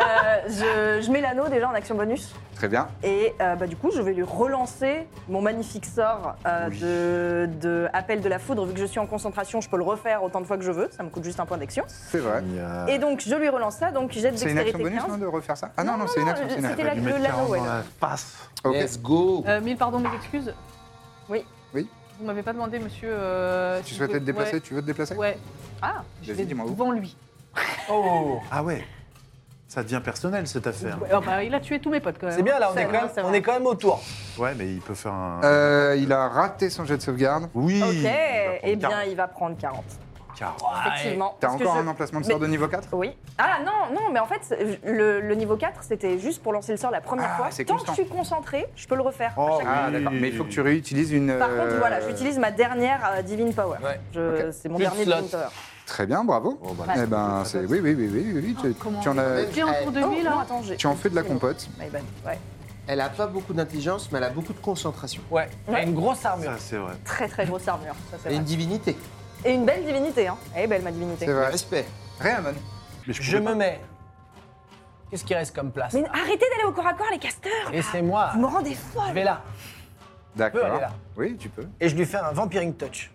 Speaker 4: je, je mets l'anneau déjà en action bonus.
Speaker 1: Très bien.
Speaker 4: Et euh, bah, du coup, je vais lui relancer mon magnifique sort euh, de, de appel de la foudre. Vu que je suis en concentration, je peux le refaire autant de fois que je veux. Ça me coûte juste un point d'action.
Speaker 1: C'est vrai.
Speaker 4: Et donc, je lui relance ça. Donc, j'ai de
Speaker 1: C'est une action
Speaker 4: dextérité
Speaker 1: bonus
Speaker 4: 15.
Speaker 1: non, de refaire ça Ah non, non, c'est une action. c'est une
Speaker 4: c'était
Speaker 1: action.
Speaker 4: la-
Speaker 2: Lui
Speaker 4: le
Speaker 2: mettre
Speaker 4: lano,
Speaker 2: 40
Speaker 4: ouais,
Speaker 2: dans
Speaker 4: là.
Speaker 2: la face.
Speaker 1: Ok.
Speaker 5: Let's go
Speaker 6: Euh, mille pardons, mes excuses.
Speaker 4: Oui.
Speaker 1: Oh. Oui.
Speaker 6: Vous m'avez pas demandé, monsieur. euh,
Speaker 1: Tu
Speaker 6: si
Speaker 1: souhaites
Speaker 6: vous-
Speaker 1: te déplacer
Speaker 6: ouais.
Speaker 1: Tu veux te déplacer
Speaker 6: Ouais. Ah, je
Speaker 1: Vas-y,
Speaker 6: vais
Speaker 1: dis-moi où.
Speaker 6: devant lui.
Speaker 3: Oh
Speaker 2: Ah ouais. Ça devient personnel cette affaire.
Speaker 6: Ouais, oh, bah, il a tué tous mes potes quand même.
Speaker 3: C'est bien là, on
Speaker 4: C'est
Speaker 3: est,
Speaker 4: vrai,
Speaker 3: quand même,
Speaker 4: c'est vrai.
Speaker 3: on est quand même autour.
Speaker 2: Ouais, mais il peut faire un.
Speaker 1: Euh, Il a raté son jet de sauvegarde.
Speaker 2: Oui.
Speaker 4: Ok.
Speaker 2: Il va prendre
Speaker 4: Eh bien,
Speaker 2: 40.
Speaker 4: il va prendre 40.
Speaker 3: Ouais.
Speaker 4: Effectivement.
Speaker 1: T'as
Speaker 4: Parce que
Speaker 1: encore
Speaker 4: je-
Speaker 1: un emplacement de sort de niveau 4
Speaker 4: Oui. Ah non, non, mais en fait, c'est- le, le niveau 4, c'était juste pour lancer le sort la première
Speaker 1: Ah,
Speaker 4: fois.
Speaker 1: c'est
Speaker 4: Tant
Speaker 1: constant.
Speaker 4: que je suis concentrée, je peux le refaire. à
Speaker 2: Oh,
Speaker 4: chaque-
Speaker 1: Ah
Speaker 2: Oui.
Speaker 1: d'accord, mais il faut que tu réutilises une...
Speaker 4: Par contre,
Speaker 1: euh,
Speaker 4: voilà, j'utilise ma dernière euh, Divine Power.
Speaker 3: Ouais.
Speaker 4: Je-
Speaker 1: Ok.
Speaker 4: C'est mon
Speaker 3: Plus
Speaker 4: dernier
Speaker 3: slot.
Speaker 4: Divine Power.
Speaker 1: Très bien, bravo.
Speaker 2: Bon, bah,
Speaker 1: Eh ben, c'est... Oui, oui, oui, oui, oui, oui, tu-
Speaker 6: comment
Speaker 1: tu en as...
Speaker 6: Qui est autour de
Speaker 4: Oh,
Speaker 6: lui
Speaker 4: non,
Speaker 6: là
Speaker 4: attends, j'ai-
Speaker 1: Tu en fais de la compote.
Speaker 4: My bad. ben, Ouais.
Speaker 5: Elle a pas beaucoup d'intelligence, mais elle a beaucoup de concentration.
Speaker 3: Ouais, il a une grosse armure.
Speaker 2: Ça, c'est vrai.
Speaker 4: Très très grosse armure. Ça, c'est
Speaker 5: Elle a
Speaker 4: vrai.
Speaker 5: une divinité.
Speaker 4: Et une belle divinité, hein. Elle est belle ma divinité.
Speaker 1: C'est vrai.
Speaker 5: Respect.
Speaker 1: Réamon.
Speaker 2: Mais
Speaker 3: Je
Speaker 2: pourrais
Speaker 3: me mets. Qu'est-ce qui reste comme place
Speaker 4: Mais arrêtez d'aller au corps à corps, les casteurs
Speaker 3: Et c'est moi.
Speaker 4: Vous me rendez
Speaker 3: Je
Speaker 4: folle
Speaker 3: vais là. peux aller
Speaker 1: D'accord.
Speaker 3: là.
Speaker 1: Oui, tu peux.
Speaker 3: Et je lui fais un vampiring touch.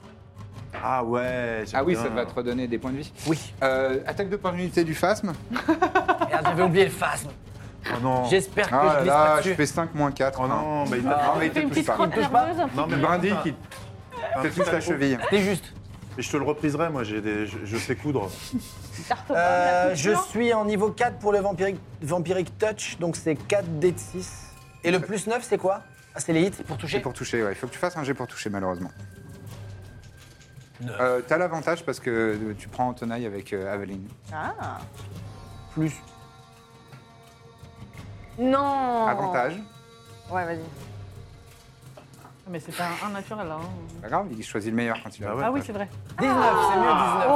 Speaker 2: pas- Ah ouais. j'aime
Speaker 1: Ah oui,
Speaker 2: bien.
Speaker 1: ça va te redonner des points de vie.
Speaker 3: Oui.
Speaker 1: Euh, attaque d'opportunité du phasme.
Speaker 3: Merde, j'avais oublié le phasme.
Speaker 2: Oh non.
Speaker 3: J'espère que
Speaker 1: Ah
Speaker 3: je
Speaker 1: là
Speaker 3: glisse pas
Speaker 1: là,
Speaker 3: dessus.
Speaker 1: je fais 5 moins 4.
Speaker 2: Oh non, bah, il t'a-
Speaker 1: Ah, mais il
Speaker 6: Fais
Speaker 1: te
Speaker 6: une
Speaker 1: touche
Speaker 6: petite
Speaker 1: pas.
Speaker 6: crotte
Speaker 2: Il touche pas.
Speaker 6: nerveuse. un petit
Speaker 2: Non, mais
Speaker 1: Le
Speaker 6: peu.
Speaker 1: brindis qui
Speaker 2: Un
Speaker 1: te
Speaker 2: petit
Speaker 1: touche la
Speaker 2: peu.
Speaker 1: cheville.
Speaker 3: T'es juste.
Speaker 2: Mais je te le repriserai, moi, j'ai des... je, je sais coudre.
Speaker 3: Euh, je suis en niveau 4 pour le vampiric, vampiric touch, donc c'est 4 d de 6. Et le plus 9, c'est quoi Ah, c'est les hits pour toucher.
Speaker 1: C'est pour toucher, ouais. Il faut que tu fasses un jet pour toucher, malheureusement. Euh, T'as l'avantage parce que euh, tu prends en tenaille avec euh, Aveline.
Speaker 4: Ah
Speaker 3: Plus.
Speaker 4: Non
Speaker 3: Oh.
Speaker 1: Avantage.
Speaker 4: Ouais, vas-y.
Speaker 6: Mais c'est pas un naturel, hein.
Speaker 1: Pas grave, il choisit le meilleur quand il a.
Speaker 2: Bah ouais.
Speaker 6: Ah oui, c'est vrai.
Speaker 3: 19, c'est mieux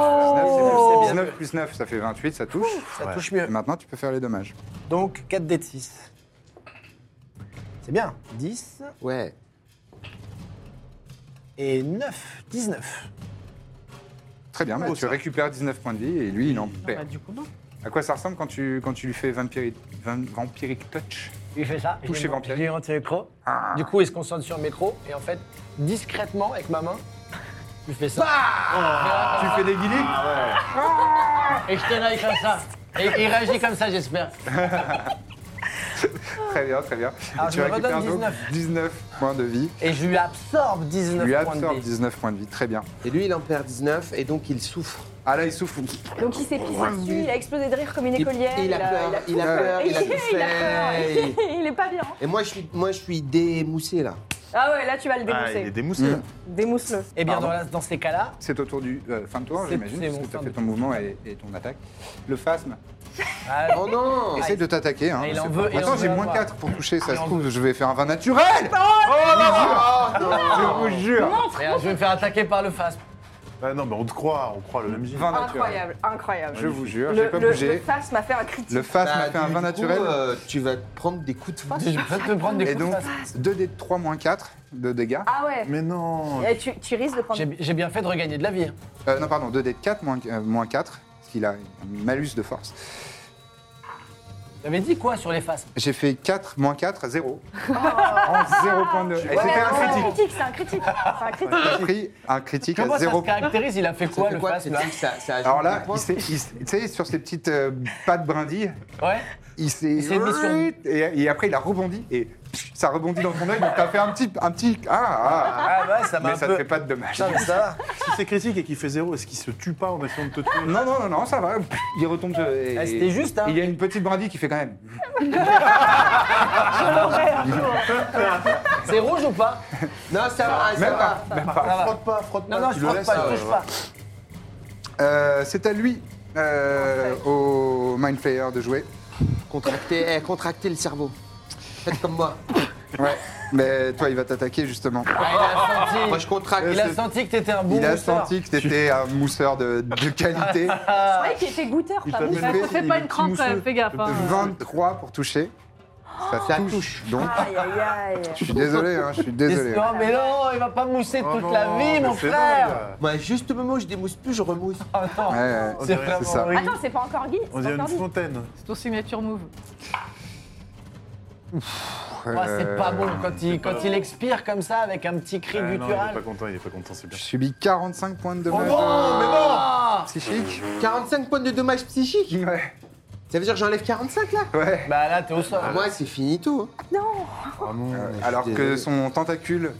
Speaker 1: 19,
Speaker 3: 19.
Speaker 1: c'est mieux.
Speaker 3: Oh.
Speaker 1: 19 plus 9, ça fait 28, ça touche.
Speaker 3: Ça
Speaker 2: Ouais.
Speaker 3: touche
Speaker 1: Et
Speaker 3: mieux.
Speaker 1: maintenant, tu peux faire les dommages.
Speaker 3: Donc 4 d de 6. C'est bien. 10
Speaker 5: Ouais.
Speaker 3: et 9. 19.
Speaker 1: Très bien, bah,
Speaker 2: Oh,
Speaker 1: tu
Speaker 2: ça.
Speaker 1: récupères 19 points de vie et lui, il en
Speaker 6: Non,
Speaker 1: perd.
Speaker 6: bah, du coup, non.
Speaker 1: À quoi ça ressemble quand tu, quand tu lui fais vampiric, vin- vampiric touch
Speaker 3: Il fait ça.
Speaker 1: Touché
Speaker 3: je lui-
Speaker 1: vampire.
Speaker 3: Je lui rentre le micro. Du coup, il se concentre sur le micro et en fait, discrètement, avec ma main, je lui fais ça. Ah.
Speaker 1: Tu fais des guillis
Speaker 3: Et je te like comme ça. Et il réagit comme ça, j'espère.
Speaker 1: Très bien, très bien. Et
Speaker 3: Alors, je me redonne
Speaker 1: donc
Speaker 3: 19.
Speaker 1: 19 points de vie.
Speaker 3: Et je lui absorbe 19
Speaker 1: Tu lui
Speaker 3: points de
Speaker 1: absorbes
Speaker 3: dés.
Speaker 1: 19 points de vie, très bien.
Speaker 5: Et lui, il en perd 19 et donc il souffre.
Speaker 1: Ah là, il souffle.
Speaker 4: Donc il s'est pissé dessus, il a explosé de rire comme une
Speaker 5: Il,
Speaker 4: écolière.
Speaker 5: il a peur, il a peur,
Speaker 4: Il
Speaker 5: il
Speaker 4: a
Speaker 5: a
Speaker 4: peur, il a
Speaker 5: souffert.
Speaker 4: peur. Il est pas bien. hein.
Speaker 5: Et moi, je suis, moi, je suis démoussé là.
Speaker 4: Ah ouais, là tu vas le
Speaker 2: Ah, il est
Speaker 4: démousser.
Speaker 2: démoussé. là.
Speaker 4: Démousse-le.
Speaker 3: Eh bien,
Speaker 1: Pardon.
Speaker 3: dans, la- dans ces cas-là,
Speaker 1: C'est au tour du euh, fin de tour,
Speaker 3: C'est-
Speaker 1: j'imagine,
Speaker 3: c'est
Speaker 1: parce
Speaker 3: mon
Speaker 1: que tu as
Speaker 3: fin
Speaker 1: fait
Speaker 3: de
Speaker 1: ton mouvement et, et ton attaque. Le phasme
Speaker 3: ah,
Speaker 5: Oh non
Speaker 1: essaye de t'attaquer. Hein,
Speaker 3: Et il
Speaker 1: c'est
Speaker 3: en
Speaker 1: pas-
Speaker 3: veut- et
Speaker 1: Attends,
Speaker 3: il en
Speaker 1: j'ai
Speaker 3: veut
Speaker 1: moins
Speaker 3: avoir.
Speaker 1: 4 pour toucher, ça
Speaker 3: Et
Speaker 1: se
Speaker 3: on
Speaker 1: trouve, je vais faire un vin naturel
Speaker 5: Ah, bah,
Speaker 1: Je vous jure
Speaker 3: merde, je vais me faire attaquer par le phasme.
Speaker 2: Ah, non, mais on te croit, on croit le même gif.
Speaker 1: Vin naturel.
Speaker 4: Incroyable, incroyable.
Speaker 1: Je vous jure, j'ai
Speaker 4: Le,
Speaker 1: pas
Speaker 4: le, le
Speaker 1: bougé.
Speaker 4: face m'a fait un critique.
Speaker 1: Le phasme
Speaker 5: Bah,
Speaker 1: a fait un
Speaker 5: du
Speaker 1: vin
Speaker 5: coup,
Speaker 1: naturel.
Speaker 5: euh, tu vas te prendre des coups de
Speaker 3: Je vais te prendre des
Speaker 1: Et
Speaker 3: coups de
Speaker 1: donc,
Speaker 3: phasme.
Speaker 1: 2D de 3 moins 4 de dégâts.
Speaker 4: Ah ouais.
Speaker 2: Mais non
Speaker 4: Et tu, tu risques de prendre.
Speaker 3: J'ai j'ai bien fait de regagner de la vie. hein.
Speaker 1: Euh, non, pardon, 2D de 4 moins, euh, moins 4, parce qu'il a un malus de force.
Speaker 3: J'avais dit quoi sur les phasmes
Speaker 1: J'ai fait 4 moins 4, 0. En 0 point de. Et
Speaker 4: Ouais,
Speaker 1: C'était
Speaker 4: mais
Speaker 1: un
Speaker 4: non,
Speaker 1: critique.
Speaker 4: C'est un critique, c'est un critique.
Speaker 1: T'as pris un critique à
Speaker 3: Comment ça se
Speaker 1: 0
Speaker 3: caractérise Il a fait
Speaker 5: Ça
Speaker 3: quoi
Speaker 5: fait
Speaker 3: le
Speaker 5: quoi
Speaker 3: phasme
Speaker 5: c'est-
Speaker 3: là
Speaker 5: c'est- ça, ça ajoute
Speaker 1: Alors là,
Speaker 5: des
Speaker 1: il
Speaker 5: points.
Speaker 1: s'est- il s'est- tu sais, sur ses petites euh, pattes brindilles,
Speaker 3: Ouais.
Speaker 1: il s'est.
Speaker 3: s'est mis sur-
Speaker 1: et, et après, il a rebondi et pff, ça rebondit dans ton œil, donc t'as fait un petit. Un petit ah, ah,
Speaker 3: Ah bah ça
Speaker 1: ah.
Speaker 3: m'a
Speaker 1: Mais
Speaker 3: un
Speaker 1: ça
Speaker 3: peu.
Speaker 1: te fait pas de dommages.
Speaker 3: Ça, mais ça va.
Speaker 2: Si c'est critique et qu'il fait zéro, est-ce qu'il se tue pas en essayant de te tuer
Speaker 1: Non, non, non, non, ça va. Pff, Il retombe. euh, et-
Speaker 3: Ah, c'était juste, hein.
Speaker 1: Il y a une petite brindille qui fait quand même.
Speaker 3: C'est rouge ou pas
Speaker 5: Non, ça va, ça
Speaker 1: Même
Speaker 5: va.
Speaker 1: pas. Même
Speaker 3: Ça
Speaker 1: pas.
Speaker 3: va.
Speaker 2: Frotte pas, frotte pas.
Speaker 5: Ah,
Speaker 3: Non, non,
Speaker 2: tu
Speaker 3: je
Speaker 2: le
Speaker 3: crois
Speaker 2: laisses,
Speaker 3: pas,
Speaker 2: euh,
Speaker 3: je touche
Speaker 2: voilà.
Speaker 3: pas.
Speaker 1: Euh, C'est à lui, euh, au Mind Flayer, de jouer.
Speaker 5: Contractez, eh, contractez le cerveau. Faites comme moi.
Speaker 1: Ouais, mais toi, il va t'attaquer justement. Euh,
Speaker 3: Ah, il
Speaker 5: Moi,
Speaker 3: a
Speaker 5: je
Speaker 3: senti,
Speaker 5: contracte.
Speaker 3: il a senti que t'étais un bon
Speaker 1: Il a
Speaker 3: bosseur.
Speaker 1: senti que t'étais un mousseur de, de qualité.
Speaker 4: C'est vrai qu'il était goûteur,
Speaker 2: Il
Speaker 4: pas
Speaker 2: t'appelle-
Speaker 4: mousseux.
Speaker 6: Ouais, ça,
Speaker 2: il
Speaker 6: c'est
Speaker 2: est
Speaker 6: pas une
Speaker 2: petit
Speaker 6: crampe, quand même,
Speaker 2: mousseux.
Speaker 6: fais gaffe.
Speaker 3: Ah.
Speaker 6: hein.
Speaker 1: 23 pour toucher. Ça,
Speaker 5: Ça
Speaker 1: touche.
Speaker 5: touche.
Speaker 1: Donc,
Speaker 3: Ah.
Speaker 4: Aïe, aïe, aïe.
Speaker 1: je suis désolé, hein, je suis désolé.
Speaker 3: Non mais non, il va pas mousser
Speaker 2: Oh
Speaker 3: toute
Speaker 2: non,
Speaker 3: la vie,
Speaker 2: mais
Speaker 3: mon
Speaker 2: c'est
Speaker 3: frère.
Speaker 2: dingue.
Speaker 5: Moi, juste au moment où je démousse plus, je remousse.
Speaker 3: Ah, non.
Speaker 1: Ouais, ouais.
Speaker 2: On
Speaker 3: C'est
Speaker 2: dirait-
Speaker 3: vraiment
Speaker 1: ça.
Speaker 3: horrible.
Speaker 4: Attends, c'est pas encore Guy, c'est
Speaker 2: On
Speaker 4: pas
Speaker 2: dirait
Speaker 4: encore
Speaker 2: une
Speaker 4: Guy.
Speaker 2: fontaine.
Speaker 6: C'est ton signature move.
Speaker 3: Ah,
Speaker 1: Euh,
Speaker 3: c'est pas bon quand il, quand
Speaker 2: pas
Speaker 3: il
Speaker 2: bon.
Speaker 3: expire comme ça avec un petit cri
Speaker 2: Ah, non, il est pas
Speaker 3: guttural. Oh
Speaker 2: content, il est pas content, c'est bien.
Speaker 1: Je subis 45 points de dommages
Speaker 3: non
Speaker 1: psychiques.
Speaker 5: 45 points de dommages psychiques.
Speaker 1: Ouais,
Speaker 5: Ça veut dire que j'enlève 45 là
Speaker 1: ouais.
Speaker 3: Bah là, t'es au sol.
Speaker 5: Ah, Moi, c'est hein. finito.
Speaker 1: Ah
Speaker 2: Vraiment.
Speaker 1: Alors que
Speaker 5: désolé.
Speaker 1: son tentacule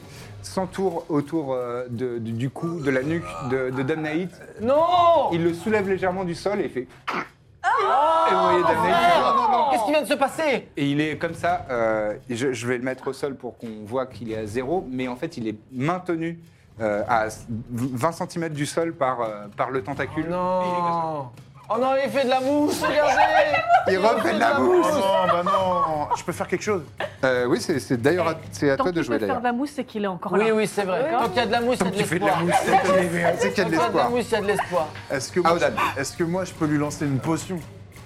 Speaker 1: s'entoure autour euh, de- du, du cou, de la nuque de, de Damnaït.
Speaker 3: Non
Speaker 1: Il le soulève légèrement du sol et il fait. et, vous voyez Damnaït-
Speaker 3: Qu'est-ce qui vient de se passer
Speaker 1: et il est comme ça. euh, je, je vais le mettre au sol pour qu'on voit qu'il est à zéro, mais en fait, il est maintenu euh, à 20 cm du sol par, euh, par le
Speaker 2: Oh
Speaker 1: tentacule.
Speaker 3: Non Oh non, il fait de la mousse, regardez
Speaker 1: Il refait de la
Speaker 2: Oh
Speaker 1: mousse
Speaker 2: non, bah non Je peux faire quelque chose
Speaker 1: Euh, oui, c'est c'est d'ailleurs à, c'est à
Speaker 6: Tant
Speaker 1: toi de
Speaker 6: qu'il
Speaker 1: jouer
Speaker 6: peut faire
Speaker 1: d'ailleurs.
Speaker 6: de la mousse, c'est qu'il est encore
Speaker 3: Oui,
Speaker 6: là.
Speaker 3: oui, c'est vrai. Quand il y a de la mousse, il y a de l'espoir.
Speaker 1: C'est qu'il y a de
Speaker 3: Quand il y a de la
Speaker 1: l'espoir.
Speaker 3: mousse, il y a de l'espoir.
Speaker 2: Est-ce que, moi,
Speaker 1: Aodan.
Speaker 2: est que moi, je peux lui lancer une potion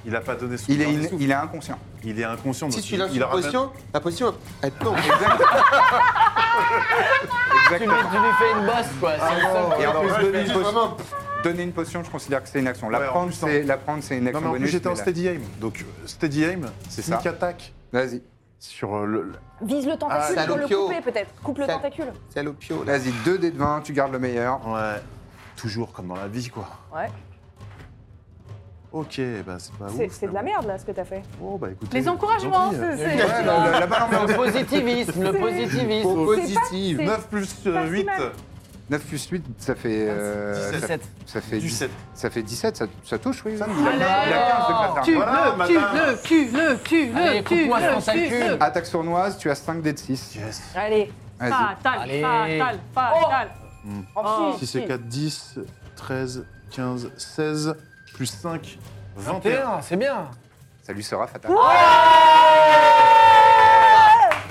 Speaker 2: Il a pas donné son
Speaker 1: Il est,
Speaker 2: dernier
Speaker 1: in-
Speaker 2: souffle.
Speaker 1: il est inconscient.
Speaker 2: Il est inconscient.
Speaker 5: Si
Speaker 2: donc
Speaker 5: tu
Speaker 2: il-
Speaker 5: lances
Speaker 2: il
Speaker 5: une
Speaker 2: aura Ah. pas-
Speaker 5: potion, la potion, elle tombe.
Speaker 3: Tu lui, tu lui fais une bosse, quoi. C'est le seul-
Speaker 1: Et en
Speaker 2: non,
Speaker 1: plus,
Speaker 2: ouais,
Speaker 1: donner
Speaker 2: je
Speaker 1: une,
Speaker 2: fais
Speaker 1: potion, donner une potion, je considère que c'est une action. La
Speaker 2: Ouais, en
Speaker 1: prendre,
Speaker 2: plus, non.
Speaker 1: c'est la prendre, c'est une action
Speaker 2: Non, mais en plus,
Speaker 1: bonus.
Speaker 2: j'étais en
Speaker 1: mais là-
Speaker 2: steady aim. Donc, euh, steady aim, c'est
Speaker 1: ça.
Speaker 2: sneak attack
Speaker 1: Vas-y,
Speaker 2: sur euh, le. le-
Speaker 4: Vise le tentacule
Speaker 5: Ah,
Speaker 4: pour le
Speaker 5: salopio.
Speaker 4: couper, peut-être. Coupe le
Speaker 5: Sal-
Speaker 4: tentacule.
Speaker 5: Salopio là.
Speaker 1: vas-y, 2 dés de 20, tu gardes le meilleur.
Speaker 2: Ouais. Toujours comme dans la vie, quoi.
Speaker 4: Ouais.
Speaker 2: Ok, bah c'est pas
Speaker 4: C'est
Speaker 2: ouf,
Speaker 4: c'est de la
Speaker 2: mais
Speaker 4: merde, là, ce que t'as fait.
Speaker 2: bon. Oh, bah écoutez.
Speaker 6: Les
Speaker 2: tant
Speaker 6: encouragements,
Speaker 2: hein.
Speaker 6: c'est.
Speaker 2: pis.
Speaker 6: c'est-
Speaker 1: Ouais, la, la- la balle en
Speaker 3: Le
Speaker 1: merde.
Speaker 3: positivisme, le positivisme.
Speaker 5: Au
Speaker 4: c'est
Speaker 5: positif.
Speaker 4: pas-
Speaker 2: 9 plus euh,
Speaker 4: pas si
Speaker 2: 8,
Speaker 4: mal.
Speaker 1: 9 plus 8, ça fait. euh, ça-
Speaker 3: 17.
Speaker 1: Ça fait, dix-
Speaker 2: 17.
Speaker 1: ça fait 17, ça, ça touche,
Speaker 3: Ah
Speaker 1: oui. oui.
Speaker 2: me
Speaker 1: Il a- il a 15 de classe
Speaker 6: Tue
Speaker 1: armée.
Speaker 2: Voilà,
Speaker 6: le, tue
Speaker 2: madame.
Speaker 6: le, tue le, tue
Speaker 3: Allez,
Speaker 6: le, tue
Speaker 3: coupe-moi
Speaker 6: le,
Speaker 3: son sac
Speaker 6: tue
Speaker 3: cul.
Speaker 6: le.
Speaker 1: Attaque sournoise, tu as 5 dés de 6.
Speaker 2: Yes.
Speaker 4: Allez,
Speaker 1: Vas-y.
Speaker 6: Fatal,
Speaker 3: Allez.
Speaker 6: fatal, fatal.
Speaker 4: en
Speaker 2: Si
Speaker 4: plus.
Speaker 2: c'est 4, 10, 13, 15, 16, plus 5, 21.
Speaker 3: 21, c'est bien.
Speaker 1: Ça lui sera fatal.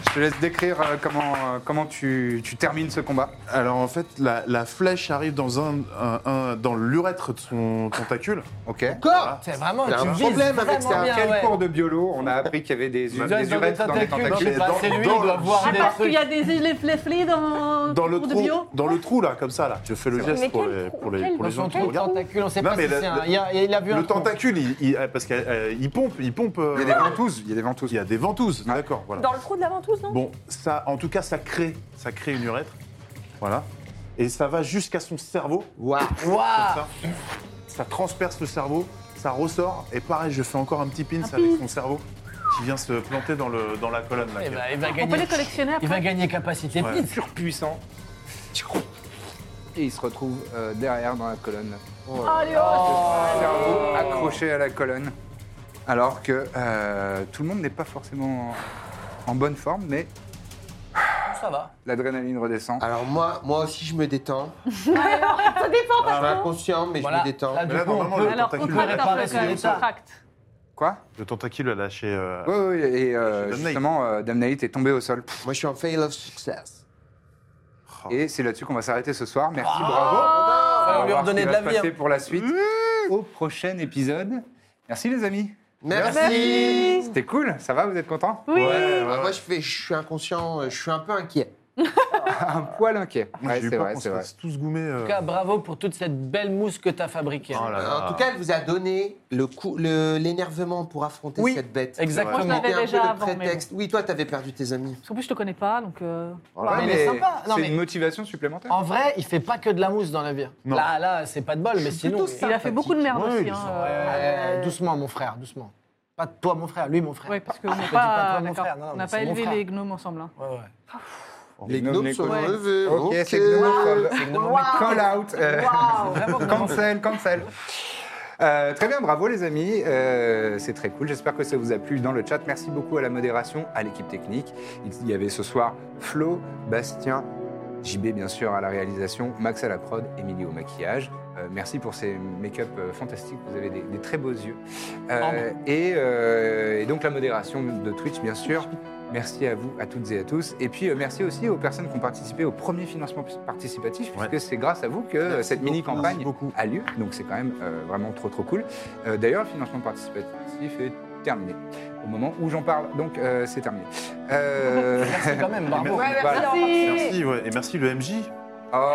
Speaker 1: Je te laisse décrire euh, comment, euh, comment tu, tu termines ce combat.
Speaker 2: Alors en fait, la, la flèche arrive dans, un, un- un- dans l'urètre de son tentacule.
Speaker 1: Ok.
Speaker 5: Encore
Speaker 3: C'est vraiment,
Speaker 5: Il y a
Speaker 3: tu
Speaker 5: un
Speaker 3: vises
Speaker 5: problème avec
Speaker 3: vraiment
Speaker 5: ça.
Speaker 3: bien,
Speaker 1: Quel
Speaker 3: ouais.
Speaker 1: cours de biolo on a appris qu'il y avait des, des
Speaker 3: Tu dois être dans des
Speaker 1: urettes dans les
Speaker 3: tentacules,
Speaker 1: tentacules
Speaker 3: bah,
Speaker 2: dans-
Speaker 3: c'est lui,
Speaker 2: dans
Speaker 3: il doit
Speaker 2: le-
Speaker 3: voir
Speaker 6: Ah,
Speaker 3: des
Speaker 6: parce qu'il y
Speaker 3: trucs.
Speaker 6: a des les fléflés dans,
Speaker 2: Dans le,
Speaker 6: cours de
Speaker 2: trou,
Speaker 6: bio
Speaker 2: dans le trou là, comme ça là. Je fais le
Speaker 6: Mais
Speaker 2: geste
Speaker 6: quel
Speaker 2: pour les,
Speaker 6: trou
Speaker 2: pour les,
Speaker 6: Quel-
Speaker 2: pour les gens
Speaker 3: Son
Speaker 2: qui nous
Speaker 3: trou,
Speaker 2: regardent.
Speaker 3: tentacule, on sait
Speaker 2: Non,
Speaker 3: pas
Speaker 2: mais
Speaker 3: si
Speaker 2: le-
Speaker 3: c'est un.
Speaker 2: le-
Speaker 3: Il a, il a vu un
Speaker 2: Le
Speaker 3: trou.
Speaker 2: tentacule, il, il- parce qu'il pompe, il pompe. euh,
Speaker 1: Il y a des ventouses. Il y a des ventouses.
Speaker 2: il y a des ventouses.
Speaker 1: Ouais.
Speaker 2: D'accord, voilà.
Speaker 4: Dans le trou de la ventouse, non
Speaker 2: Bon, ça, en tout cas, ça crée, ça crée une urètre. Voilà. Et ça va jusqu'à son cerveau.
Speaker 5: Waouh
Speaker 2: comme ça. Ça transperce le cerveau, ça ressort. Et pareil, je fais encore un petit pin
Speaker 6: Un
Speaker 2: avec
Speaker 6: pin.
Speaker 2: son cerveau qui vient se planter dans, le, dans la colonne. Là,
Speaker 3: Eh ben, il va
Speaker 6: On peut
Speaker 3: gagner.
Speaker 6: les collectionner
Speaker 3: Il va
Speaker 6: après.
Speaker 3: gagner capacité
Speaker 2: Ouais.
Speaker 3: pide.
Speaker 1: Surpuissant. Et il se retrouve euh, derrière dans la colonne.
Speaker 6: Allez, oh,
Speaker 1: cerveau accroché à la colonne. Alors que euh, tout le monde n'est pas forcément en bonne forme, mais
Speaker 3: Ça va.
Speaker 1: l'adrénaline redescend.
Speaker 3: Ah.
Speaker 5: Alors moi, moi aussi, je me détends.
Speaker 6: ça dépend
Speaker 5: Je suis inconscient, mais
Speaker 3: Voilà.
Speaker 5: je me détends.
Speaker 6: Ah.
Speaker 3: Là, du
Speaker 2: Mais là,
Speaker 3: coup, on
Speaker 2: normalement, le
Speaker 3: peut-
Speaker 6: ben, Alors,
Speaker 2: tentacule,
Speaker 6: contracte un
Speaker 3: réparer
Speaker 6: peu
Speaker 3: son
Speaker 6: quand même,
Speaker 3: état.
Speaker 6: contracte.
Speaker 1: Quoi
Speaker 2: Le tentacule a lâché. euh,
Speaker 1: Oui, oui, et euh,
Speaker 2: Damnate.
Speaker 1: justement, euh, Damnate est tombé au sol. Pff,
Speaker 5: Moi, je suis en fail of success.
Speaker 1: Et c'est là-dessus qu'on va s'arrêter ce soir. Merci, bravo.
Speaker 3: On Oh. Ah. va lui
Speaker 1: voir
Speaker 3: redonner
Speaker 1: ce
Speaker 3: de
Speaker 1: qui
Speaker 3: la
Speaker 1: va se
Speaker 3: vie.
Speaker 1: passer
Speaker 3: hein. Mmh.
Speaker 1: pour la suite au prochain épisode. Merci, les amis.
Speaker 5: Merci.
Speaker 1: C'était cool. Ça va, vous êtes contents
Speaker 6: Oui.
Speaker 5: Ah, moi, je, fais, je suis inconscient, euh, je suis un peu inquiet.
Speaker 1: Un poil inquiet.
Speaker 2: Moi,
Speaker 1: Ouais,
Speaker 2: j'ai eu
Speaker 1: c'est
Speaker 2: peur
Speaker 1: vrai,
Speaker 2: qu'on
Speaker 1: c'est
Speaker 2: se
Speaker 1: vrai.
Speaker 2: fasse tous goumer. euh.
Speaker 3: En tout cas, bravo pour toute cette belle mousse que t'as fabriquée.
Speaker 2: Oh là là.
Speaker 5: Euh, En tout cas, elle vous a donné le coup, le- l'énervement pour affronter
Speaker 3: Oui,
Speaker 5: cette bête.
Speaker 3: exactement.
Speaker 5: C'était
Speaker 6: Moi, je l'avais
Speaker 5: un peu
Speaker 6: déjà
Speaker 5: le
Speaker 6: avant, mais bon.
Speaker 5: prétexte. Oui, toi, t'avais perdu tes amis.
Speaker 6: Parce qu'en plus, je te connais pas, donc. euh,
Speaker 1: Ouais,
Speaker 3: mais
Speaker 1: mais
Speaker 3: il est sympa. Non,
Speaker 1: c'est
Speaker 3: mais-
Speaker 1: une motivation supplémentaire.
Speaker 3: En vrai, il fait pas que de la mousse dans la vie.
Speaker 2: Non.
Speaker 3: Là, là, c'est pas de bol, mais sinon.
Speaker 5: plutôt
Speaker 6: Il a fait beaucoup de merde
Speaker 2: Ouais,
Speaker 6: aussi.
Speaker 2: ils
Speaker 6: hein,
Speaker 2: sont-
Speaker 6: euh,
Speaker 3: Euh, Doucement, mon frère, doucement. Pas toi, mon frère, lui, mon frère.
Speaker 6: Ouais, parce qu'on
Speaker 3: Ah, Je
Speaker 6: n'a
Speaker 3: dis pas
Speaker 6: pas,
Speaker 3: toi, mon
Speaker 6: d'accord,
Speaker 3: frère, non, non,
Speaker 6: on
Speaker 3: mais
Speaker 6: n'a
Speaker 3: c'est
Speaker 6: pas
Speaker 3: mon
Speaker 6: élevé
Speaker 3: frère.
Speaker 6: les gnomes ensemble. hein.
Speaker 3: Ouais, ouais.
Speaker 5: Les gnomes sont
Speaker 6: ouais.
Speaker 5: enlevés.
Speaker 1: Ok, c'est gnomophobe. C'est gnomophobe. Call out. euh, cancel, cancel. Euh, très bien, bravo les amis, Euh, c'est très cool. J'espère que ça vous a plu dans le chat. Merci beaucoup à la modération, à l'équipe technique. Il y avait ce soir Flo, Bastien, JB bien sûr à la réalisation, Max à la prod, Émilie au maquillage. Euh, merci pour ces make-up euh, fantastiques, vous avez des, des très beaux yeux. Euh, et, euh, et donc la modération de Twitch bien sûr. Merci à vous, à toutes et à tous. Et puis euh, merci aussi aux personnes qui ont participé au premier financement participatif,
Speaker 2: Ouais.
Speaker 1: puisque c'est grâce à vous que euh,
Speaker 2: Merci
Speaker 1: cette
Speaker 2: beaucoup,
Speaker 1: mini-campagne
Speaker 2: merci beaucoup.
Speaker 1: a lieu. Donc c'est quand même euh, vraiment trop trop cool. Euh, D'ailleurs, le financement participatif est terminé. Au moment où j'en parle, donc euh, c'est terminé. Euh,
Speaker 3: Merci quand même, bravo.
Speaker 1: voilà.
Speaker 2: Merci, ouais. Et merci le MJ.
Speaker 1: Oh,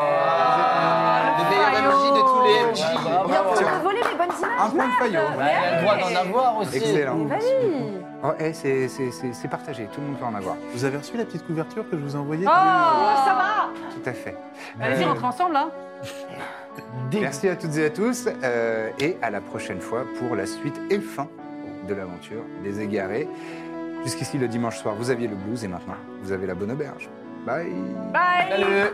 Speaker 5: Les meilleurs MJ de tous les MJ.
Speaker 3: Ouais, bravo.
Speaker 1: vous êtes-
Speaker 4: On a volé mes bonnes images
Speaker 1: un point de faillot.
Speaker 3: Ouais, Il a le droit d'en avoir aussi.
Speaker 1: Excellent.
Speaker 4: Oui.
Speaker 1: Oh, eh, c'est- c'est c'est- c'est partagé, tout le monde peut en avoir.
Speaker 2: Vous avez reçu la petite couverture que je vous ai envoyée
Speaker 6: Oh, ça va
Speaker 1: Tout à fait.
Speaker 6: Allez-y,
Speaker 1: Euh,
Speaker 6: rentre ensemble, hein. là.
Speaker 1: Merci à toutes et à tous euh, et à la prochaine fois pour la suite et fin de l'aventure des égarés. Jusqu'ici le dimanche soir, vous aviez le blues et maintenant vous avez la bonne auberge. Bye.
Speaker 6: Bye
Speaker 3: Salut.